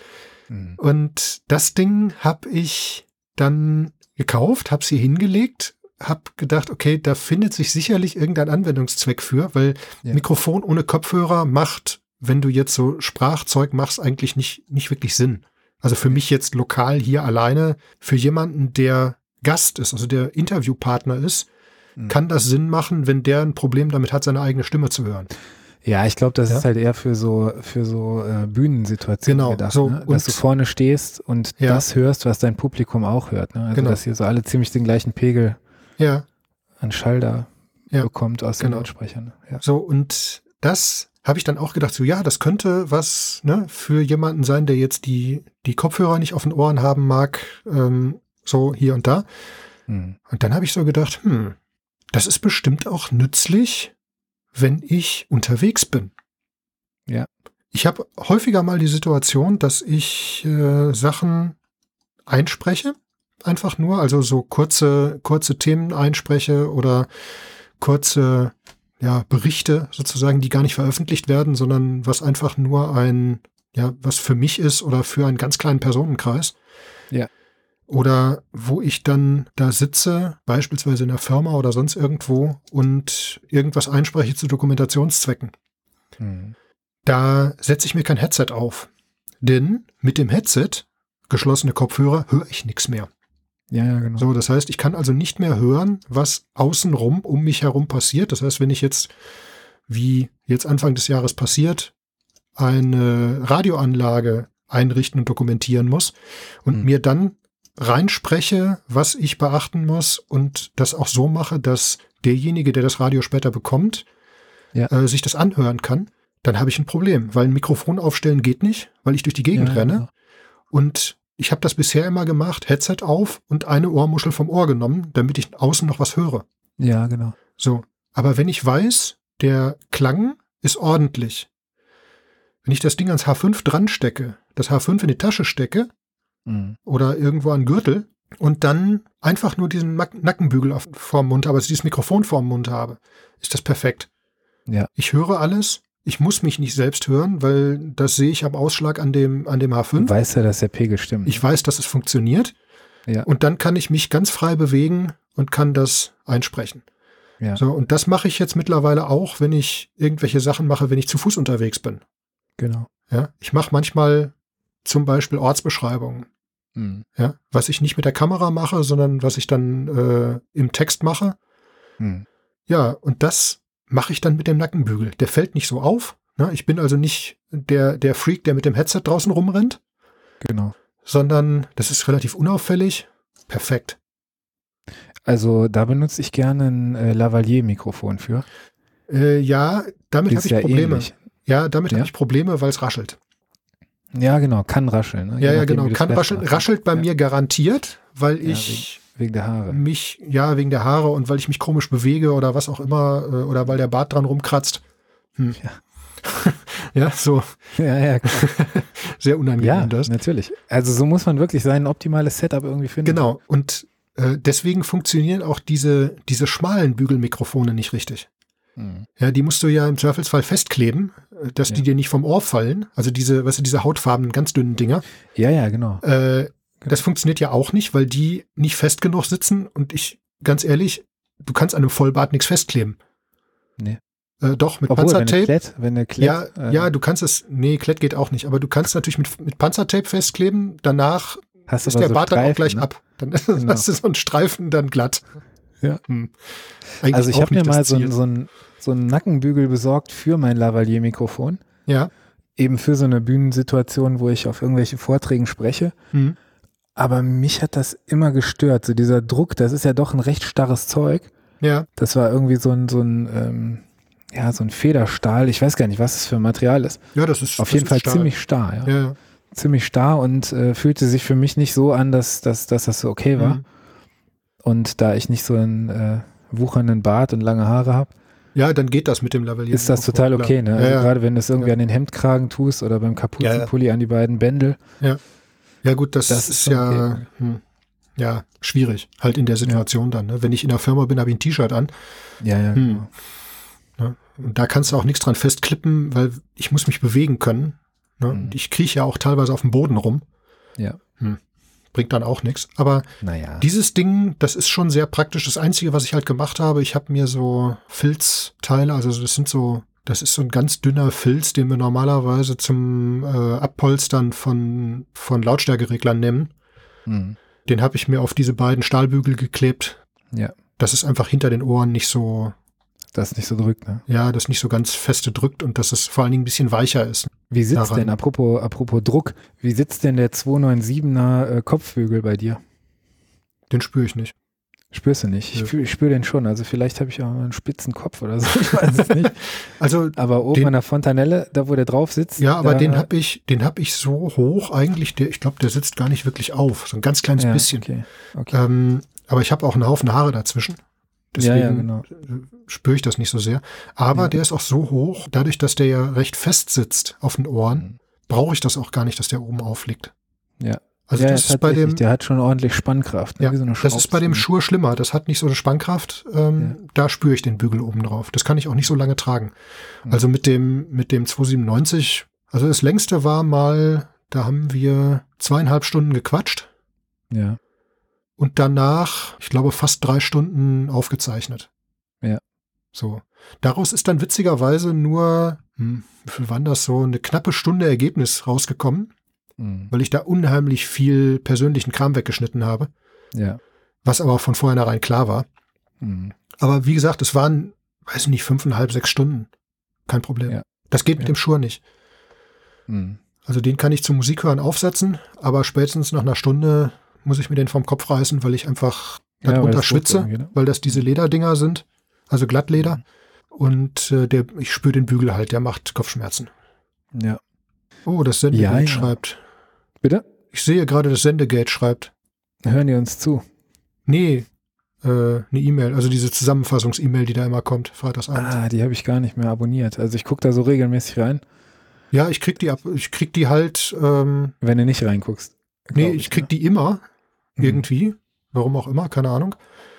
B: Mhm.
A: Und das Ding habe ich dann gekauft, habe sie hingelegt, habe gedacht, okay, da findet sich sicherlich irgendein Anwendungszweck für, weil
B: Ja.
A: Mikrofon ohne Kopfhörer macht, wenn du jetzt so Sprachzeug machst, eigentlich nicht, nicht wirklich Sinn. Also für mich jetzt lokal hier alleine, für jemanden, der Gast ist, also der Interviewpartner ist,
B: Mhm.
A: kann das Sinn machen, wenn der ein Problem damit hat, seine eigene Stimme zu hören.
B: Ja, ich glaube, das
A: Ja.
B: ist halt eher für so, für so äh, Bühnensituationen
A: Genau,
B: gedacht,
A: so,
B: ne?
A: und-
B: dass du vorne stehst und
A: Ja.
B: das hörst, was dein Publikum auch hört. Ne? Also,
A: Genau.
B: dass ihr so alle ziemlich den gleichen Pegel
A: Ja,
B: an Schall da
A: Ja.
B: bekommt aus den
A: Genau.
B: Lautsprechern. ne? Ja.
A: So, und das habe ich dann auch gedacht, so ja, das könnte was ne, für jemanden sein, der jetzt die, die Kopfhörer nicht auf den Ohren haben mag, ähm, so hier und da.
B: Mhm.
A: Und dann habe ich so gedacht, hm, das ist bestimmt auch nützlich, wenn ich unterwegs bin.
B: Ja.
A: Ich habe häufiger mal die Situation, dass ich äh, Sachen einspreche, einfach nur, also so kurze, kurze Themen einspreche oder kurze ja, Berichte sozusagen, die gar nicht veröffentlicht werden, sondern was einfach nur ein, ja, was für mich ist oder für einen ganz kleinen Personenkreis.
B: Ja.
A: Oder wo ich dann da sitze, beispielsweise in der Firma oder sonst irgendwo und irgendwas einspreche zu Dokumentationszwecken.
B: Mhm.
A: Da setze ich mir kein Headset auf. Denn mit dem Headset, geschlossene Kopfhörer, höre ich nichts mehr.
B: Ja, ja, genau.
A: So, das heißt, ich kann also nicht mehr hören, was außenrum um mich herum passiert. Das heißt, wenn ich jetzt, wie jetzt Anfang des Jahres passiert, eine Radioanlage einrichten und dokumentieren muss und
B: Mhm.
A: mir dann reinspreche, was ich beachten muss und das auch so mache, dass derjenige, der das Radio später bekommt,
B: Ja.
A: äh, sich das anhören kann, dann habe ich ein Problem, weil ein Mikrofon aufstellen geht nicht, weil ich durch die Gegend
B: ja,
A: renne.
B: genau.
A: Und ich habe das bisher immer gemacht, Headset auf und eine Ohrmuschel vom Ohr genommen, damit ich außen noch was höre.
B: Ja, genau.
A: So. Aber wenn ich weiß, der Klang ist ordentlich. Wenn ich das Ding ans H5 dran stecke, das H5 in die Tasche stecke
B: Mhm.
A: oder irgendwo an den Gürtel und dann einfach nur diesen Mack- Nackenbügel auf, vorm Mund habe, also dieses Mikrofon vorm Mund habe, ist das perfekt.
B: Ja.
A: Ich höre alles. Ich muss mich nicht selbst hören, weil das sehe ich am Ausschlag an dem, an dem H5.
B: Du weißt ja, dass der Pegel stimmt. ne?
A: Ich weiß, dass es funktioniert.
B: Mhm. Ja.
A: Und dann kann ich mich ganz frei bewegen und kann das einsprechen.
B: Ja.
A: So, und das mache ich jetzt mittlerweile auch, wenn ich irgendwelche Sachen mache, wenn ich zu Fuß unterwegs bin.
B: Genau.
A: Ja, ich mache manchmal zum Beispiel Ortsbeschreibungen.
B: Mhm.
A: Ja, was ich nicht mit der Kamera mache, sondern was ich dann äh, im Text mache.
B: Mhm.
A: Ja, und das mache ich dann mit dem Nackenbügel. Der fällt nicht so auf. Ne? Ich bin also nicht der, der Freak, der mit dem Headset draußen rumrennt,
B: Genau.
A: sondern das ist relativ unauffällig. Perfekt.
B: Also da benutze ich gerne ein äh, Lavalier-Mikrofon für.
A: Äh, ja, damit habe
B: Ist
A: ich
B: ja
A: Probleme.
B: ähnlich.
A: Ja, damit
B: Ja?
A: habe ich Probleme, weil es raschelt.
B: Ja, genau, kann rascheln. Ne? Je
A: Ja, ja,
B: nachdem,
A: genau.
B: wie du es
A: Kann
B: fest
A: rascheln,
B: machst.
A: raschelt bei
B: Ja.
A: mir garantiert, weil
B: Ja,
A: ich
B: Wegen der Haare.
A: mich, ja, wegen der Haare und weil ich mich komisch bewege oder was auch immer, äh, oder weil der Bart dran rumkratzt. Hm.
B: Ja.
A: ja, so
B: Ja, ja,
A: sehr unangenehm
B: ja
A: das.
B: natürlich. Also so muss man wirklich sein optimales Setup irgendwie finden.
A: Genau. Und äh, deswegen funktionieren auch diese, diese schmalen Bügelmikrofone nicht richtig.
B: Mhm.
A: Ja, die musst du ja im Zweifelsfall festkleben, äh, dass die
B: Ja.
A: dir nicht vom Ohr fallen. Also diese, weißt du, diese hautfarbenen, ganz dünnen Dinger.
B: Ja, ja, genau.
A: Äh, das funktioniert ja auch nicht, weil die nicht fest genug sitzen und ich, ganz ehrlich, du kannst an einem Vollbart nichts festkleben.
B: Nee.
A: Äh, doch, mit
B: Obwohl, wenn eine
A: Panzertape.
B: Klett, wenn eine Klett,
A: ja,
B: äh,
A: ja, du kannst es, nee, Klett geht auch nicht, aber du kannst natürlich mit, mit Panzertape festkleben, danach
B: hast du
A: ist
B: aber
A: der
B: so
A: Bart dann auch
B: Streifen,
A: gleich
B: ne?
A: ab. Dann ist
B: Genau.
A: hast du so ein Streifen dann glatt.
B: Ja.
A: Hm. Eigentlich
B: Also ich
A: auch
B: habe mir
A: nicht
B: mal
A: das
B: so
A: Ziel.
B: einen so einen- so einen Nackenbügel besorgt für mein Lavalier-Mikrofon.
A: Ja.
B: Eben für so eine Bühnensituation, wo ich auf irgendwelche Vorträgen spreche.
A: Hm.
B: Aber mich hat das immer gestört. So dieser Druck, das ist ja doch ein recht starres Zeug.
A: Ja.
B: Das war irgendwie so ein, so ein, ähm, ja, so ein Federstahl. Ich weiß gar nicht, was es für ein Material ist.
A: ja, das ist
B: Auf
A: das
B: jeden
A: ist
B: Fall
A: stark.
B: ziemlich starr, ja.
A: Ja, ja.
B: Ziemlich starr und äh, fühlte sich für mich nicht so an, dass, dass, dass das so okay war.
A: Mhm.
B: Und da ich nicht so einen äh, wuchernden Bart und lange Haare habe,
A: ja, dann geht das mit dem Lavalier.
B: ist das total okay, ne?
A: Ja,
B: Also
A: ja.
B: gerade wenn du es irgendwie
A: Ja.
B: an den Hemdkragen tust oder beim Kapuzenpulli an die beiden Bändel.
A: ja gut, das,
B: Das
A: ist
B: ist
A: ja,
B: okay.
A: hm, ja schwierig, halt in der Situation dann. Ne? Wenn ich in der Firma bin, habe ich ein T-Shirt an.
B: Ja, ja,
A: Hm. Ne?
B: genau.
A: Und da kannst du auch nichts dran festklippen, weil ich muss mich bewegen können. Ne?
B: Mhm.
A: Und Ich krieche ja auch teilweise auf dem Boden rum.
B: Ja.
A: Hm. Bringt dann auch nichts. Aber
B: Naja.
A: Dieses Ding, das ist schon sehr praktisch. Das Einzige, was ich halt gemacht habe, ich habe mir so Filzteile, also das sind so, das ist so ein ganz dünner Filz, den wir normalerweise zum äh, Abpolstern von, von Lautstärkereglern nehmen.
B: Hm.
A: Den habe ich mir auf diese beiden Stahlbügel geklebt.
B: Ja.
A: Dass es einfach hinter den Ohren nicht so,
B: Das nicht so drückt, ne?
A: ja, das nicht so ganz feste drückt und dass es vor allen Dingen ein bisschen weicher ist.
B: Wie sitzt
A: Daran.
B: denn, apropos, apropos Druck, wie sitzt denn der 297er äh, Kopfbügel bei dir?
A: Den spüre ich nicht.
B: Spürst du nicht? Ich
A: Nö.
B: fühl- ich spüre den schon. Also vielleicht habe ich auch einen spitzen Kopf oder so. Ich weiß es nicht.
A: Also,
B: Aber oben
A: Den-
B: an der Fontanelle, da wo der drauf sitzt.
A: ja, aber
B: da,
A: den habe ich, den habe ich so hoch eigentlich, der, ich glaube, der sitzt gar nicht wirklich auf. So ein ganz kleines
B: ja,
A: bisschen.
B: Okay. okay.
A: Ähm, aber ich habe auch einen Haufen Haare dazwischen.
B: ja,
A: Deswegen
B: ja, genau.
A: spüre ich das nicht so sehr. Aber
B: Ja.
A: der ist auch so hoch, dadurch, dass der ja recht fest sitzt auf den Ohren,
B: Mhm.
A: brauche ich das auch gar nicht, dass der oben aufliegt.
B: Ja.
A: Also
B: ja,
A: das ist bei
B: tatsächlich,
A: dem,
B: der hat schon ordentlich Spannkraft. Ne?
A: ja,
B: Wie so eine
A: das ist bei dem
B: Schraubzwinge.
A: Schur schlimmer. Das hat nicht so eine Spannkraft. Ähm, Da spüre ich den Bügel oben drauf. Das kann ich auch nicht so lange tragen.
B: Mhm.
A: Also mit dem, mit dem 297, also das längste war mal, da haben wir zweieinhalb Stunden gequatscht.
B: Ja.
A: und danach, ich glaube, fast drei Stunden aufgezeichnet.
B: Ja.
A: So. Daraus ist dann witzigerweise nur, hm, wie viel waren das so, eine knappe Stunde Ergebnis rausgekommen,
B: Mhm.
A: weil ich da unheimlich viel persönlichen Kram weggeschnitten habe,
B: Ja.
A: was aber von vornherein klar war.
B: Mhm.
A: Aber wie gesagt, es waren, weiß nicht, fünfeinhalb, sechs Stunden. Kein Problem.
B: Ja.
A: Das geht
B: Ja.
A: mit dem Schur nicht.
B: Mhm.
A: Also den kann ich zum Musikhören aufsetzen, aber spätestens nach einer Stunde muss ich mir den vom Kopf reißen, weil ich einfach
B: Ja, weil
A: darunter
B: das wirkt
A: schwitze,
B: irgendwie, ne?
A: weil das diese Lederdinger sind, also
B: Mhm.
A: Glattleder. Und äh, der, ich spüre den Bügel halt, der macht Kopfschmerzen.
B: ne? Ja.
A: Oh, das Sendegate
B: Ja, ja.
A: schreibt.
B: Bitte?
A: Ich sehe gerade, das Sendegate schreibt.
B: Hören die uns zu?
A: Nee, äh, eine E-Mail, also diese Zusammenfassungs-E-Mail, die da immer kommt, Freitagsabend.
B: Ah, die habe ich gar nicht mehr abonniert. Also ich gucke da so regelmäßig rein,
A: Ja, ich krieg die ab, ich krieg die halt, ähm,
B: wenn du nicht reinguckst.
A: nee,
B: glaub
A: ich krieg die immer,
B: ne?
A: irgendwie. Warum auch immer, keine Ahnung.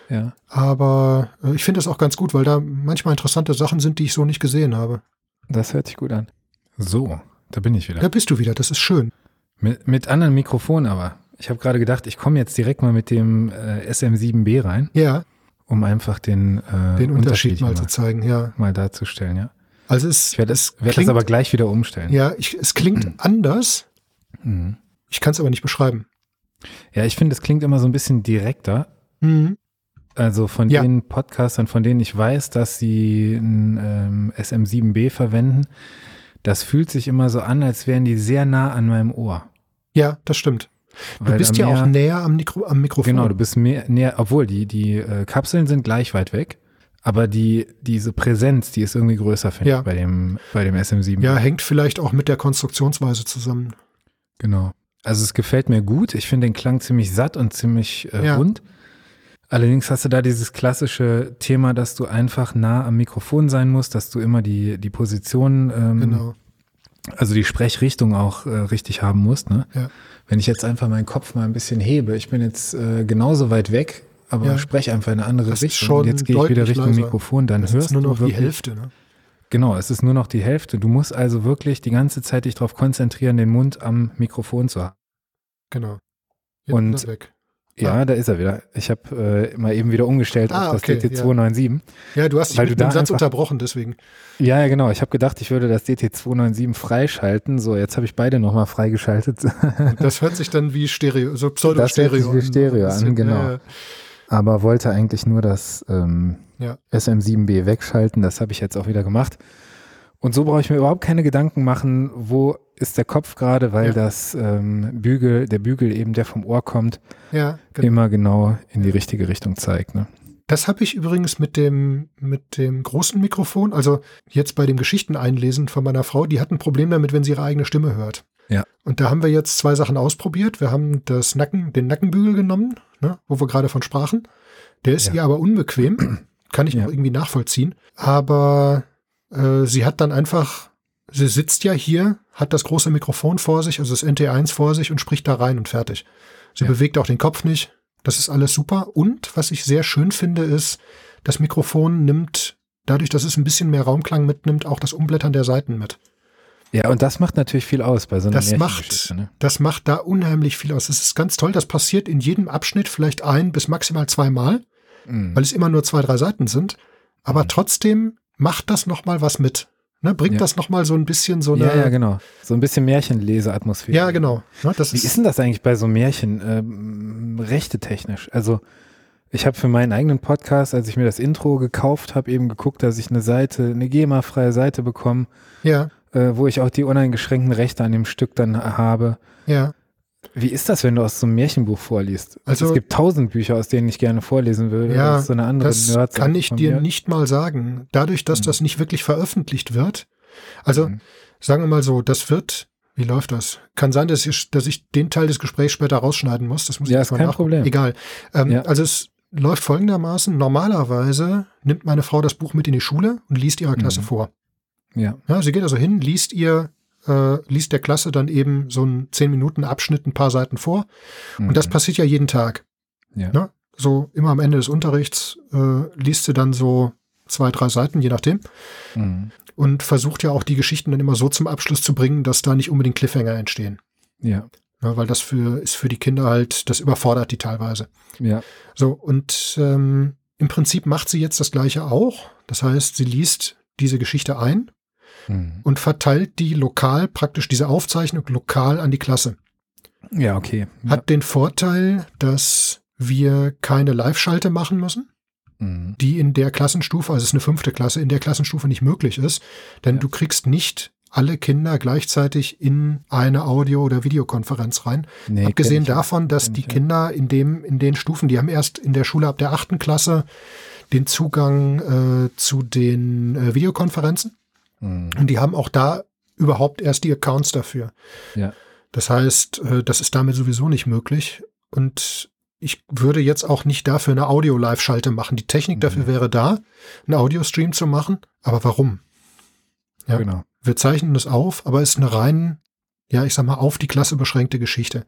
B: Mhm. Ja.
A: Aber äh, ich finde das auch ganz gut, weil da manchmal interessante Sachen sind, die ich so nicht gesehen habe.
B: Das hört sich gut an. So, da bin ich wieder.
A: Da bist du wieder, das ist schön.
B: Mit, mit anderen Mikrofonen aber. Ich habe gerade gedacht, ich komme jetzt direkt mal mit dem äh, SM7B rein,
A: Ja,
B: um einfach den, äh,
A: den Unterschied mal zu
B: mal,
A: zeigen, ja.
B: mal darzustellen. Ja.
A: Also es,
B: Ich werde
A: es
B: das, werd das
A: klingt,
B: aber gleich wieder umstellen.
A: ja, ich, es klingt anders,
B: Mhm.
A: ich kann es aber nicht beschreiben.
B: ja ich finde, es klingt immer so ein bisschen direkter.
A: Mhm.
B: Also von
A: Ja.
B: den Podcastern, von denen ich weiß, dass sie ein ähm, SM7B verwenden, das fühlt sich immer so an, als wären die sehr nah an meinem Ohr.
A: Ja, das stimmt. Du
B: Weil
A: bist
B: da
A: ja
B: mehr-
A: auch näher am, Mikro, am Mikrofon.
B: Genau, du bist mehr, näher, obwohl die, die äh, Kapseln sind gleich weit weg, aber die, diese Präsenz, die ist irgendwie größer, finde
A: Ja.
B: ich, bei dem, bei dem SM7.
A: ja, hängt vielleicht auch mit der Konstruktionsweise zusammen.
B: Genau. Also es gefällt mir gut. Ich finde den Klang ziemlich satt und ziemlich äh,
A: Ja.
B: rund. Allerdings hast du da dieses klassische Thema, dass du einfach nah am Mikrofon sein musst, dass du immer die, die Position, ähm,
A: Genau.
B: also die Sprechrichtung auch äh, richtig haben musst. Ne?
A: Ja.
B: Wenn ich jetzt einfach meinen Kopf mal ein bisschen hebe, ich bin jetzt äh, genauso weit weg, aber
A: Ja.
B: spreche einfach in eine andere
A: Das ist
B: Richtung.
A: schon
B: Und jetzt gehe ich wieder
A: deutlich
B: Richtung
A: leiser.
B: Mikrofon, dann
A: Das
B: hörst
A: ist nur noch
B: du
A: die
B: wirklich,
A: Hälfte. Ne?
B: Genau, es ist nur noch die Hälfte. Du musst also wirklich die ganze Zeit dich darauf konzentrieren, den Mund am Mikrofon zu haben.
A: Genau.
B: Und-
A: ist er weg.
B: Ja, da ist er wieder. Ich habe äh, mal eben wieder umgestellt
A: Ah,
B: auf das
A: okay,
B: DT297.
A: Ja, du hast dich
B: Weil
A: mit
B: du da
A: dem Satz
B: einfach-
A: unterbrochen, deswegen.
B: Ja, ja, genau. Ich habe gedacht, ich würde das DT297 freischalten. So, jetzt habe ich beide nochmal freigeschaltet.
A: Das hört sich dann wie Stereo, so Pseudo-Stereo
B: Das hört sich wie Stereo an,
A: Das sind,
B: genau.
A: äh,
B: Aber wollte eigentlich nur das ähm,
A: Ja.
B: SM7B wegschalten. Das habe ich jetzt auch wieder gemacht. Und so brauche ich mir überhaupt keine Gedanken machen, wo ist der Kopf gerade, weil
A: Ja.
B: das ähm, Bügel, der Bügel eben, der vom Ohr kommt,
A: ja, genau.
B: immer genau in die richtige Richtung zeigt. Ne?
A: Das habe ich übrigens mit dem, mit dem großen Mikrofon, also jetzt bei dem Geschichteneinlesen von meiner Frau, die hat ein Problem damit, wenn sie ihre eigene Stimme hört.
B: Ja.
A: Und da haben wir jetzt zwei Sachen ausprobiert. Wir haben das Nacken, den Nackenbügel genommen, ne, wo wir gerade von sprachen. Der ist
B: Ja.
A: ihr aber unbequem, kann ich
B: Ja.
A: auch irgendwie nachvollziehen. Aber äh, sie hat dann einfach, sie sitzt ja hier, hat das große Mikrofon vor sich, also das NT1 vor sich und spricht da rein und fertig. Sie
B: Ja.
A: bewegt auch den Kopf nicht. Das ist alles super. Und was ich sehr schön finde, ist, das Mikrofon nimmt, dadurch, dass es ein bisschen mehr Raumklang mitnimmt, auch das Umblättern der Seiten mit.
B: Ja, und das macht natürlich viel aus bei so einer
A: Das macht,
B: Märchengeschichte, ne?
A: das macht da unheimlich viel aus. Das ist ganz toll. Das passiert in jedem Abschnitt vielleicht ein bis maximal zweimal,
B: Mhm.
A: weil es immer nur zwei, drei Seiten sind. Aber
B: Mhm.
A: trotzdem macht das nochmal was mit. Ne, bringt
B: Ja.
A: das nochmal so ein bisschen so eine.
B: ja, ja, genau. So ein bisschen Märchenleseatmosphäre.
A: Ja, genau. Ne, das
B: Wie
A: ist,
B: ist denn das eigentlich bei so Märchen ähm, rechte technisch? Also ich habe für meinen eigenen Podcast, als ich mir das Intro gekauft habe, eben geguckt, dass ich eine Seite, eine GEMA-freie Seite bekomme,
A: ja,
B: äh, wo ich auch die uneingeschränkten Rechte an dem Stück dann habe.
A: ja.
B: Wie ist das, wenn du aus so einem Märchenbuch vorliest?
A: Also-
B: Also es gibt tausend Bücher, aus denen ich gerne vorlesen würde.
A: Ja,
B: das ist so eine andere
A: Das
B: Nerdseite
A: kann ich
B: von
A: dir
B: mir.
A: nicht mal sagen. Dadurch, dass
B: Mhm.
A: das nicht wirklich veröffentlicht wird. Also,
B: Mhm.
A: sagen wir mal so, das wird. Wie läuft das? Kann sein, dass ich, dass ich den Teil des Gesprächs später rausschneiden muss. Das muss
B: Ja,
A: ich
B: ist
A: mal
B: kein
A: nachgucken.
B: Problem.
A: Egal. Ähm,
B: Ja.
A: Also es läuft folgendermaßen. Normalerweise nimmt meine Frau das Buch mit in die Schule und liest ihrer Klasse
B: Mhm.
A: vor.
B: Ja,
A: Ja, sie geht also hin, liest ihr, äh, liest der Klasse dann eben so einen 10-Minuten-Abschnitt, ein paar Seiten vor. Und das
B: Mhm.
A: passiert ja jeden Tag.
B: Ja.
A: Ne? So immer am Ende des Unterrichts äh, liest sie dann so zwei, drei Seiten, je nachdem.
B: Mhm.
A: Und versucht ja auch die Geschichten dann immer so zum Abschluss zu bringen, dass da nicht unbedingt Cliffhanger entstehen.
B: ja,
A: Ne? Weil das für, ist für die Kinder halt, das überfordert die teilweise.
B: ja,
A: So, und ähm, im Prinzip macht sie jetzt das Gleiche auch. Das heißt, sie liest diese Geschichte ein
B: Mhm.
A: und verteilt die lokal, praktisch diese Aufzeichnung lokal an die Klasse.
B: ja, okay.
A: Hat den Vorteil, dass wir keine Live-Schalte machen müssen,
B: ja. Mhm.
A: die in der Klassenstufe, also es ist eine fünfte Klasse, in der Klassenstufe nicht möglich ist, denn
B: Ja.
A: du kriegst nicht alle Kinder gleichzeitig in eine Audio- oder Videokonferenz rein.
B: Nee,
A: Abgesehen
B: kenn ich
A: davon, dass
B: Kenn
A: die
B: ich, ja.
A: Kinder in, dem, in den Stufen, die haben erst in der Schule ab der achten Klasse den Zugang äh, zu den äh, Videokonferenzen
B: nicht. Mhm.
A: und die haben auch da überhaupt erst die Accounts dafür.
B: Ja.
A: Das heißt, äh, das ist damit sowieso nicht möglich und ich würde jetzt auch nicht dafür eine Audio-Live-Schalte machen. Die Technik
B: Mhm.
A: dafür wäre da, einen Audio-Stream zu machen, aber warum? Ja.
B: Genau.
A: Wir zeichnen das auf, aber es ist eine rein, ja, ich sag mal, auf die Klasse beschränkte Geschichte.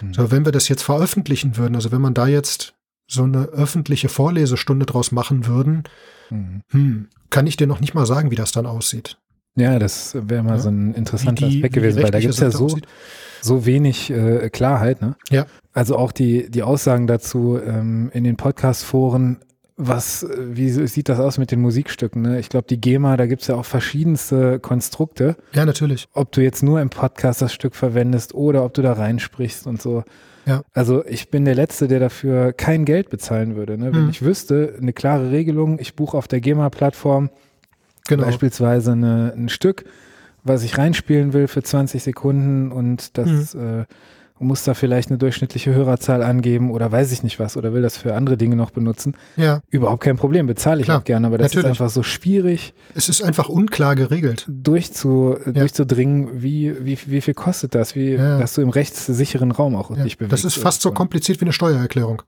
B: Mhm.
A: So, wenn wir das jetzt veröffentlichen würden, also wenn man da jetzt so eine öffentliche Vorlesestunde draus machen würden,
B: Mhm.
A: hm, kann ich dir noch nicht mal sagen, wie das dann aussieht.
B: Ja, das wäre mal
A: Ja.
B: so ein
A: Wie
B: interessanter
A: die-
B: Aspekt
A: wie die
B: gewesen, weil da
A: rechtliche
B: gibt es ja
A: Seite
B: so,
A: aussieht.
B: so wenig äh, Klarheit. Ne?
A: Ja.
B: Also auch die, die Aussagen dazu ähm, in den Podcast-Foren, was, äh, wie so- sieht das aus mit den Musikstücken? Ne? Ich glaube, die GEMA, da gibt es ja auch verschiedenste Konstrukte,
A: Ja, natürlich.
B: ob du jetzt nur im Podcast das Stück verwendest oder ob du da reinsprichst und so.
A: Ja.
B: Also ich bin der Letzte, der dafür kein Geld bezahlen würde. Ne? Wenn
A: Mhm.
B: ich wüsste, eine klare Regelung, ich buche auf der GEMA-Plattform
A: Genau.
B: beispielsweise eine, ein Stück, was ich reinspielen will für 20 Sekunden und das äh,
A: Mhm.
B: muss da vielleicht eine durchschnittliche Hörerzahl angeben oder weiß ich nicht was oder will das für andere Dinge noch benutzen.
A: Ja,
B: Überhaupt kein Problem, bezahle ich
A: Klar,
B: auch gerne, aber das ist
A: natürlich.
B: einfach so schwierig
A: es ist einfach unklar geregelt.
B: durchzu,
A: Ja.
B: durchzudringen, wie, wie, wie viel kostet das, wie,
A: Ja.
B: dass du im rechtssicheren Raum auch
A: Ja,
B: dich bewegst.
A: das ist fast so
B: irgendwann.
A: kompliziert wie eine Steuererklärung.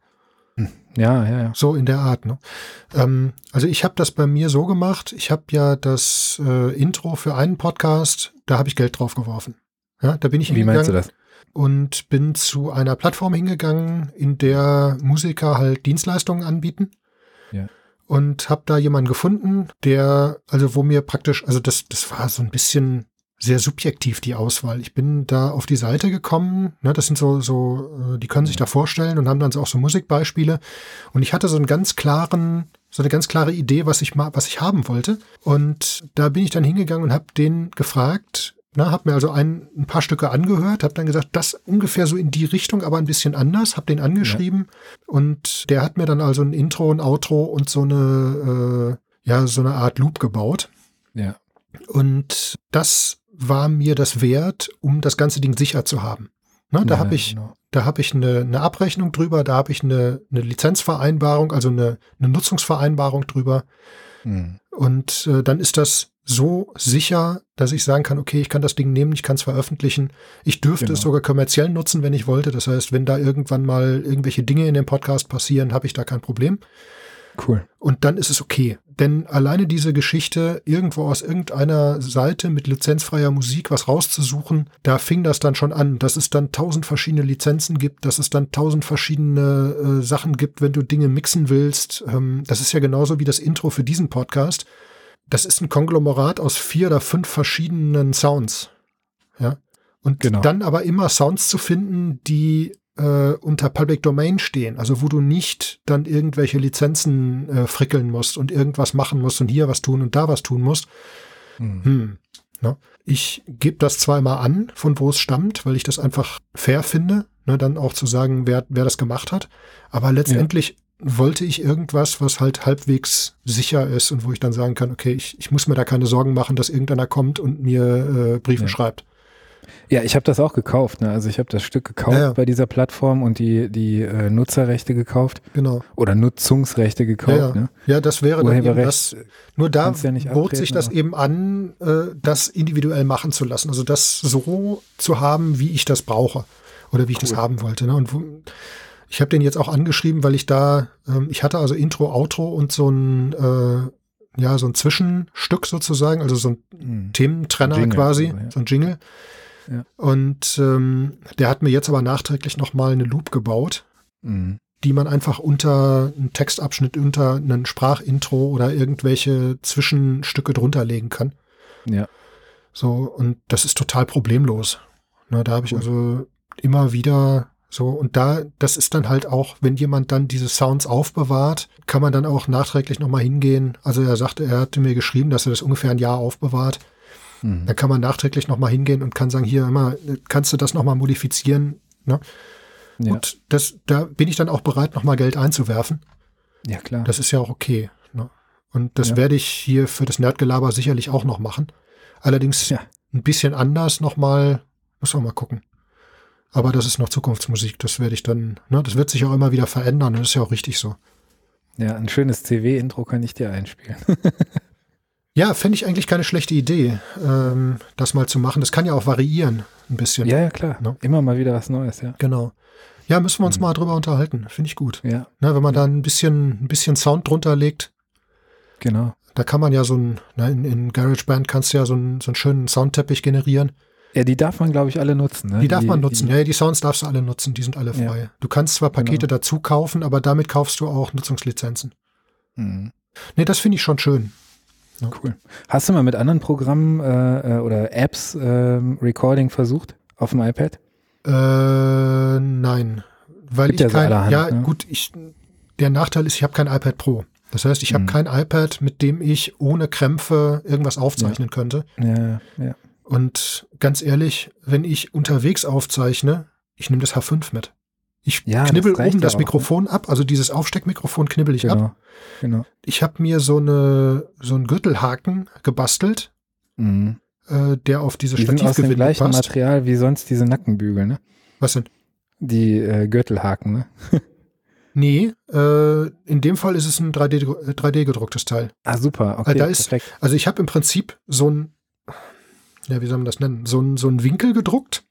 B: Ja, ja, ja.
A: So in der Art. Ne? Ähm, also ich habe das bei mir so gemacht. Ich habe ja das äh, Intro für einen Podcast, da habe ich Geld drauf geworfen. Ja, da bin ich
B: Wie meinst du das?
A: und bin zu einer Plattform hingegangen, in der Musiker halt Dienstleistungen anbieten.
B: Ja.
A: Und habe da jemanden gefunden, der, also wo mir praktisch, also das, das war so ein bisschen sehr subjektiv die Auswahl. Ich bin da auf die Seite gekommen, ne, das sind so, so, äh, die können sich da vorstellen und haben dann so auch so Musikbeispiele. Und ich hatte so einen ganz klaren, so eine ganz klare Idee, was ich mal, was ich haben wollte. Und da bin ich dann hingegangen und habe den gefragt, na, habe mir also ein, ein paar Stücke angehört, habe dann gesagt, das ungefähr so in die Richtung, aber ein bisschen anders, habe den angeschrieben und der hat mir dann also ein Intro, ein Outro und so eine, äh, ja, so eine Art Loop gebaut.
B: Ja.
A: Und das war mir das wert, um das ganze Ding sicher zu haben. Na, da
B: Ja,
A: habe ich,
B: genau.
A: da habe ich eine, eine Abrechnung drüber, da habe ich eine, eine Lizenzvereinbarung, also eine, eine Nutzungsvereinbarung drüber.
B: Hm.
A: Und äh, dann ist das so sicher, dass ich sagen kann, okay, ich kann das Ding nehmen, ich kann es veröffentlichen. Ich dürfte
B: Genau.
A: es sogar kommerziell nutzen, wenn ich wollte. Das heißt, wenn da irgendwann mal irgendwelche Dinge in dem Podcast passieren, habe ich da kein Problem.
B: Cool.
A: Und dann ist es okay. Denn alleine diese Geschichte, irgendwo aus irgendeiner Seite mit lizenzfreier Musik was rauszusuchen, da fing das dann schon an, dass es dann tausend verschiedene Lizenzen gibt, dass es dann tausend verschiedene äh, Sachen gibt, wenn du Dinge mixen willst. Ähm, das ist ja genauso wie das Intro für diesen Podcast. Das ist ein Konglomerat aus vier oder fünf verschiedenen Sounds. Ja. Und
B: Genau.
A: dann aber immer Sounds zu finden, die äh, unter Public Domain stehen, also wo du nicht dann irgendwelche Lizenzen äh, frickeln musst und irgendwas machen musst und hier was tun und da was tun musst.
B: Hm.
A: Hm. Ne? Ich gebe das zweimal an, von wo es stammt, weil ich das einfach fair finde, ne? dann auch zu sagen, wer, wer das gemacht hat. Aber letztendlich wollte ich irgendwas, was halt halbwegs sicher ist und wo ich dann sagen kann, okay, ich, ich muss mir da keine Sorgen machen, dass irgendeiner kommt und mir äh, Briefe
B: Ja.
A: schreibt.
B: Ja, ich habe das auch gekauft. Ne? Also ich habe das Stück gekauft
A: Ja, ja.
B: bei dieser Plattform und die, die äh, Nutzerrechte gekauft
A: Genau.
B: oder Nutzungsrechte gekauft.
A: ja, ja.
B: Ne?
A: ja, das wäre dann eben
B: Urheberrecht
A: das. Nur da
B: kannst ja nicht
A: bot sich
B: abtreten, ne?
A: das
B: aber-
A: eben an, äh, das individuell machen zu lassen. Also das so zu haben, wie ich das brauche oder wie ich das haben wollte. Ne? Und wo, ich habe den jetzt auch angeschrieben, weil ich da, ähm, ich hatte also Intro, Outro und so ein, äh, ja, so ein Zwischenstück sozusagen, also so ein
B: Hm.
A: Thementrenner
B: Jingle,
A: quasi,
B: also, ja.
A: so ein Jingle.
B: Ja.
A: Und ähm, der hat mir jetzt aber nachträglich nochmal eine Loop gebaut
B: Hm.
A: die man einfach unter einen Textabschnitt, unter einen Sprachintro oder irgendwelche Zwischenstücke drunter legen kann.
B: Ja.
A: So, und das ist total problemlos. Na, da habe ich
B: Cool.
A: also immer wieder so, und da, das ist dann halt auch, wenn jemand dann diese Sounds aufbewahrt, kann man dann auch nachträglich nochmal hingehen. Also er sagte, er hatte mir geschrieben, dass er das ungefähr ein Jahr aufbewahrt.
B: Hm.
A: Dann kann man nachträglich nochmal hingehen und kann sagen, hier, immer, kannst du das nochmal modifizieren? Ne?
B: Ja.
A: Und das, da bin ich dann auch bereit, nochmal Geld einzuwerfen.
B: ja, klar.
A: Das ist ja auch okay. Ne? Und das
B: Ja.
A: werde ich hier für das Nerdgelaber sicherlich auch noch machen. Allerdings
B: Ja.
A: ein bisschen anders nochmal. Muss man mal gucken. Aber das ist noch Zukunftsmusik. Das werde ich dann, ne, das wird sich auch immer wieder verändern. Und das ist ja auch richtig so.
B: ja, ein schönes CW-Intro kann ich dir einspielen.
A: Ja, fände ich eigentlich keine schlechte Idee, ähm, das mal zu machen. Das kann ja auch variieren ein bisschen.
B: ja, ja, klar.
A: Ne?
B: Immer mal wieder was Neues, ja.
A: Genau. Ja, müssen wir
B: Mhm.
A: uns mal drüber unterhalten. Finde ich gut.
B: Ja,
A: Ne, wenn man da ein bisschen, ein bisschen Sound drunter legt,
B: genau.
A: da kann man ja so ein, ne, in, in GarageBand kannst du ja so einen, so einen schönen Soundteppich generieren.
B: Ja, die darf man, glaube ich, alle nutzen. Ne?
A: Die darf man nutzen. ja, die Sounds darfst du alle nutzen. Die sind alle
B: Ja. Genau.
A: frei. Du kannst zwar Pakete dazu kaufen, aber damit kaufst du auch Nutzungslizenzen.
B: Die, hm.
A: Nee, das finde ich schon schön.
B: Cool. Hast du mal mit anderen Programmen äh, äh, oder Apps ähm, Recording versucht auf dem iPad?
A: Äh, nein. Weil
B: Gibt
A: ich
B: ja so
A: kein,
B: allerhand,
A: ja,
B: ne?
A: gut, ich, der Nachteil ist, ich habe kein iPad Pro. Das heißt, ich habe
B: Mhm.
A: kein iPad, mit dem ich ohne Krämpfe irgendwas aufzeichnen könnte.
B: Ja, ja.
A: Und ganz ehrlich, wenn ich unterwegs aufzeichne, ich nehme das H5 mit. Ich
B: Ja, das
A: knibbel
B: reicht
A: oben
B: ja
A: das
B: auch, ne?
A: Mikrofon ab, also dieses Aufsteckmikrofon knibbel ich ab.
B: Genau. genau.
A: Ich habe mir so eine so einen Gürtelhaken gebastelt,
B: Mhm.
A: äh, der auf diese
B: Die sind aus dem
A: Stativgewinde
B: gleichen
A: passt.
B: Material wie sonst diese Nackenbügel, ne?
A: Was denn?
B: Die äh, Gürtelhaken, ne?
A: Nee, äh, in dem Fall ist es ein 3D, gedru- äh, 3D gedrucktes Teil.
B: Ah, super, okay,
A: Ah, da ist-
B: perfekt.
A: Also ich habe im Prinzip so ein, ja, wie soll man das nennen, so ein, so ein Winkel also gedruckt,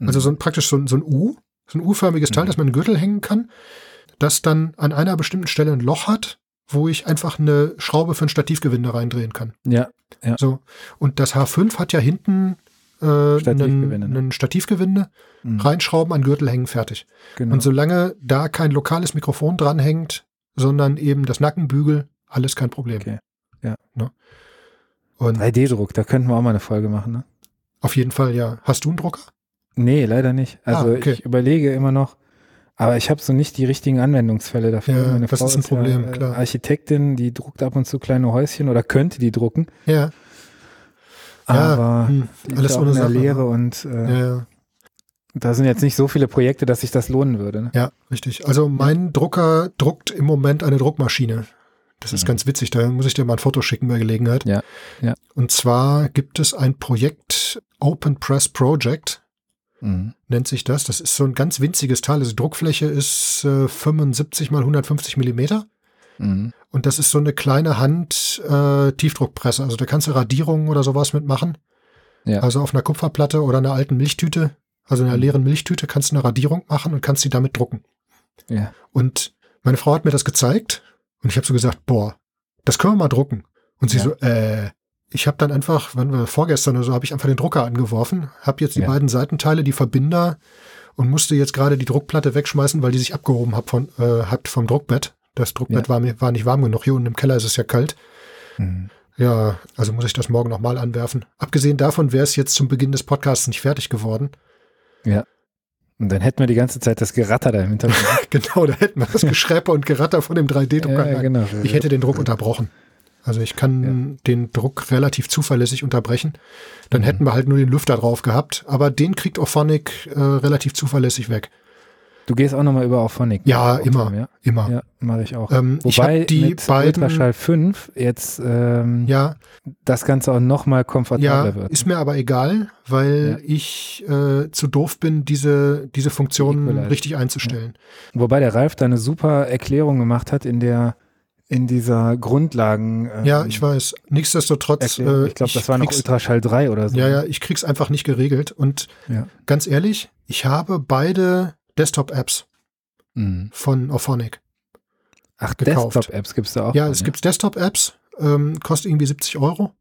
A: also so ein, praktisch so ein, so ein U, so ein U-förmiges Teil,
B: Mhm.
A: das man in den Gürtel hängen kann. das dann an einer bestimmten Stelle ein Loch hat, wo ich einfach eine Schraube für ein Stativgewinde reindrehen kann.
B: Hm. Ja, ja.
A: So. Und das H5 hat ja hinten äh,
B: Stativgewinde, ne?
A: einen Stativgewinde,
B: Mhm.
A: reinschrauben, an Gürtel hängen, fertig.
B: Genau.
A: Und solange da kein lokales Mikrofon dranhängt, sondern eben das Nackenbügel, alles kein Problem.
B: Okay. Ja.
A: Ne? Und
B: 3D-Druck, da könnten wir auch mal eine Folge machen, ne?
A: auf jeden Fall, ja. Hast du einen Drucker?
B: Nee, leider nicht. Also
A: Ah, okay.
B: ich überlege immer noch, aber ich habe so nicht die richtigen Anwendungsfälle dafür.
A: Ja, das ist ein Problem,
B: äh,
A: klar.
B: Architektin, die druckt ab und zu kleine Häuschen oder könnte die drucken,
A: Ja. ja,
B: aber
A: hm,
B: die ist
A: alles
B: auch
A: ohne
B: in der
A: Sache. ne?
B: Lehre und äh,
A: Ja, ja.
B: da sind jetzt nicht so viele Projekte, dass sich das lohnen würde. Ne?
A: Ja, richtig. Also mein Drucker druckt im Moment eine Druckmaschine. Das ist
B: Mhm.
A: ganz witzig, da muss ich dir mal ein Foto schicken bei Gelegenheit.
B: Ja, ja.
A: Und zwar gibt es ein Projekt, Open Press Project
B: Mhm.
A: nennt sich das. Das ist so ein ganz winziges Teil. Also die Druckfläche ist äh, 75 mal 150 Millimeter.
B: Mhm.
A: Und das ist so eine kleine Hand äh, Tiefdruckpresse. Also da kannst du Radierungen oder sowas mitmachen.
B: Ja. Mhm.
A: Also auf einer Kupferplatte oder einer alten Milchtüte, also einer leeren Milchtüte, kannst du eine Radierung machen und kannst die damit drucken.
B: Ja.
A: Und meine Frau hat mir das gezeigt und ich habe so gesagt, boah, das können wir mal drucken. Und sie
B: Ja.
A: so, äh, ich habe dann einfach, wann war vorgestern oder so, habe ich einfach den Drucker angeworfen, habe jetzt die
B: Ja.
A: beiden Seitenteile, die Verbinder und musste jetzt gerade die Druckplatte wegschmeißen, weil die sich abgehoben hat, von, äh, hat vom Druckbett. Das Druckbett war, mir, war nicht warm genug. Hier unten im Keller ist es ja kalt.
B: Mhm.
A: Ja, also muss ich das morgen nochmal anwerfen. Abgesehen davon wäre es jetzt zum Beginn des Podcasts nicht fertig geworden.
B: Und dann hätten wir die ganze Zeit das Geratter da im Hintergrund.
A: genau, da hätten wir das Geschräpe und Geratter von dem 3D-Drucker.
B: ja, genau.
A: Ich hätte den Druck unterbrochen. Also ich kann den Druck relativ zuverlässig unterbrechen. Dann
B: Mhm.
A: hätten wir halt nur den Lüfter drauf gehabt, aber den kriegt Ophonic äh, relativ zuverlässig weg. Du
B: du gehst auch nochmal über auf Phonic.
A: Ja, immer.
B: Ja,
A: immer.
B: ja mache ich auch.
A: Ähm, ich habe
B: Wobei
A: die
B: mit
A: beiden.
B: Ultraschall 5 jetzt ähm,
A: Ja,
B: das Ganze auch nochmal
A: ja,
B: komfortabler wird.
A: ist mir aber egal, weil ich äh, zu doof bin, diese, diese Funktionen
B: Equalizer.
A: richtig einzustellen.
B: Wobei der Ralf da eine super Erklärung gemacht hat in der in dieser Grundlagen. ähm,
A: Ja, ich weiß. Nichtsdestotrotz,
B: Erklärung.
A: äh,
B: ich glaube, das war noch
A: krieg's-
B: Ultraschall 3 oder so.
A: Ja, ja, ich krieg's einfach nicht geregelt. Und
B: Ja.
A: ganz ehrlich, ich habe beide Desktop-Apps
B: Mhm.
A: von Ophonic.
B: Ach,
A: Gekauft.
B: Desktop-Apps gibt's da auch.
A: Ja,
B: von,
A: es gibt Desktop-Apps, ähm, kostet irgendwie 70 Euro.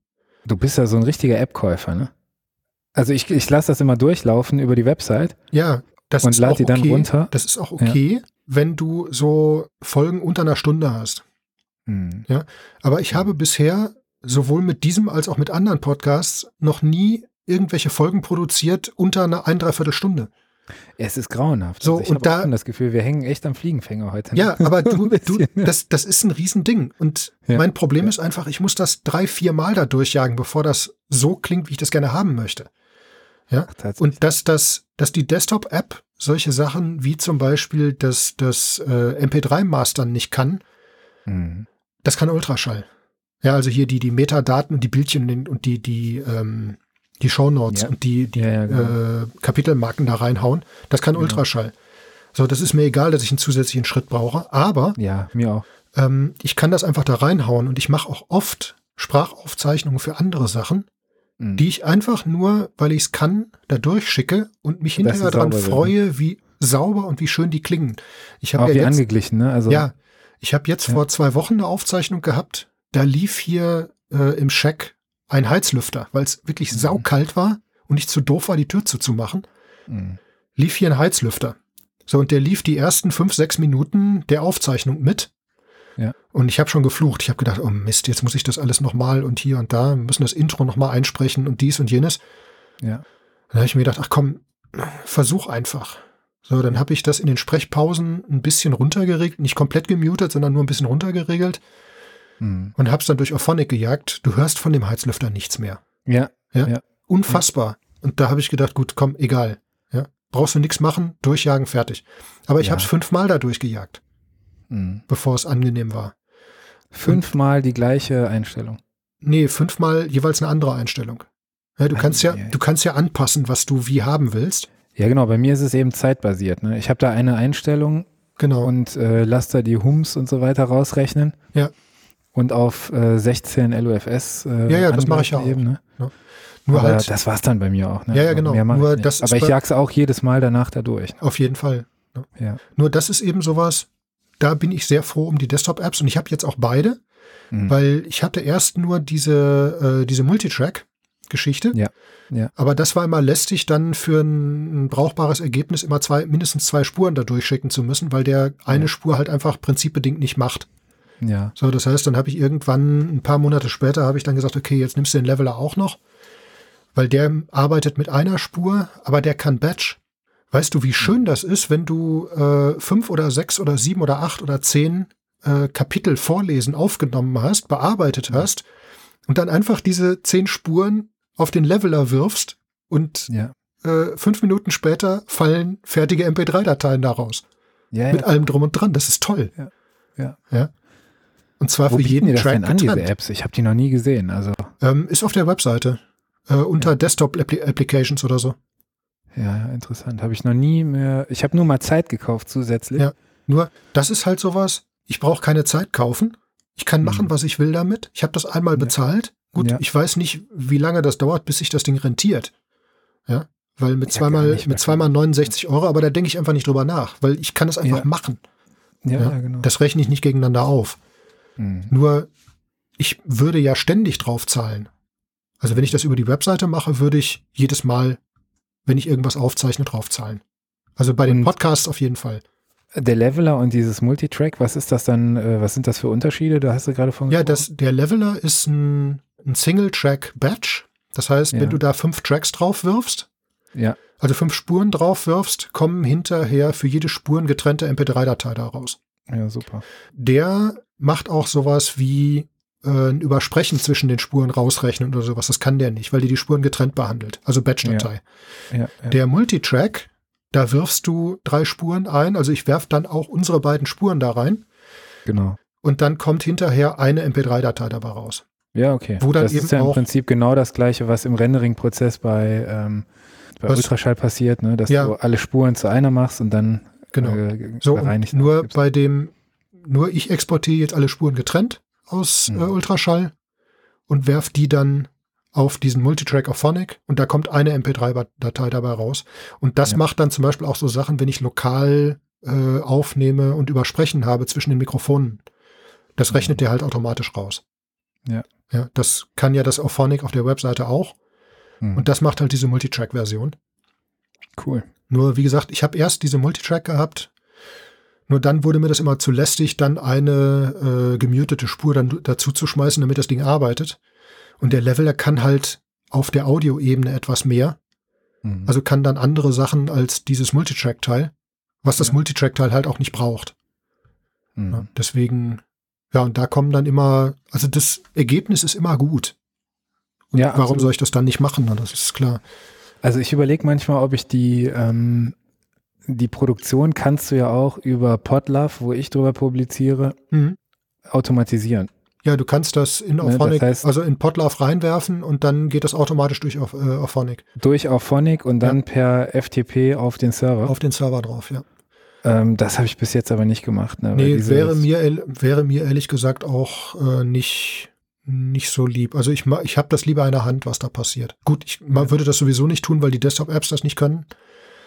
B: Du bist ja so ein richtiger App-Käufer, ne? Also ich, ich lasse das immer durchlaufen über die Website.
A: Ja, das
B: Und
A: ist
B: lad
A: auch
B: die dann
A: okay.
B: runter?
A: Das ist auch okay, wenn du so Folgen unter einer Stunde hast.
B: Mhm.
A: Aber ich habe bisher sowohl mit diesem als auch mit anderen Podcasts noch nie irgendwelche Folgen produziert unter einer ein Dreiviertelstunde.
B: Es ist grauenhaft.
A: So,
B: also ich
A: und
B: hab
A: da-
B: auch schon das Gefühl, wir hängen echt am Fliegenfänger heute. ne?
A: Ja, aber du,
B: Ein
A: du
B: bisschen, ja.
A: das, das ist ein Riesending. Und
B: Ja.
A: mein Problem
B: Ja.
A: ist einfach, ich muss das drei, vier Mal da durchjagen, bevor das so klingt, wie ich das gerne haben möchte.
B: Ach, tatsächlich.
A: Und dass, das, dass die Desktop-App solche Sachen wie zum Beispiel das, das äh, MP3-Mastern nicht kann,
B: Mhm.
A: das kann Ultraschall. Ja, also hier die, die Metadaten und die Bildchen und- und die, die, ähm, die Shownotes
B: Ja.
A: und die, die
B: Ja, ja, genau.
A: äh, Kapitelmarken da reinhauen, das kann
B: Genau.
A: Ultraschall. So, das ist mir egal, dass ich einen zusätzlichen Schritt brauche, aber
B: ja, mir auch.
A: ähm, ich kann das einfach da reinhauen und ich mache auch oft Sprachaufzeichnungen für andere Sachen,
B: Mhm.
A: die ich einfach nur, weil ich es kann, da durchschicke und mich
B: Dass
A: hinterher
B: sie
A: daran
B: sauber sind,
A: freue, wie sauber und wie schön die klingen. Ich
B: auch
A: habe
B: wie
A: ja jetzt,
B: angeglichen, ne? Also
A: ja, ich hab jetzt
B: Ja.
A: vor zwei Wochen eine Aufzeichnung gehabt, da lief hier äh, im Scheck ein Heizlüfter, weil es wirklich
B: Mhm.
A: saukalt war und ich zu doof war, die Tür zuzumachen,
B: Mhm.
A: lief hier ein Heizlüfter. So, und der lief die ersten fünf, sechs Minuten der Aufzeichnung mit.
B: Ja.
A: Und ich habe schon geflucht. Ich habe gedacht, oh Mist, jetzt muss ich das alles nochmal und hier und da, wir müssen das Intro nochmal einsprechen und dies und jenes.
B: ja.
A: Dann habe ich mir gedacht, ach komm, versuch einfach. So, dann habe ich das in den Sprechpausen ein bisschen runtergeregelt, nicht komplett gemutet, sondern nur ein bisschen runtergeregelt
B: Mhm.
A: und habe es dann durch Auphonic gejagt. Du hörst von dem Heizlüfter nichts mehr.
B: ja.
A: Unfassbar. Und da habe ich gedacht, gut, komm, egal. Ja, brauchst du nichts machen, durchjagen, fertig. Aber ich
B: Ja.
A: habe es fünfmal da durchgejagt,
B: Mhm.
A: bevor es angenehm war.
B: Fünfmal die gleiche Einstellung.
A: Nee, fünfmal jeweils eine andere Einstellung. Ja, du kannst ja,
B: Eieiei.
A: du kannst ja anpassen, was du wie haben willst.
B: Ja, genau. Bei mir ist es eben zeitbasiert. Ne? Ich habe da eine Einstellung
A: Genau.
B: und äh, lasse da die Hums und so weiter rausrechnen.
A: Ja.
B: Und auf äh, 16 LUFS. Äh,
A: Ja, ja, das mache ich ja
B: anwenden
A: auch.
B: Eben, ne?
A: Nur
B: Aber
A: halt,
B: das war es dann bei mir auch. Ne?
A: Ja, ja,
B: Also
A: genau.
B: Mehr mach
A: Nur
B: ich nicht.
A: das ist
B: Aber ich
A: bei-
B: jag's auch jedes Mal danach da durch.
A: ne? auf jeden Fall.
B: Ja.
A: Nur das ist eben sowas, da bin ich sehr froh um die Desktop-Apps und ich habe jetzt auch beide, mhm. weil ich hatte erst nur diese, äh, diese Multitrack. Geschichte.
B: Ja, ja.
A: Aber das war immer lästig, dann für ein, ein brauchbares Ergebnis immer zwei, mindestens zwei Spuren da durchschicken zu müssen, weil der eine ja. Spur halt einfach prinzipbedingt nicht macht.
B: Ja.
A: So, das heißt, dann habe ich irgendwann ein paar Monate später habe ich dann gesagt, okay, jetzt nimmst du den Leveler auch noch, weil der arbeitet mit einer Spur, aber der kann Batch. Weißt du, wie schön das ist, wenn du äh, fünf oder sechs oder sieben oder acht oder zehn äh, Kapitel vorlesen, aufgenommen hast, bearbeitet ja. hast und dann einfach diese zehn Spuren auf den Leveler wirfst und
B: ja.
A: äh, fünf Minuten später fallen fertige MP3-Dateien daraus.
B: Ja,
A: mit allem drum und dran. Das ist toll.
B: ja.
A: ja? Und zwar
B: Wo
A: für jeden
B: die das
A: Track
B: denn an, diese
A: getrennt.
B: Apps? Ich habe die noch nie gesehen. Also,
A: Ähm, ist auf der Webseite. Äh, unter Desktop Appli- Applications oder so.
B: ja, interessant. Habe ich noch nie mehr. Ich habe nur mal Zeit gekauft zusätzlich.
A: Ja. Nur, das ist halt sowas, ich brauche keine Zeit kaufen. Ich kann machen,
B: Mhm.
A: was ich will damit. Ich habe das einmal bezahlt. Gut,
B: Ja.
A: ich weiß nicht, wie lange das dauert, bis sich das Ding rentiert. Ja. Weil mit
B: Ja, gar
A: zweimal,
B: nicht.
A: mit zweimal 69 Euro, aber da denke ich einfach nicht drüber nach, weil ich kann das einfach
B: Ja.
A: machen.
B: Ja,
A: Ja.
B: ja, genau.
A: Das rechne ich nicht gegeneinander auf.
B: Mhm.
A: Nur, ich würde ja ständig drauf zahlen. Also wenn ich das über die Webseite mache, würde ich jedes Mal, wenn ich irgendwas aufzeichne, drauf zahlen. Also bei den
B: Und-
A: Podcasts auf jeden Fall.
B: Der Leveler und dieses Multitrack, was ist das dann, äh, was sind das für Unterschiede? Da hast du gerade von
A: Ja,
B: gesprochen.
A: das, der Leveler ist ein, ein Single-Track-Batch. Das heißt,
B: Ja.
A: wenn du da fünf Tracks drauf wirfst,
B: Ja,
A: also fünf Spuren drauf wirfst, kommen hinterher für jede Spur eine getrennte MP3-Datei daraus.
B: ja, super.
A: Der macht auch sowas wie äh, ein Übersprechen zwischen den Spuren rausrechnen oder sowas. Das kann der nicht, weil die die Spuren getrennt behandelt. Also Batch-Datei.
B: Ja, ja.
A: Der Multitrack, da wirfst du drei Spuren ein. Also ich werf dann auch unsere beiden Spuren da rein.
B: genau.
A: Und dann kommt hinterher eine MP3-Datei dabei raus.
B: Ja, okay.
A: Wo dann
B: das
A: eben
B: ist ja im
A: auch-
B: Prinzip genau das Gleiche, was im Rendering-Prozess bei, ähm, bei
A: Was-
B: Ultraschall passiert, ne? dass
A: Ja.
B: du alle Spuren zu einer machst und dann
A: Genau.
B: äh,
A: So, und
B: bereinigt
A: nur
B: abgibst.
A: bei dem, nur ich exportiere jetzt alle Spuren getrennt aus
B: Mhm.
A: äh, Ultraschall und werf die dann auf diesen Multitrack auf Phonic und da kommt eine MP3-Datei dabei raus. Und das
B: Ja.
A: macht dann zum Beispiel auch so Sachen, wenn ich lokal äh, aufnehme und übersprechen habe zwischen den Mikrofonen. Das
B: Mhm.
A: rechnet der halt automatisch raus.
B: Ja.
A: ja. Das kann ja das Auphonic auf der Webseite auch.
B: Mhm.
A: Und das macht halt diese Multitrack-Version.
B: cool.
A: Nur, wie gesagt, ich habe erst diese Multitrack gehabt. Nur dann wurde mir das immer zu lästig, dann eine äh, gemutete Spur dann dazu zu schmeißen, damit das Ding arbeitet. Und der Leveler kann halt auf der Audioebene etwas mehr,
B: Mhm.
A: also kann dann andere Sachen als dieses Multitrack-Teil, was das
B: Ja.
A: Multitrack-Teil halt auch nicht braucht.
B: Mhm.
A: Ne? Deswegen, ja, und da kommen dann immer, also das Ergebnis ist immer gut. Und
B: Ja,
A: warum
B: absolut.
A: soll ich das dann nicht machen? Na, Das ist klar.
B: Also ich überlege manchmal, ob ich die, ähm, die Produktion kannst du ja auch über Podlove, wo ich drüber publiziere,
A: Mhm.
B: automatisieren.
A: Ja, du kannst das in
B: Ne, das
A: Auphonic,
B: heißt-
A: also in Podlove reinwerfen und dann geht das automatisch durch auf, äh, Auphonic,
B: Durch auf Phonic und dann per FTP auf den Server.
A: auf den Server drauf, ja.
B: ähm, das habe ich bis jetzt aber nicht gemacht. Ne, weil
A: nee,
B: dieses-
A: wäre mir, ehrl- wäre mir ehrlich gesagt auch äh, nicht, nicht so lieb. Also ich, ma- ich habe das lieber in der Hand, was da passiert. Gut, ich ma- würde das sowieso nicht tun, weil die Desktop-Apps das nicht können,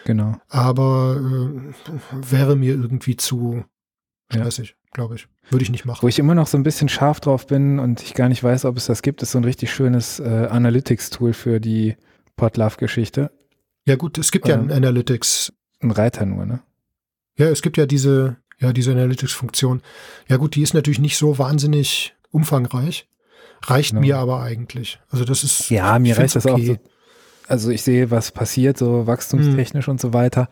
B: Genau.
A: aber äh, wäre mir irgendwie zu
B: Ja.
A: stressig, glaube ich. Würde ich nicht
B: Wo
A: machen.
B: ich immer noch so ein bisschen scharf drauf bin und ich gar nicht weiß, ob es das gibt, ist so ein richtig schönes äh, Analytics-Tool für die Podlove-Geschichte.
A: Ja gut, es gibt ja
B: Ähm.
A: ein Analytics,
B: Ein Reiter nur, ne?
A: Ja, es gibt ja diese, ja, diese Analytics-Funktion. Ja, gut, die ist natürlich nicht so wahnsinnig umfangreich. Reicht
B: Genau.
A: mir aber eigentlich. Also das ist.
B: Ja, mir
A: ich
B: reicht
A: find's
B: das auch. So, also ich sehe, was passiert, so wachstumstechnisch
A: Hm.
B: und so weiter.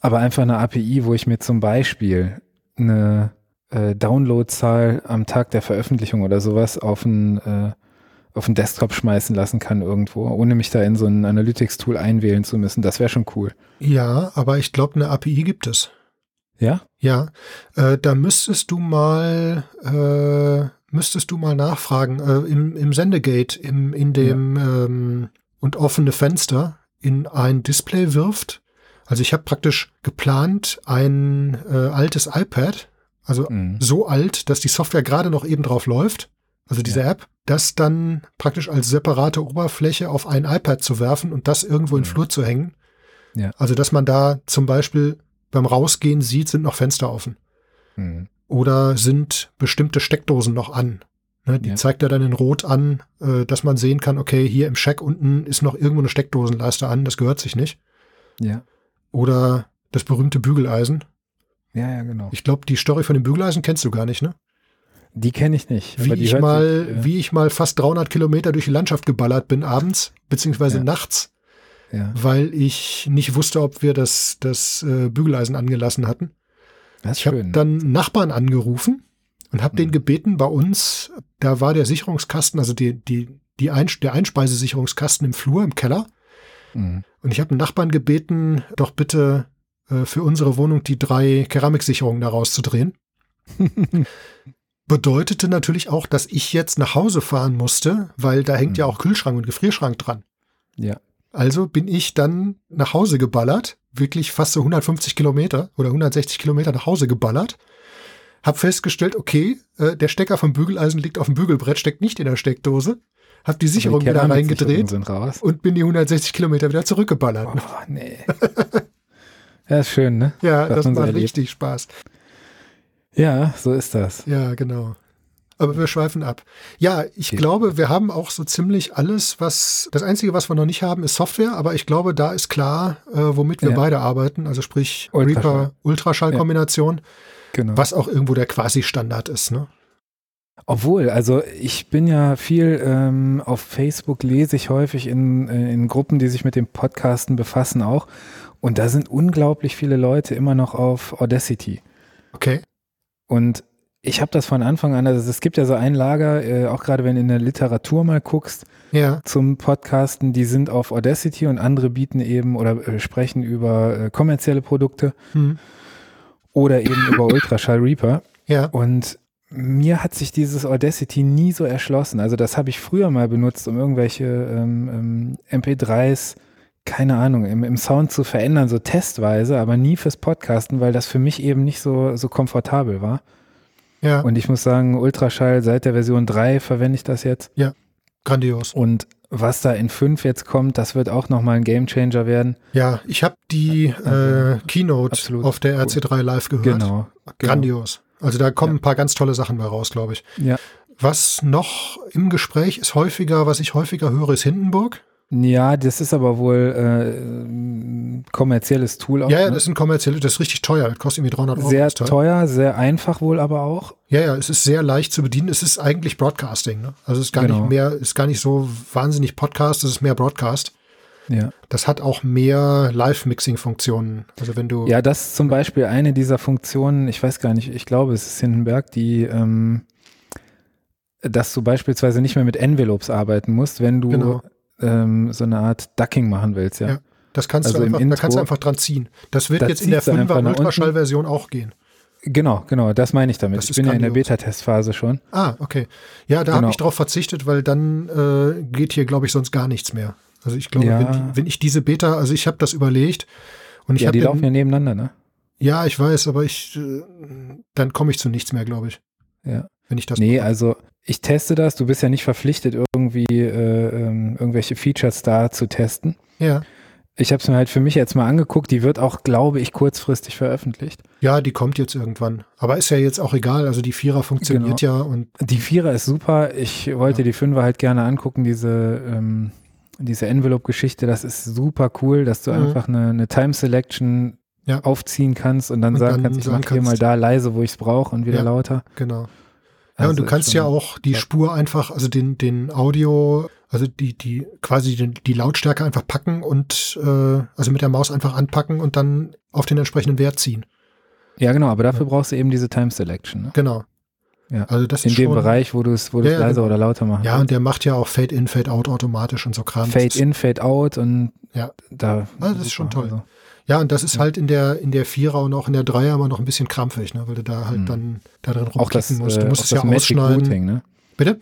B: Aber einfach eine API, wo ich mir zum Beispiel eine äh, Downloadzahl am Tag der Veröffentlichung oder sowas auf einen, äh, auf einen Desktop schmeißen lassen kann irgendwo, ohne mich da in so ein Analytics-Tool einwählen zu müssen. Das wäre schon cool.
A: Ja, aber ich glaube, eine API gibt es.
B: Ja?
A: Ja, äh, da müsstest du mal, äh, müsstest du mal nachfragen. Äh, im, Im Sendegate, im, in dem ähm, und offene Fenster in ein Display wirft. Also ich habe praktisch geplant, ein äh, altes iPad, also
B: Mhm.
A: so alt, dass die Software gerade noch eben drauf läuft, also diese App, das dann praktisch als separate Oberfläche auf ein iPad zu werfen und das irgendwo in den
B: Mhm.
A: Flur zu hängen.
B: Ja.
A: Also, dass man da zum Beispiel beim Rausgehen sieht, sind noch Fenster offen.
B: Mhm.
A: Oder sind bestimmte Steckdosen noch an? Ne, die
B: Ja.
A: zeigt er dann in Rot an, äh, dass man sehen kann, okay, hier im Scheck unten ist noch irgendwo eine Steckdosenleiste an, das gehört sich nicht.
B: Ja.
A: Oder das berühmte Bügeleisen.
B: Ja, ja, genau.
A: Ich glaube, die Story von dem Bügeleisen kennst du gar nicht, ne?
B: Die kenne ich nicht.
A: Wie
B: aber die
A: ich,
B: hört
A: mal,
B: sich, äh,
A: wie ich mal fast 300 Kilometer durch die Landschaft geballert bin abends, beziehungsweise
B: Ja.
A: nachts,
B: ja.
A: weil ich nicht wusste, ob wir das, das äh, Bügeleisen angelassen hatten.
B: Das ist
A: Ich habe
B: schön.
A: dann Nachbarn angerufen und habe
B: Mhm.
A: den gebeten, bei uns, da war der Sicherungskasten, also die, die, die Einsch- der Einspeisesicherungskasten im Flur, im Keller.
B: Mhm.
A: Und ich habe einen Nachbarn gebeten, doch bitte äh, für unsere Wohnung die drei Keramiksicherungen daraus zu drehen. Bedeutete natürlich auch, dass ich jetzt nach Hause fahren musste, weil da hängt ja
B: Mhm.
A: auch Kühlschrank und Gefrierschrank dran.
B: Ja.
A: Also bin ich dann nach Hause geballert, wirklich fast so 150 Kilometer oder 160 Kilometer nach Hause geballert. Hab festgestellt, okay, äh, der Stecker vom Bügeleisen liegt auf dem Bügelbrett, steckt nicht in der Steckdose. Hab die Sicherung
B: Aber
A: wieder
B: Also die Keramiksicherungen
A: reingedreht
B: sind raus.
A: und bin die 160 Kilometer wieder zurückgeballert.
B: Oh, nee. ja, ist schön, ne?
A: Ja,
B: Was
A: das
B: man so
A: macht
B: erlebt.
A: richtig Spaß.
B: Ja, so ist das.
A: Ja, genau. Aber wir schweifen ab. Ja, ich
B: Okay.
A: glaube, wir haben auch so ziemlich alles, was. Das Einzige, was wir noch nicht haben, ist Software, aber ich glaube, da ist klar, äh, womit wir
B: Ja.
A: beide arbeiten. Also sprich
B: Ultraschall.
A: Reaper Ultraschallkombination,
B: Genau.
A: was auch irgendwo der quasi Standard ist, ne?
B: Obwohl, also ich bin ja viel ähm, auf Facebook, lese ich häufig in, äh, in Gruppen, die sich mit dem Podcasten befassen auch. Und da sind unglaublich viele Leute immer noch auf Audacity.
A: Okay.
B: Und ich habe das von Anfang an, also es gibt ja so ein Lager, äh, auch gerade wenn du in der Literatur mal guckst,
A: Ja,
B: zum Podcasten, die sind auf Audacity und andere bieten eben oder äh, sprechen über äh, kommerzielle Produkte
A: hm.
B: oder eben über Ultraschall Reaper.
A: ja,
B: Und mir hat sich dieses Audacity nie so erschlossen. Also das habe ich früher mal benutzt, um irgendwelche ähm, ähm, MP3s, keine Ahnung, im, im Sound zu verändern, so testweise, aber nie fürs Podcasten, weil das für mich eben nicht so, so komfortabel war.
A: ja.
B: Und ich muss sagen, Ultraschall seit der Version 3 verwende ich das jetzt.
A: grandios.
B: Und was da in 5 jetzt kommt, das wird auch nochmal ein Gamechanger werden.
A: Ja, ich habe die äh, Keynote
B: Absolut.
A: auf der RC3 live gehört.
B: Genau. genau.
A: Grandios. Also da kommen
B: Ja.
A: ein paar ganz tolle Sachen bei raus, glaube ich.
B: Ja.
A: Was noch im Gespräch ist häufiger, was ich häufiger höre, ist Hindenburg.
B: ja, das ist aber wohl äh, ein kommerzielles Tool auch.
A: ja, ja,
B: ne?
A: das ist ein kommerzielles, das ist richtig teuer. Das kostet irgendwie 300 Euro.
B: sehr
A: das Teil.
B: teuer, sehr einfach wohl aber auch.
A: Ja, ja, es ist sehr leicht zu bedienen. Es ist eigentlich Broadcasting. Ne? Also es ist gar
B: Genau.
A: nicht mehr, ist gar nicht so wahnsinnig Podcast, es ist mehr Broadcast.
B: Ja.
A: Das hat auch mehr Live-Mixing-Funktionen. Also wenn du,
B: ja, das ist zum Beispiel eine dieser Funktionen, ich weiß gar nicht, ich glaube, es ist Hindenberg, die, ähm, dass du beispielsweise nicht mehr mit Envelopes arbeiten musst, wenn du
A: Genau.
B: ähm, so eine Art Ducking machen willst, ja.
A: Ja. das kannst
B: also
A: du
B: im
A: einfach, da kannst
B: Intro-
A: du einfach dran ziehen. Das wird
B: Da
A: jetzt in der
B: ziehst du einfach
A: 5er
B: nach unten.
A: Ultraschall-Version auch gehen.
B: Genau, genau, das meine ich damit.
A: Das
B: ich
A: ist
B: bin ja in der
A: grandios.
B: Beta-Testphase schon.
A: Ah, okay. Ja, da
B: Genau.
A: habe ich drauf verzichtet, weil dann äh, geht hier, glaube ich, sonst gar nichts mehr. Also ich glaube,
B: Ja.
A: wenn, die, wenn ich diese Beta, also ich habe das überlegt und ich
B: ja,
A: habe
B: die
A: den-
B: laufen ja nebeneinander, ne?
A: Ja, ich weiß, aber ich, äh, dann komme ich zu nichts mehr, glaube ich.
B: Ja.
A: Wenn ich das.
B: Nee, also ich teste das, du bist ja nicht verpflichtet, irgendwie äh, ähm, irgendwelche Features da zu testen.
A: Ja.
B: Ich habe es mir halt für mich jetzt mal angeguckt. Die wird auch, glaube ich, kurzfristig veröffentlicht.
A: ja, die kommt jetzt irgendwann. Aber ist ja jetzt auch egal. Also die Vierer funktioniert
B: Genau.
A: ja und
B: Die Vierer ist super. Ich wollte
A: Ja.
B: die Fünfer halt gerne angucken. Diese, ähm, diese Envelope-Geschichte, das ist super cool, dass du
A: Mhm.
B: einfach eine, eine Time-Selection
A: Ja.
B: aufziehen kannst und dann
A: Und
B: sagen
A: dann
B: kannst, ich
A: sagen
B: mache hier mal
A: kannst.
B: da leise, wo ich es brauche und wieder
A: Ja.
B: lauter.
A: genau. Ja,
B: Also
A: und du
B: ist
A: kannst
B: schon-
A: ja auch die
B: ja.
A: Spur einfach, also den, den Audio, also die, die, quasi den, die Lautstärke einfach packen und äh, also mit der Maus einfach anpacken und dann auf den entsprechenden Wert ziehen.
B: Ja, genau, aber dafür brauchst du eben diese Time-Selection. Ne?
A: Genau.
B: Ja.
A: Also das
B: In
A: ist
B: dem
A: schon,
B: Bereich, wo du es wo du's
A: Ja, ja,
B: leiser
A: genau.
B: oder lauter machen
A: Ja, und der macht ja auch Fade in, Fade out automatisch und so Kram. Das ist-
B: Fade in, Fade out und
A: Ja.
B: da.
A: Ah, das ist schon toll.
B: Also,
A: Ja, und das ist halt in der, in der Vierer und auch in der Dreier immer noch ein bisschen krampfig, ne? weil du da halt
B: Mhm.
A: dann da drin
B: auch das,
A: rumklicken musst.
B: äh,
A: Du musst
B: auch
A: es
B: das
A: ja ausschneiden.
B: Routing, ne?
A: Bitte?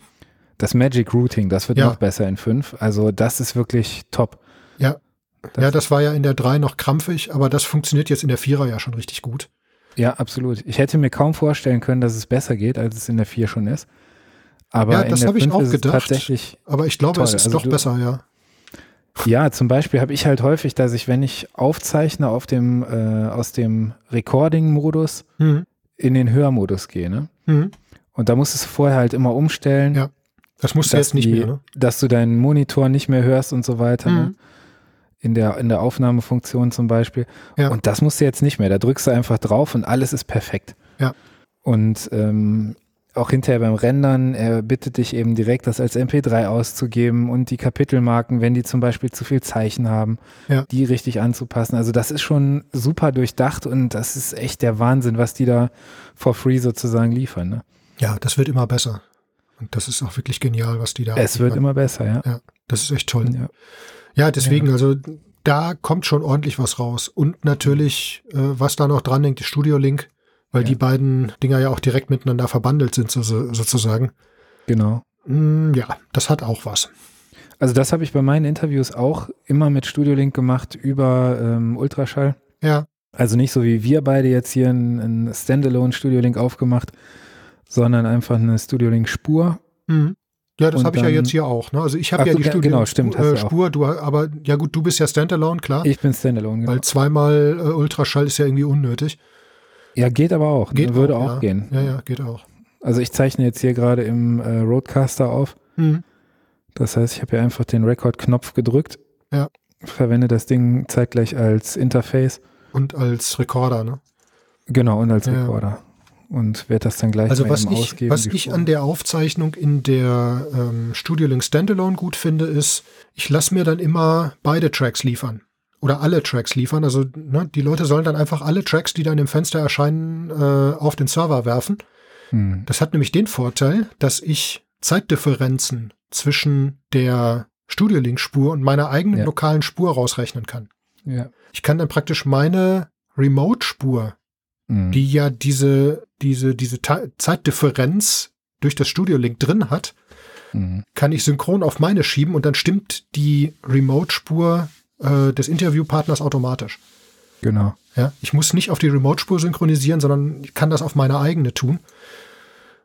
B: Das Magic Routing, das wird
A: Ja.
B: noch besser in 5. Also das ist wirklich top.
A: Ja.
B: Das,
A: ja,
B: ja,
A: das war ja in der Drei noch krampfig, aber das funktioniert jetzt in der Vierer ja schon richtig gut.
B: absolut. Ich hätte mir kaum vorstellen können, dass es besser geht, als es in der 4 schon ist. Aber
A: Ja,
B: in
A: das
B: der
A: habe ich
B: 5
A: auch
B: ist es
A: gedacht.
B: tatsächlich,
A: Aber ich glaube,
B: Toll,
A: es ist
B: also
A: doch
B: du-
A: besser, ja.
B: ja, zum Beispiel habe ich halt häufig, dass ich, wenn ich aufzeichne auf dem, äh, aus dem Recording-Modus,
A: Mhm.
B: in- in den Hörmodus gehe. Ne?
A: Mhm.
B: Und da musstest du vorher halt immer umstellen,
A: Ja, Das musst du
B: dass,
A: jetzt nicht
B: die,
A: mehr, ne?
B: dass du deinen Monitor nicht mehr hörst und so weiter. Ne?
A: Mhm.
B: In der, in der Aufnahmefunktion zum Beispiel.
A: Ja.
B: Und das musst du jetzt nicht mehr. Da drückst du einfach drauf und alles ist perfekt.
A: Ja.
B: Und ähm, auch hinterher beim Rendern, er bittet dich eben direkt, das als MP3 auszugeben und die Kapitelmarken, wenn die zum Beispiel zu viel Zeichen haben,
A: Ja.
B: die richtig anzupassen. Also das ist schon super durchdacht und das ist echt der Wahnsinn, was die da for free sozusagen liefern. Ne?
A: Ja, das wird immer besser. Und das ist auch wirklich genial, was die da
B: es wird
A: abliefern.
B: immer besser, ja.
A: Das ist echt toll.
B: ja.
A: Ja, deswegen, also da kommt schon ordentlich was raus. Und natürlich, äh, was da noch dran hängt, ist Studio Link, weil
B: Ja.
A: die beiden Dinger ja auch direkt miteinander verbandelt sind, so, so, sozusagen.
B: Genau.
A: Mm, ja, das hat auch was.
B: Also das habe ich bei meinen Interviews auch immer mit Studiolink gemacht über ähm, Ultraschall.
A: Ja,
B: Also nicht so wie wir beide jetzt hier ein, ein Standalone Studiolink aufgemacht, sondern einfach eine Studiolink-Spur.
A: mhm. ja das
B: Und
A: habe ich ja
B: dann-
A: jetzt hier auch. Ne? Also ich
B: Ach
A: habe ja
B: so,
A: die
B: ja,
A: Studio
B: genau, stimmt, hast du
A: äh,
B: auch.
A: Spur, du, aber ja gut, du bist ja Standalone, klar.
B: Ich bin Standalone. Genau.
A: Weil zweimal äh, Ultraschall ist ja irgendwie unnötig.
B: Ja, geht aber auch.
A: Geht
B: Geht würde
A: auch,
B: auch,
A: ja.
B: gehen.
A: Ja, ja, geht auch.
B: Also ich zeichne jetzt hier gerade im äh, Roadcaster auf.
A: Mhm.
B: Das heißt, ich habe hier einfach den Record-Knopf gedrückt.
A: Ja.
B: Verwende das Ding zeitgleich als Interface.
A: Und als Rekorder, ne?
B: Genau, und als
A: Ja.
B: Recorder. Und werde das dann gleich
A: Also
B: mal
A: was
B: eben
A: ich,
B: ausgeben.
A: was
B: die
A: ich
B: Spur.
A: an der Aufzeichnung in der ähm, StudioLink Standalone gut finde, ist, ich lasse mir dann immer beide Tracks liefern. Oder alle Tracks liefern. Also ne, die Leute sollen dann einfach alle Tracks, die da in dem Fenster erscheinen, äh, auf den Server werfen.
B: hm.
A: Das hat nämlich den Vorteil, dass ich Zeitdifferenzen zwischen der StudioLink-Spur und meiner eigenen
B: Ja.
A: lokalen Spur rausrechnen kann.
B: ja.
A: Ich kann dann praktisch meine Remote-Spur
B: Hm.
A: die ja diese, diese, diese Ta- Zeitdifferenz durch das Studio-Link drin hat,
B: Hm.
A: kann ich synchron auf meine schieben und dann stimmt die Remote-Spur äh, des Interviewpartners automatisch.
B: Genau.
A: Ja? Ich muss nicht auf die Remote-Spur synchronisieren, sondern ich kann das auf meine eigene tun.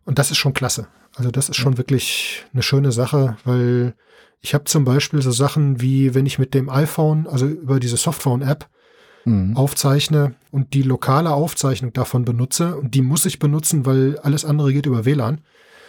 A: Und das ist schon klasse. Also das ist schon wirklich eine schöne Sache, weil ich habe zum Beispiel so Sachen wie, wenn ich mit dem iPhone, also über diese Softphone-App,
B: Mhm.
A: aufzeichne und die lokale Aufzeichnung davon benutze, und die muss ich benutzen, weil alles andere geht über WLAN,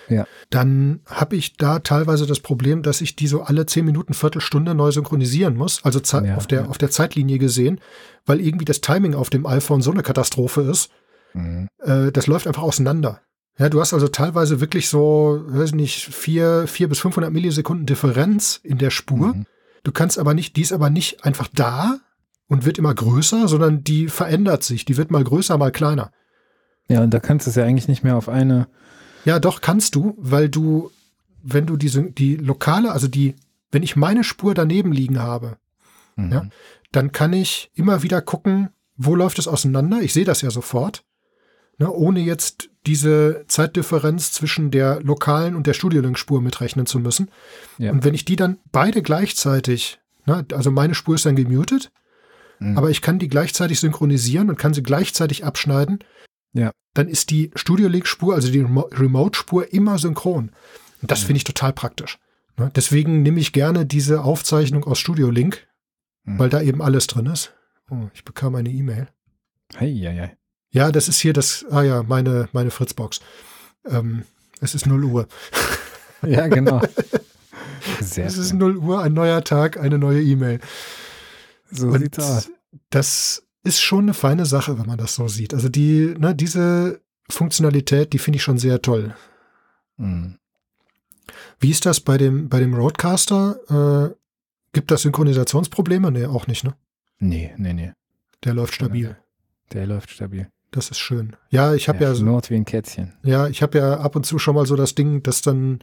B: Ja.
A: dann habe ich da teilweise das Problem, dass ich die so alle 10 Minuten, Viertelstunde neu synchronisieren muss, also zei-
B: Ja,
A: auf, der,
B: ja.
A: auf der Zeitlinie gesehen, weil irgendwie das Timing auf dem iPhone so eine Katastrophe ist,
B: Mhm.
A: äh, das läuft einfach auseinander. Ja, du hast also teilweise wirklich so, weiß nicht, 4, vier bis 500 Millisekunden Differenz in der Spur.
B: Mhm.
A: Du kannst aber nicht, die ist aber nicht einfach da und wird immer größer, sondern die verändert sich. Die wird mal größer, mal kleiner.
B: Ja, und da kannst du es ja eigentlich nicht mehr auf eine.
A: Ja, doch kannst du, weil du, wenn du diese, die lokale, also die, wenn ich meine Spur daneben liegen habe,
B: Mhm.
A: Ja. dann kann ich immer wieder gucken, wo läuft es auseinander. Ich sehe das ja sofort. Ne, ohne jetzt diese Zeitdifferenz zwischen der lokalen und der Studiolink-Spur mitrechnen zu müssen.
B: Ja.
A: Und wenn ich die dann beide gleichzeitig, ne, also meine Spur ist dann gemutet,
B: Mhm.
A: aber ich kann die gleichzeitig synchronisieren und kann sie gleichzeitig abschneiden,
B: Ja.
A: dann ist die Studiolink-Spur, also die Remo- Remote-Spur, immer synchron. Und
B: Mhm.
A: das finde ich total praktisch. Ne, Deswegen nehme ich gerne diese Aufzeichnung aus Studiolink,
B: Mhm.
A: weil da eben alles drin ist. Oh, ich bekam eine E-Mail.
B: Hei, hei, hei.
A: Ja, das ist hier das, ah ja, meine, meine Fritzbox. Ähm, es ist 0 Uhr.
B: Ja, genau. Sehr
A: Es ist
B: schön.
A: 0 Uhr, ein neuer Tag, eine neue E-Mail.
B: So
A: Und
B: sieht's aus.
A: Das ist schon eine feine Sache, wenn man das so sieht. Also die, ne, diese Funktionalität, die finde ich schon sehr toll.
B: Mhm.
A: Wie ist das bei dem, bei dem Roadcaster? Äh, gibt das Synchronisationsprobleme? Nee, auch nicht, ne?
B: Nee, nee, nee.
A: Der läuft stabil.
B: Der läuft stabil.
A: Das ist schön. Ja, ich habe
B: Der
A: ja so,
B: schnurrt wie ein Kätzchen.
A: Ja, ich habe ja ab und zu schon mal so das Ding, dass dann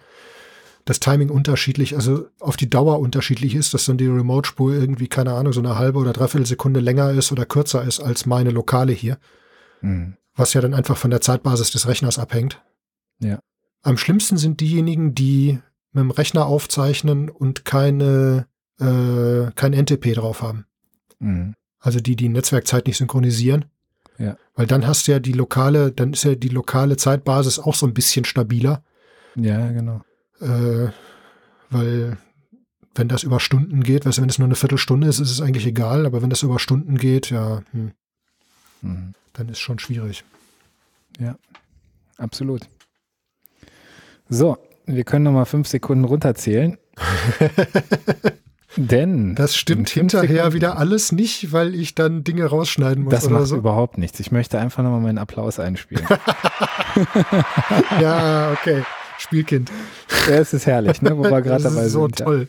A: das Timing unterschiedlich, also auf die Dauer unterschiedlich ist, dass dann die Remote-Spur irgendwie, keine Ahnung, so eine halbe oder dreiviertel Sekunde länger ist oder kürzer ist als meine lokale hier,
B: Mhm.
A: was ja dann einfach von der Zeitbasis des Rechners abhängt.
B: Ja.
A: Am schlimmsten sind diejenigen, die mit dem Rechner aufzeichnen und keine, äh, kein NTP drauf haben.
B: Mhm.
A: Also die, die Netzwerkzeit nicht synchronisieren.
B: Ja.
A: Weil dann hast du ja die lokale, dann ist ja die lokale Zeitbasis auch so ein bisschen stabiler.
B: Ja, genau.
A: äh, weil wenn das über Stunden geht, weißt du, wenn es nur eine Viertelstunde ist, ist es eigentlich egal, aber wenn das über Stunden geht, ja, hm,
B: Mhm.
A: dann ist schon schwierig.
B: Ja, absolut. So, wir können nochmal fünf Sekunden runterzählen. Denn.
A: Das stimmt
B: in fünf
A: hinterher
B: Sekunden-
A: wieder alles nicht, weil ich dann Dinge rausschneiden muss
B: Das
A: oder
B: macht
A: so.
B: überhaupt nichts. Ich möchte einfach nochmal meinen Applaus einspielen.
A: Ja, okay. Spielkind.
B: ja, es ist herrlich, ne? wo wir gerade
A: Das
B: dabei
A: ist so
B: sind. ja.
A: toll.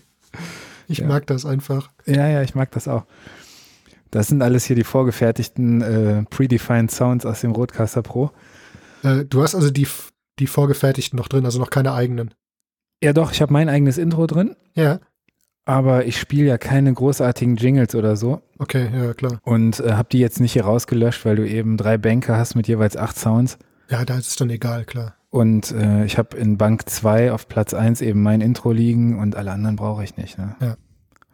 A: Ich
B: Ja.
A: mag das einfach.
B: Ja, ja, ich mag das auch. Das sind alles hier die vorgefertigten äh, Predefined Sounds aus dem Rodecaster Pro.
A: Äh, du hast also die, f- die vorgefertigten noch drin, also noch keine eigenen.
B: Ja, doch, ich habe mein eigenes Intro drin,
A: Ja,
B: aber ich spiele ja keine großartigen Jingles oder so
A: okay, ja, klar.
B: und äh, habe die jetzt nicht hier rausgelöscht, weil du eben drei Bänke hast mit jeweils acht Sounds.
A: Ja, da ist es dann egal, klar.
B: Und äh, ich habe in Bank 2 auf Platz 1 eben mein Intro liegen und alle anderen brauche ich nicht. Ne?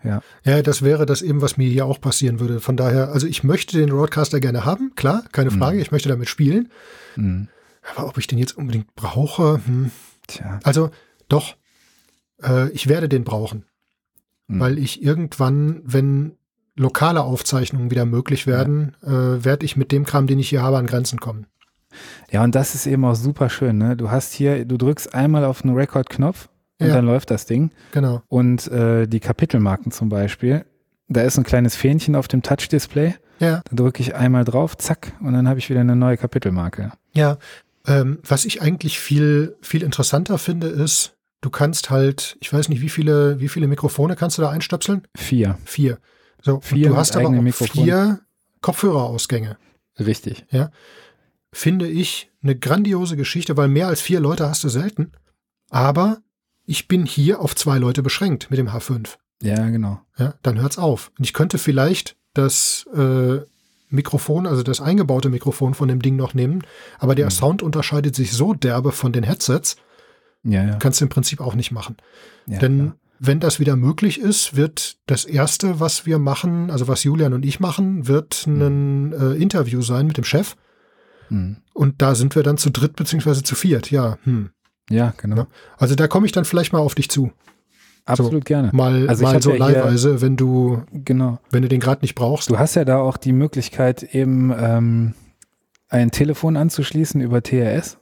A: Ja, das wäre das eben, was mir hier auch passieren würde. Von daher, also ich möchte den Roadcaster gerne haben, klar, keine Frage, ich möchte damit spielen.
B: Mhm.
A: Aber ob ich den jetzt unbedingt brauche, hm.
B: Tja.
A: also doch, äh, ich werde den brauchen.
B: Mhm.
A: Weil ich irgendwann, wenn lokale Aufzeichnungen wieder möglich werden, äh, werde ich mit dem Kram, den ich hier habe, an Grenzen kommen.
B: Ja, und das ist eben auch super schön. Ne? Du hast hier, du drückst einmal auf einen Record-Knopf und
A: Ja.
B: dann läuft das Ding.
A: Genau.
B: Und äh, die Kapitelmarken zum Beispiel, da ist ein kleines Fähnchen auf dem Touch-Display.
A: Ja.
B: Da drücke ich einmal drauf, zack, und dann habe ich wieder eine neue Kapitelmarke.
A: Ja, ähm, was ich eigentlich viel, viel interessanter finde, ist, du kannst halt, ich weiß nicht, wie viele, wie viele Mikrofone kannst du da einstöpseln?
B: Vier.
A: Vier. So,
B: Vier
A: und du
B: mit
A: hast aber
B: eigenem
A: auch
B: Mikrofon.
A: vier Kopfhörerausgänge.
B: Richtig.
A: Finde ich eine grandiose Geschichte, weil mehr als vier Leute hast du selten. Aber ich bin hier auf zwei Leute beschränkt mit dem H5.
B: Ja, genau.
A: Ja, dann hört's auf. Und ich könnte vielleicht das äh, Mikrofon, also das eingebaute Mikrofon von dem Ding noch nehmen, aber der
B: Mhm.
A: Sound unterscheidet sich so derbe von den Headsets,
B: Ja, ja.
A: kannst du im Prinzip auch nicht machen.
B: ja
A: Denn
B: klar.
A: wenn das wieder möglich ist, wird das Erste, was wir machen, also was Julian und ich machen, wird ein äh, Interview sein mit dem Chef.
B: Mhm.
A: Und da sind wir dann zu dritt beziehungsweise zu viert, ja. Hm.
B: ja genau.
A: Ja. Also da komme ich dann vielleicht mal auf dich zu.
B: Absolut gerne.
A: Mal,
B: Also ich
A: mal
B: hab
A: so
B: ja hier-
A: leihweise, wenn du,
B: Genau.
A: wenn du den gerade nicht brauchst.
B: Du hast ja da auch die Möglichkeit, eben ähm, ein Telefon anzuschließen über TRS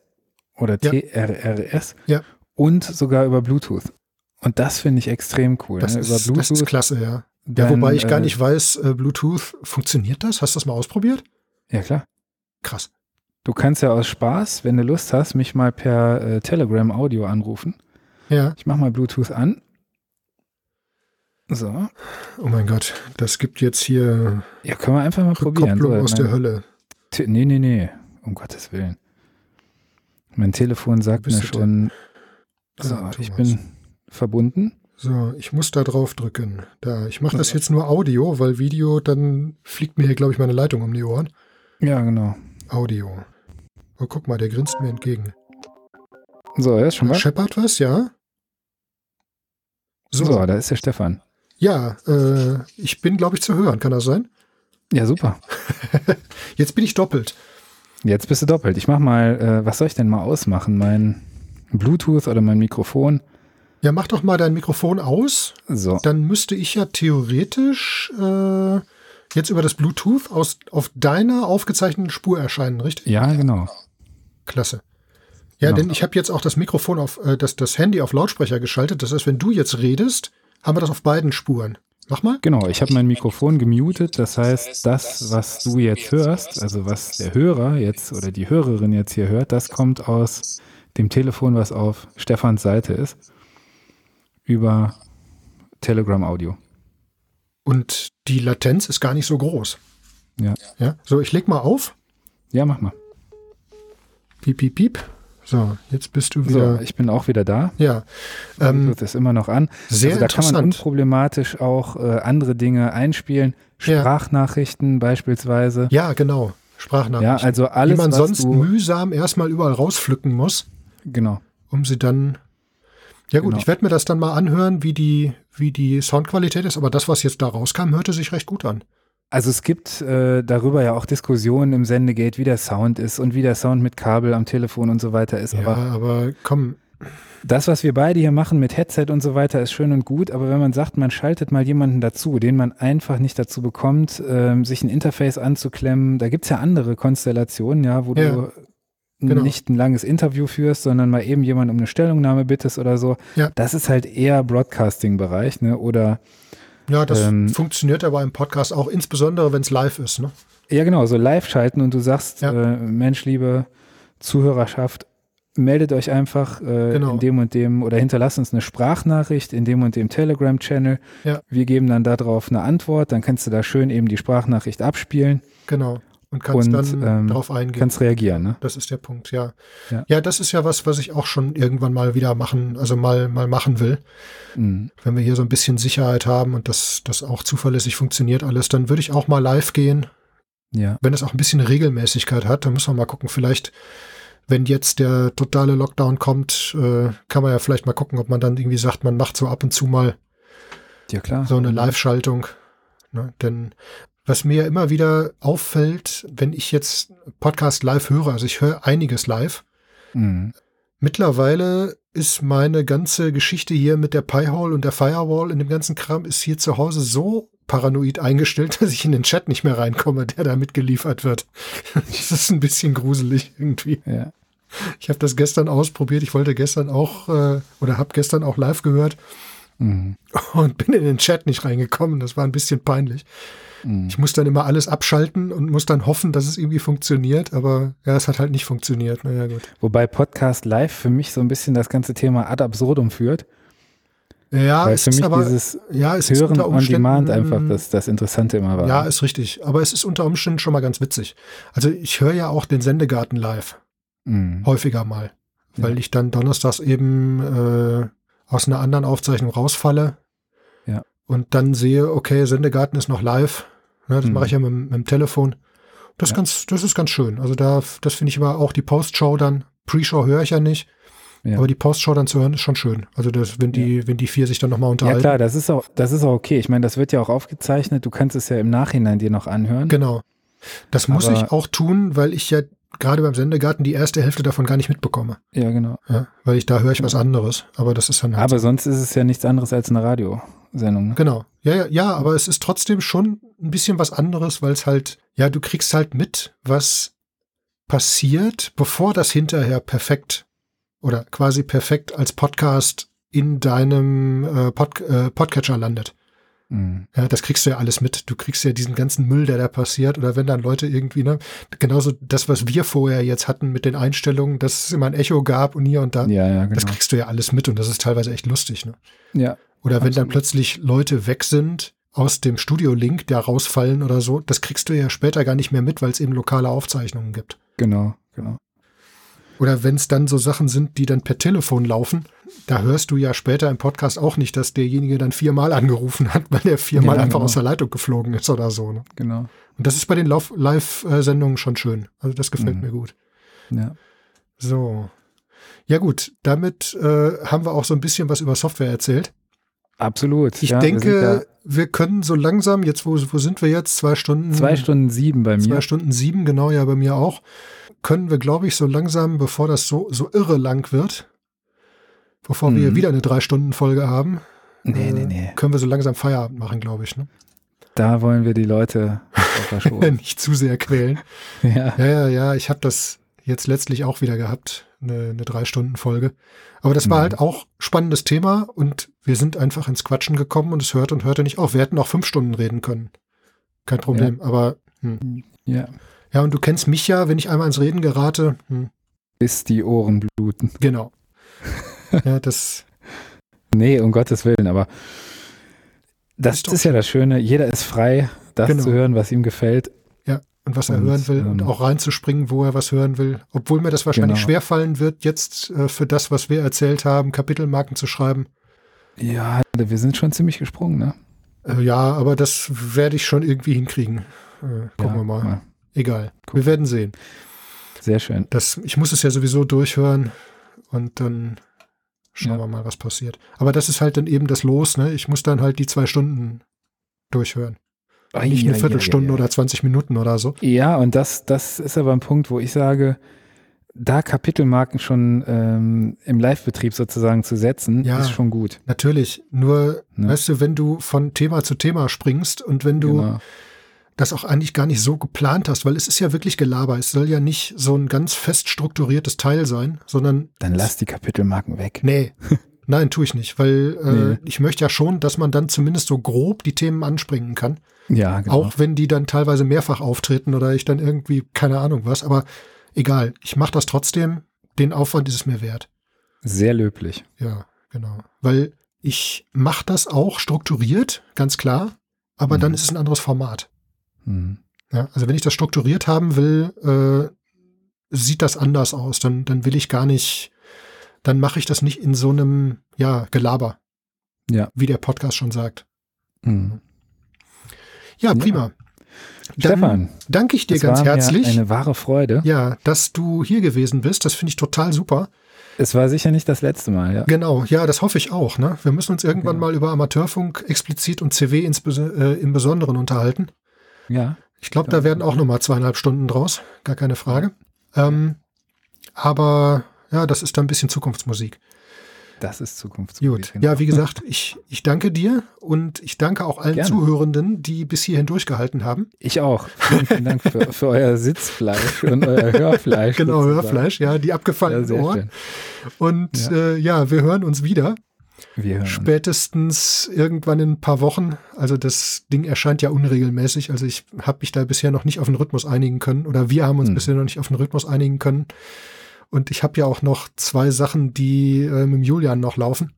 B: oder
A: Ja.
B: TRRS
A: Ja.
B: und sogar über Bluetooth. Und das finde ich extrem cool.
A: Das,
B: ne? über
A: ist, das ist klasse, ja. Ja,
B: dann,
A: wobei ich gar
B: äh,
A: nicht weiß, äh, Bluetooth, funktioniert das? Hast du das mal ausprobiert?
B: Ja, klar.
A: Krass.
B: Du kannst ja aus Spaß, wenn du Lust hast, mich mal per äh, Telegram Audio anrufen.
A: Ja.
B: Ich mach mal Bluetooth an. So.
A: Oh mein Gott, das gibt jetzt hier
B: Ja, können wir einfach mal probieren.
A: Rückkopplung
B: So, ne?
A: aus
B: mein-
A: der Hölle.
B: T- Nee, nee, nee. Um Gottes Willen. Mein Telefon sagt
A: bist
B: mir
A: du
B: schon. So,
A: Ah,
B: ich
A: Thomas.
B: bin verbunden.
A: So, ich muss da drauf drücken. Da, ich mache das jetzt nur Audio, weil Video, dann fliegt mir hier, glaube ich, meine Leitung um die Ohren.
B: Ja, genau.
A: Audio. Oh, guck mal, der grinst mir entgegen.
B: So, er ist schon was.
A: Scheppert was, ja? So,
B: So, da ist der Stefan.
A: ja, äh, ich bin, glaube ich, zu hören, kann das sein?
B: Ja, super.
A: Jetzt bin ich doppelt.
B: Jetzt bist du doppelt. Ich mach mal, äh, was soll ich denn mal ausmachen? Mein Bluetooth oder mein Mikrofon?
A: Ja, mach doch mal dein Mikrofon aus.
B: So.
A: Dann müsste ich ja theoretisch äh, jetzt über das Bluetooth aus, auf deiner aufgezeichneten Spur erscheinen, richtig?
B: Ja, genau.
A: Klasse. Ja,
B: Genau.
A: denn ich habe jetzt auch das Mikrofon auf, äh, das, das Handy auf Lautsprecher geschaltet. Das heißt, wenn du jetzt redest, haben wir das auf beiden Spuren. Mach mal.
B: Genau, ich habe mein Mikrofon gemutet, das heißt, das, was du jetzt hörst, also was der Hörer jetzt oder die Hörerin jetzt hier hört, das kommt aus dem Telefon, was auf Stefans Seite ist, über Telegram Audio.
A: Und die Latenz ist gar nicht so groß.
B: Ja,
A: Ja, so, ich leg mal auf.
B: ja mach mal.
A: Piep, piep, piep. So, jetzt bist du
B: So,
A: wieder.
B: ich bin auch wieder da.
A: ja, ähm,
B: Bluetooth ist immer noch an.
A: sehr
B: also da kann man
A: interessant.
B: unproblematisch auch äh, andere Dinge einspielen,
A: Ja.
B: Sprachnachrichten beispielsweise.
A: ja, genau.
B: Ja,
A: Sprachnachrichten.
B: also alles,
A: die man
B: was
A: sonst
B: du,
A: mühsam erstmal überall rauspflücken muss,
B: genau.
A: um sie dann. Ja gut,
B: Genau.
A: ich werde mir das dann mal anhören, wie die, wie die Soundqualität ist, aber das, was jetzt da rauskam, hörte sich recht gut an.
B: Also es gibt äh, darüber ja auch Diskussionen im Sendegate, wie der Sound ist und wie der Sound mit Kabel am Telefon und so weiter ist.
A: Ja,
B: Aber
A: aber komm,
B: das, was wir beide hier machen mit Headset und so weiter, ist schön und gut. Aber wenn man sagt, man schaltet mal jemanden dazu, den man einfach nicht dazu bekommt, ähm, sich ein Interface anzuklemmen, da gibt's ja andere Konstellationen, ja, wo
A: Ja.
B: du
A: Genau.
B: nicht ein langes Interview führst, sondern mal eben jemand um eine Stellungnahme bittest oder so.
A: Ja.
B: Das ist halt eher Broadcasting-Bereich, ne? Oder
A: Ja, das
B: Ähm,
A: funktioniert aber im Podcast auch, insbesondere wenn es live ist. Ne?
B: Ja, genau, so live schalten und du sagst,
A: Ja.
B: äh, Mensch, liebe Zuhörerschaft, meldet euch einfach äh,
A: Genau.
B: in dem und dem oder hinterlasst uns eine Sprachnachricht in dem und dem Telegram-Channel.
A: Ja.
B: Wir geben dann darauf eine Antwort, dann kannst du da schön eben die Sprachnachricht abspielen,
A: Genau. Und kannst
B: Und,
A: dann
B: ähm,
A: darauf eingehen.
B: kannst reagieren. Ne?
A: Das ist der Punkt, ja. ja.
B: Ja.
A: das ist ja was, was ich auch schon irgendwann mal wieder machen, also mal, mal machen will.
B: Mhm.
A: Wenn wir hier so ein bisschen Sicherheit haben und das, das auch zuverlässig funktioniert alles, dann würde ich auch mal live gehen.
B: Ja,
A: Wenn es auch ein bisschen Regelmäßigkeit hat, dann müssen wir mal gucken, vielleicht, wenn jetzt der totale Lockdown kommt, äh, kann man ja vielleicht mal gucken, ob man dann irgendwie sagt, man macht so ab und zu mal
B: ja klar.
A: so eine Live-Schaltung. Ne? Denn was mir immer wieder auffällt, wenn ich jetzt Podcast live höre, also ich höre einiges live,
B: Mhm.
A: Mittlerweile ist meine ganze Geschichte hier mit der Pi-Hole und der Firewall und dem ganzen Kram ist hier zu Hause so paranoid eingestellt, dass ich in den Chat nicht mehr reinkomme, der da mitgeliefert wird. Das ist ein bisschen gruselig irgendwie.
B: Ja.
A: Ich habe das gestern ausprobiert. Ich wollte gestern auch äh, oder habe gestern auch live gehört
B: Mhm.
A: und bin in den Chat nicht reingekommen. Das war ein bisschen peinlich.
B: Mhm.
A: Ich muss dann immer alles abschalten und muss dann hoffen, dass es irgendwie funktioniert. Aber ja, es hat halt nicht funktioniert. Naja, gut.
B: Wobei Podcast Live für mich so ein bisschen das ganze Thema ad absurdum führt,
A: Ja,
B: weil
A: es
B: für
A: ist
B: mich
A: aber,
B: dieses
A: ja, es ist
B: Hören
A: unter
B: on
A: Umständen
B: Demand einfach das, das Interessante immer war.
A: Ja, ist richtig. Aber es ist unter Umständen schon mal ganz witzig. Also ich höre ja auch den Sendegarten live
B: Mhm.
A: häufiger mal,
B: Ja.
A: weil ich dann donnerstags eben äh, aus einer anderen Aufzeichnung rausfalle
B: Ja.
A: und dann sehe, okay, Sendegarten ist noch live. Ne, das
B: Mhm.
A: mache ich ja mit, dem- mit dem Telefon. Das, ist
B: Ja.
A: ganz, das ist ganz schön. Also da, das finde ich immer auch die Postshow dann. Pre-Show höre ich ja nicht,
B: Ja.
A: aber die Postshow dann zu hören ist schon schön. Also das, wenn die, wenn die vier sich dann nochmal
B: Ja
A: unterhalten.
B: klar, das ist auch, das ist auch okay. Ich meine, das wird ja auch aufgezeichnet. Du kannst es ja im Nachhinein dir noch anhören.
A: Genau. Das muss
B: ne? Aber-
A: ich auch tun, weil ich ja gerade beim Sendegarten die erste Hälfte davon gar nicht mitbekomme.
B: Ja, genau.
A: Ja? Weil ich da höre ich was anderes. Aber das ist dann halt.
B: Aber sonst ist es ja nichts anderes als eine Radiosendung. Ne?
A: Genau. Ja, ja, ja, aber es ist trotzdem schon ein bisschen was anderes, weil es halt, ja, du kriegst halt mit, was passiert, bevor das hinterher perfekt oder quasi perfekt als Podcast in deinem äh, Pod, äh, Podcatcher landet.
B: Mhm.
A: Ja, das kriegst du ja alles mit. Du kriegst ja diesen ganzen Müll, der da passiert. Oder wenn dann Leute irgendwie, ne, genauso das, was wir vorher jetzt hatten mit den Einstellungen, dass es immer ein Echo gab und hier und da.
B: Ja, ja,
A: Das
B: genau.
A: kriegst du ja alles mit und das ist teilweise echt lustig. Ne?
B: Ja,
A: Oder wenn dann
B: Absolut.
A: plötzlich Leute weg sind aus dem Studio-Link, der rausfallen oder so, das kriegst du ja später gar nicht mehr mit, weil es eben lokale Aufzeichnungen gibt.
B: genau, genau.
A: Oder wenn es dann so Sachen sind, die dann per Telefon laufen, da hörst du ja später im Podcast auch nicht, dass derjenige dann viermal angerufen hat, weil er viermal
B: Ja,
A: einfach
B: genau.
A: aus der Leitung geflogen ist oder so. Ne?
B: genau.
A: Und das ist bei den Lauf- Live-Sendungen schon schön. Also das gefällt
B: Mhm.
A: mir gut.
B: Ja.
A: So. Ja gut, damit äh, haben wir auch so ein bisschen was über Software erzählt.
B: Absolut.
A: Ich
B: ja, wir
A: denke, wir können so langsam, jetzt wo, wo sind wir jetzt? Zwei Stunden?
B: sind da zwei Stunden sieben bei
A: hm, Zwei
B: mir.
A: Stunden sieben, genau, ja bei mir auch. Können wir, glaube ich, so langsam, bevor das so, so irre lang wird, bevor wir
B: Mhm.
A: wieder eine Drei-Stunden-Folge haben,
B: Nee,
A: äh,
B: nee, nee.
A: können wir so langsam Feierabend machen, glaube ich. Ne? Äh,
B: Da wollen wir die Leute auf der Show.
A: Nicht zu sehr quälen.
B: ja.
A: Ja, ja, ja, ich habe das jetzt letztlich auch wieder gehabt, eine, eine Drei-Stunden-Folge. Aber das war
B: Mhm.
A: halt auch spannendes Thema und wir sind einfach ins Quatschen gekommen und es hörte und hörte nicht auf. Wir hätten auch fünf Stunden reden können. Kein Problem. Aber hm.
B: ja.
A: ja, und du kennst mich ja, wenn ich einmal ins Reden gerate, hm,
B: Bis die Ohren bluten.
A: genau. ja, das,
B: Nee, um Gottes Willen, aber das
A: Ist
B: ist,
A: doch
B: ja das Schöne. Jeder ist frei, das
A: Genau.
B: zu hören, was ihm gefällt.
A: und was er
B: Und,
A: hören will und
B: ähm,
A: auch reinzuspringen, wo er was hören will. Obwohl mir das wahrscheinlich
B: Genau.
A: schwerfallen wird, jetzt äh, für das, was wir erzählt haben, Kapitelmarken zu schreiben.
B: Ja, wir sind schon ziemlich gesprungen, ne?
A: Äh, ja, aber das werde ich schon irgendwie hinkriegen. Äh, gucken
B: ja,
A: wir mal.
B: guck
A: Egal.
B: Cool.
A: Wir werden sehen.
B: Sehr schön.
A: Das, ich muss es ja sowieso durchhören und dann schauen
B: Ja.
A: wir mal, was passiert. Aber das ist halt dann eben das Los, ne? Ich muss dann halt die zwei Stunden durchhören. Nicht eine Viertelstunde oder 20 Minuten oder so.
B: Ja, und das, das ist aber ein Punkt, wo ich sage, da Kapitelmarken schon ähm, im Live-Betrieb sozusagen zu setzen,
A: Ja.
B: ist schon gut.
A: Natürlich. Nur,
B: Ne?
A: weißt du, wenn du von Thema zu Thema springst und wenn du
B: Genau.
A: das auch eigentlich gar nicht so geplant hast, weil es ist ja wirklich Gelaber. Es soll ja nicht so ein ganz fest strukturiertes Teil sein, sondern.
B: Dann lass die Kapitelmarken weg.
A: Nee. Nein, tue ich nicht, weil äh,
B: Nee.
A: ich möchte ja schon, dass man dann zumindest so grob die Themen anspringen kann.
B: Ja, genau.
A: Auch wenn die dann teilweise mehrfach auftreten oder ich dann irgendwie, keine Ahnung was, aber egal, ich mache das trotzdem. Den Aufwand ist es mir wert.
B: Sehr löblich.
A: Ja, genau. Weil ich mache das auch strukturiert, ganz klar, aber
B: Mhm.
A: dann ist es ein anderes Format.
B: Hm.
A: Ja, also wenn ich das strukturiert haben will, äh, sieht das anders aus. Dann, dann will ich gar nicht, dann mache ich das nicht in so einem, ja, Gelaber.
B: Ja.
A: Wie der Podcast schon sagt.
B: Hm.
A: Ja,
B: Ja.
A: prima. Dann
B: Stefan,
A: danke ich dir
B: es
A: ganz
B: war
A: herzlich.
B: Mir eine wahre Freude.
A: ja, dass du hier gewesen bist, das finde ich total super.
B: Es war sicher nicht das letzte Mal. Ja.
A: Genau, ja, das hoffe ich auch. Ne? Wir müssen uns irgendwann
B: Ja.
A: mal über Amateurfunk explizit und CW ins, äh, im Besonderen unterhalten.
B: ja.
A: Ich glaube,
B: Ja.
A: da werden auch nochmal zweieinhalb Stunden draus, gar keine Frage. Ähm, aber ja, das ist dann ein bisschen Zukunftsmusik.
B: Das ist Zukunftsmusik.
A: Gut. Ja, wie gesagt, ich, ich danke dir und ich danke auch allen
B: Gerne.
A: Zuhörenden, die bis hierhin durchgehalten haben.
B: Ich auch. Vielen, vielen Dank für, für euer Sitzfleisch und euer Hörfleisch.
A: Genau,
B: sozusagen.
A: Hörfleisch, ja, die
B: Ja,
A: abgefallenen
B: sehr
A: Ohren.
B: schön.
A: Und ja.
B: Ja.
A: Äh, ja, wir hören uns wieder.
B: Wir hören. uns.
A: Spätestens irgendwann in ein paar Wochen. Also das Ding erscheint ja unregelmäßig. Also ich habe mich da bisher noch nicht auf den Rhythmus einigen können oder wir haben uns
B: Hm.
A: bisher noch nicht auf den Rhythmus einigen können. Und ich habe ja auch noch zwei Sachen, die äh, mit dem Julian noch laufen.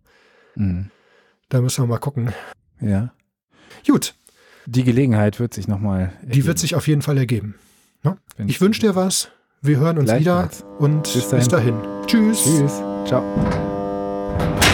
B: Hm.
A: Da müssen wir mal gucken.
B: Ja.
A: Gut,
B: Die Gelegenheit wird sich nochmal.
A: die wird sich auf jeden Fall ergeben. Ich wünsche dir was. Wir hören uns wieder
B: Gleichfalls.
A: und bis
B: Bis
A: dahin.
B: dahin.
A: Tschüss.
B: Tschüss. Ciao.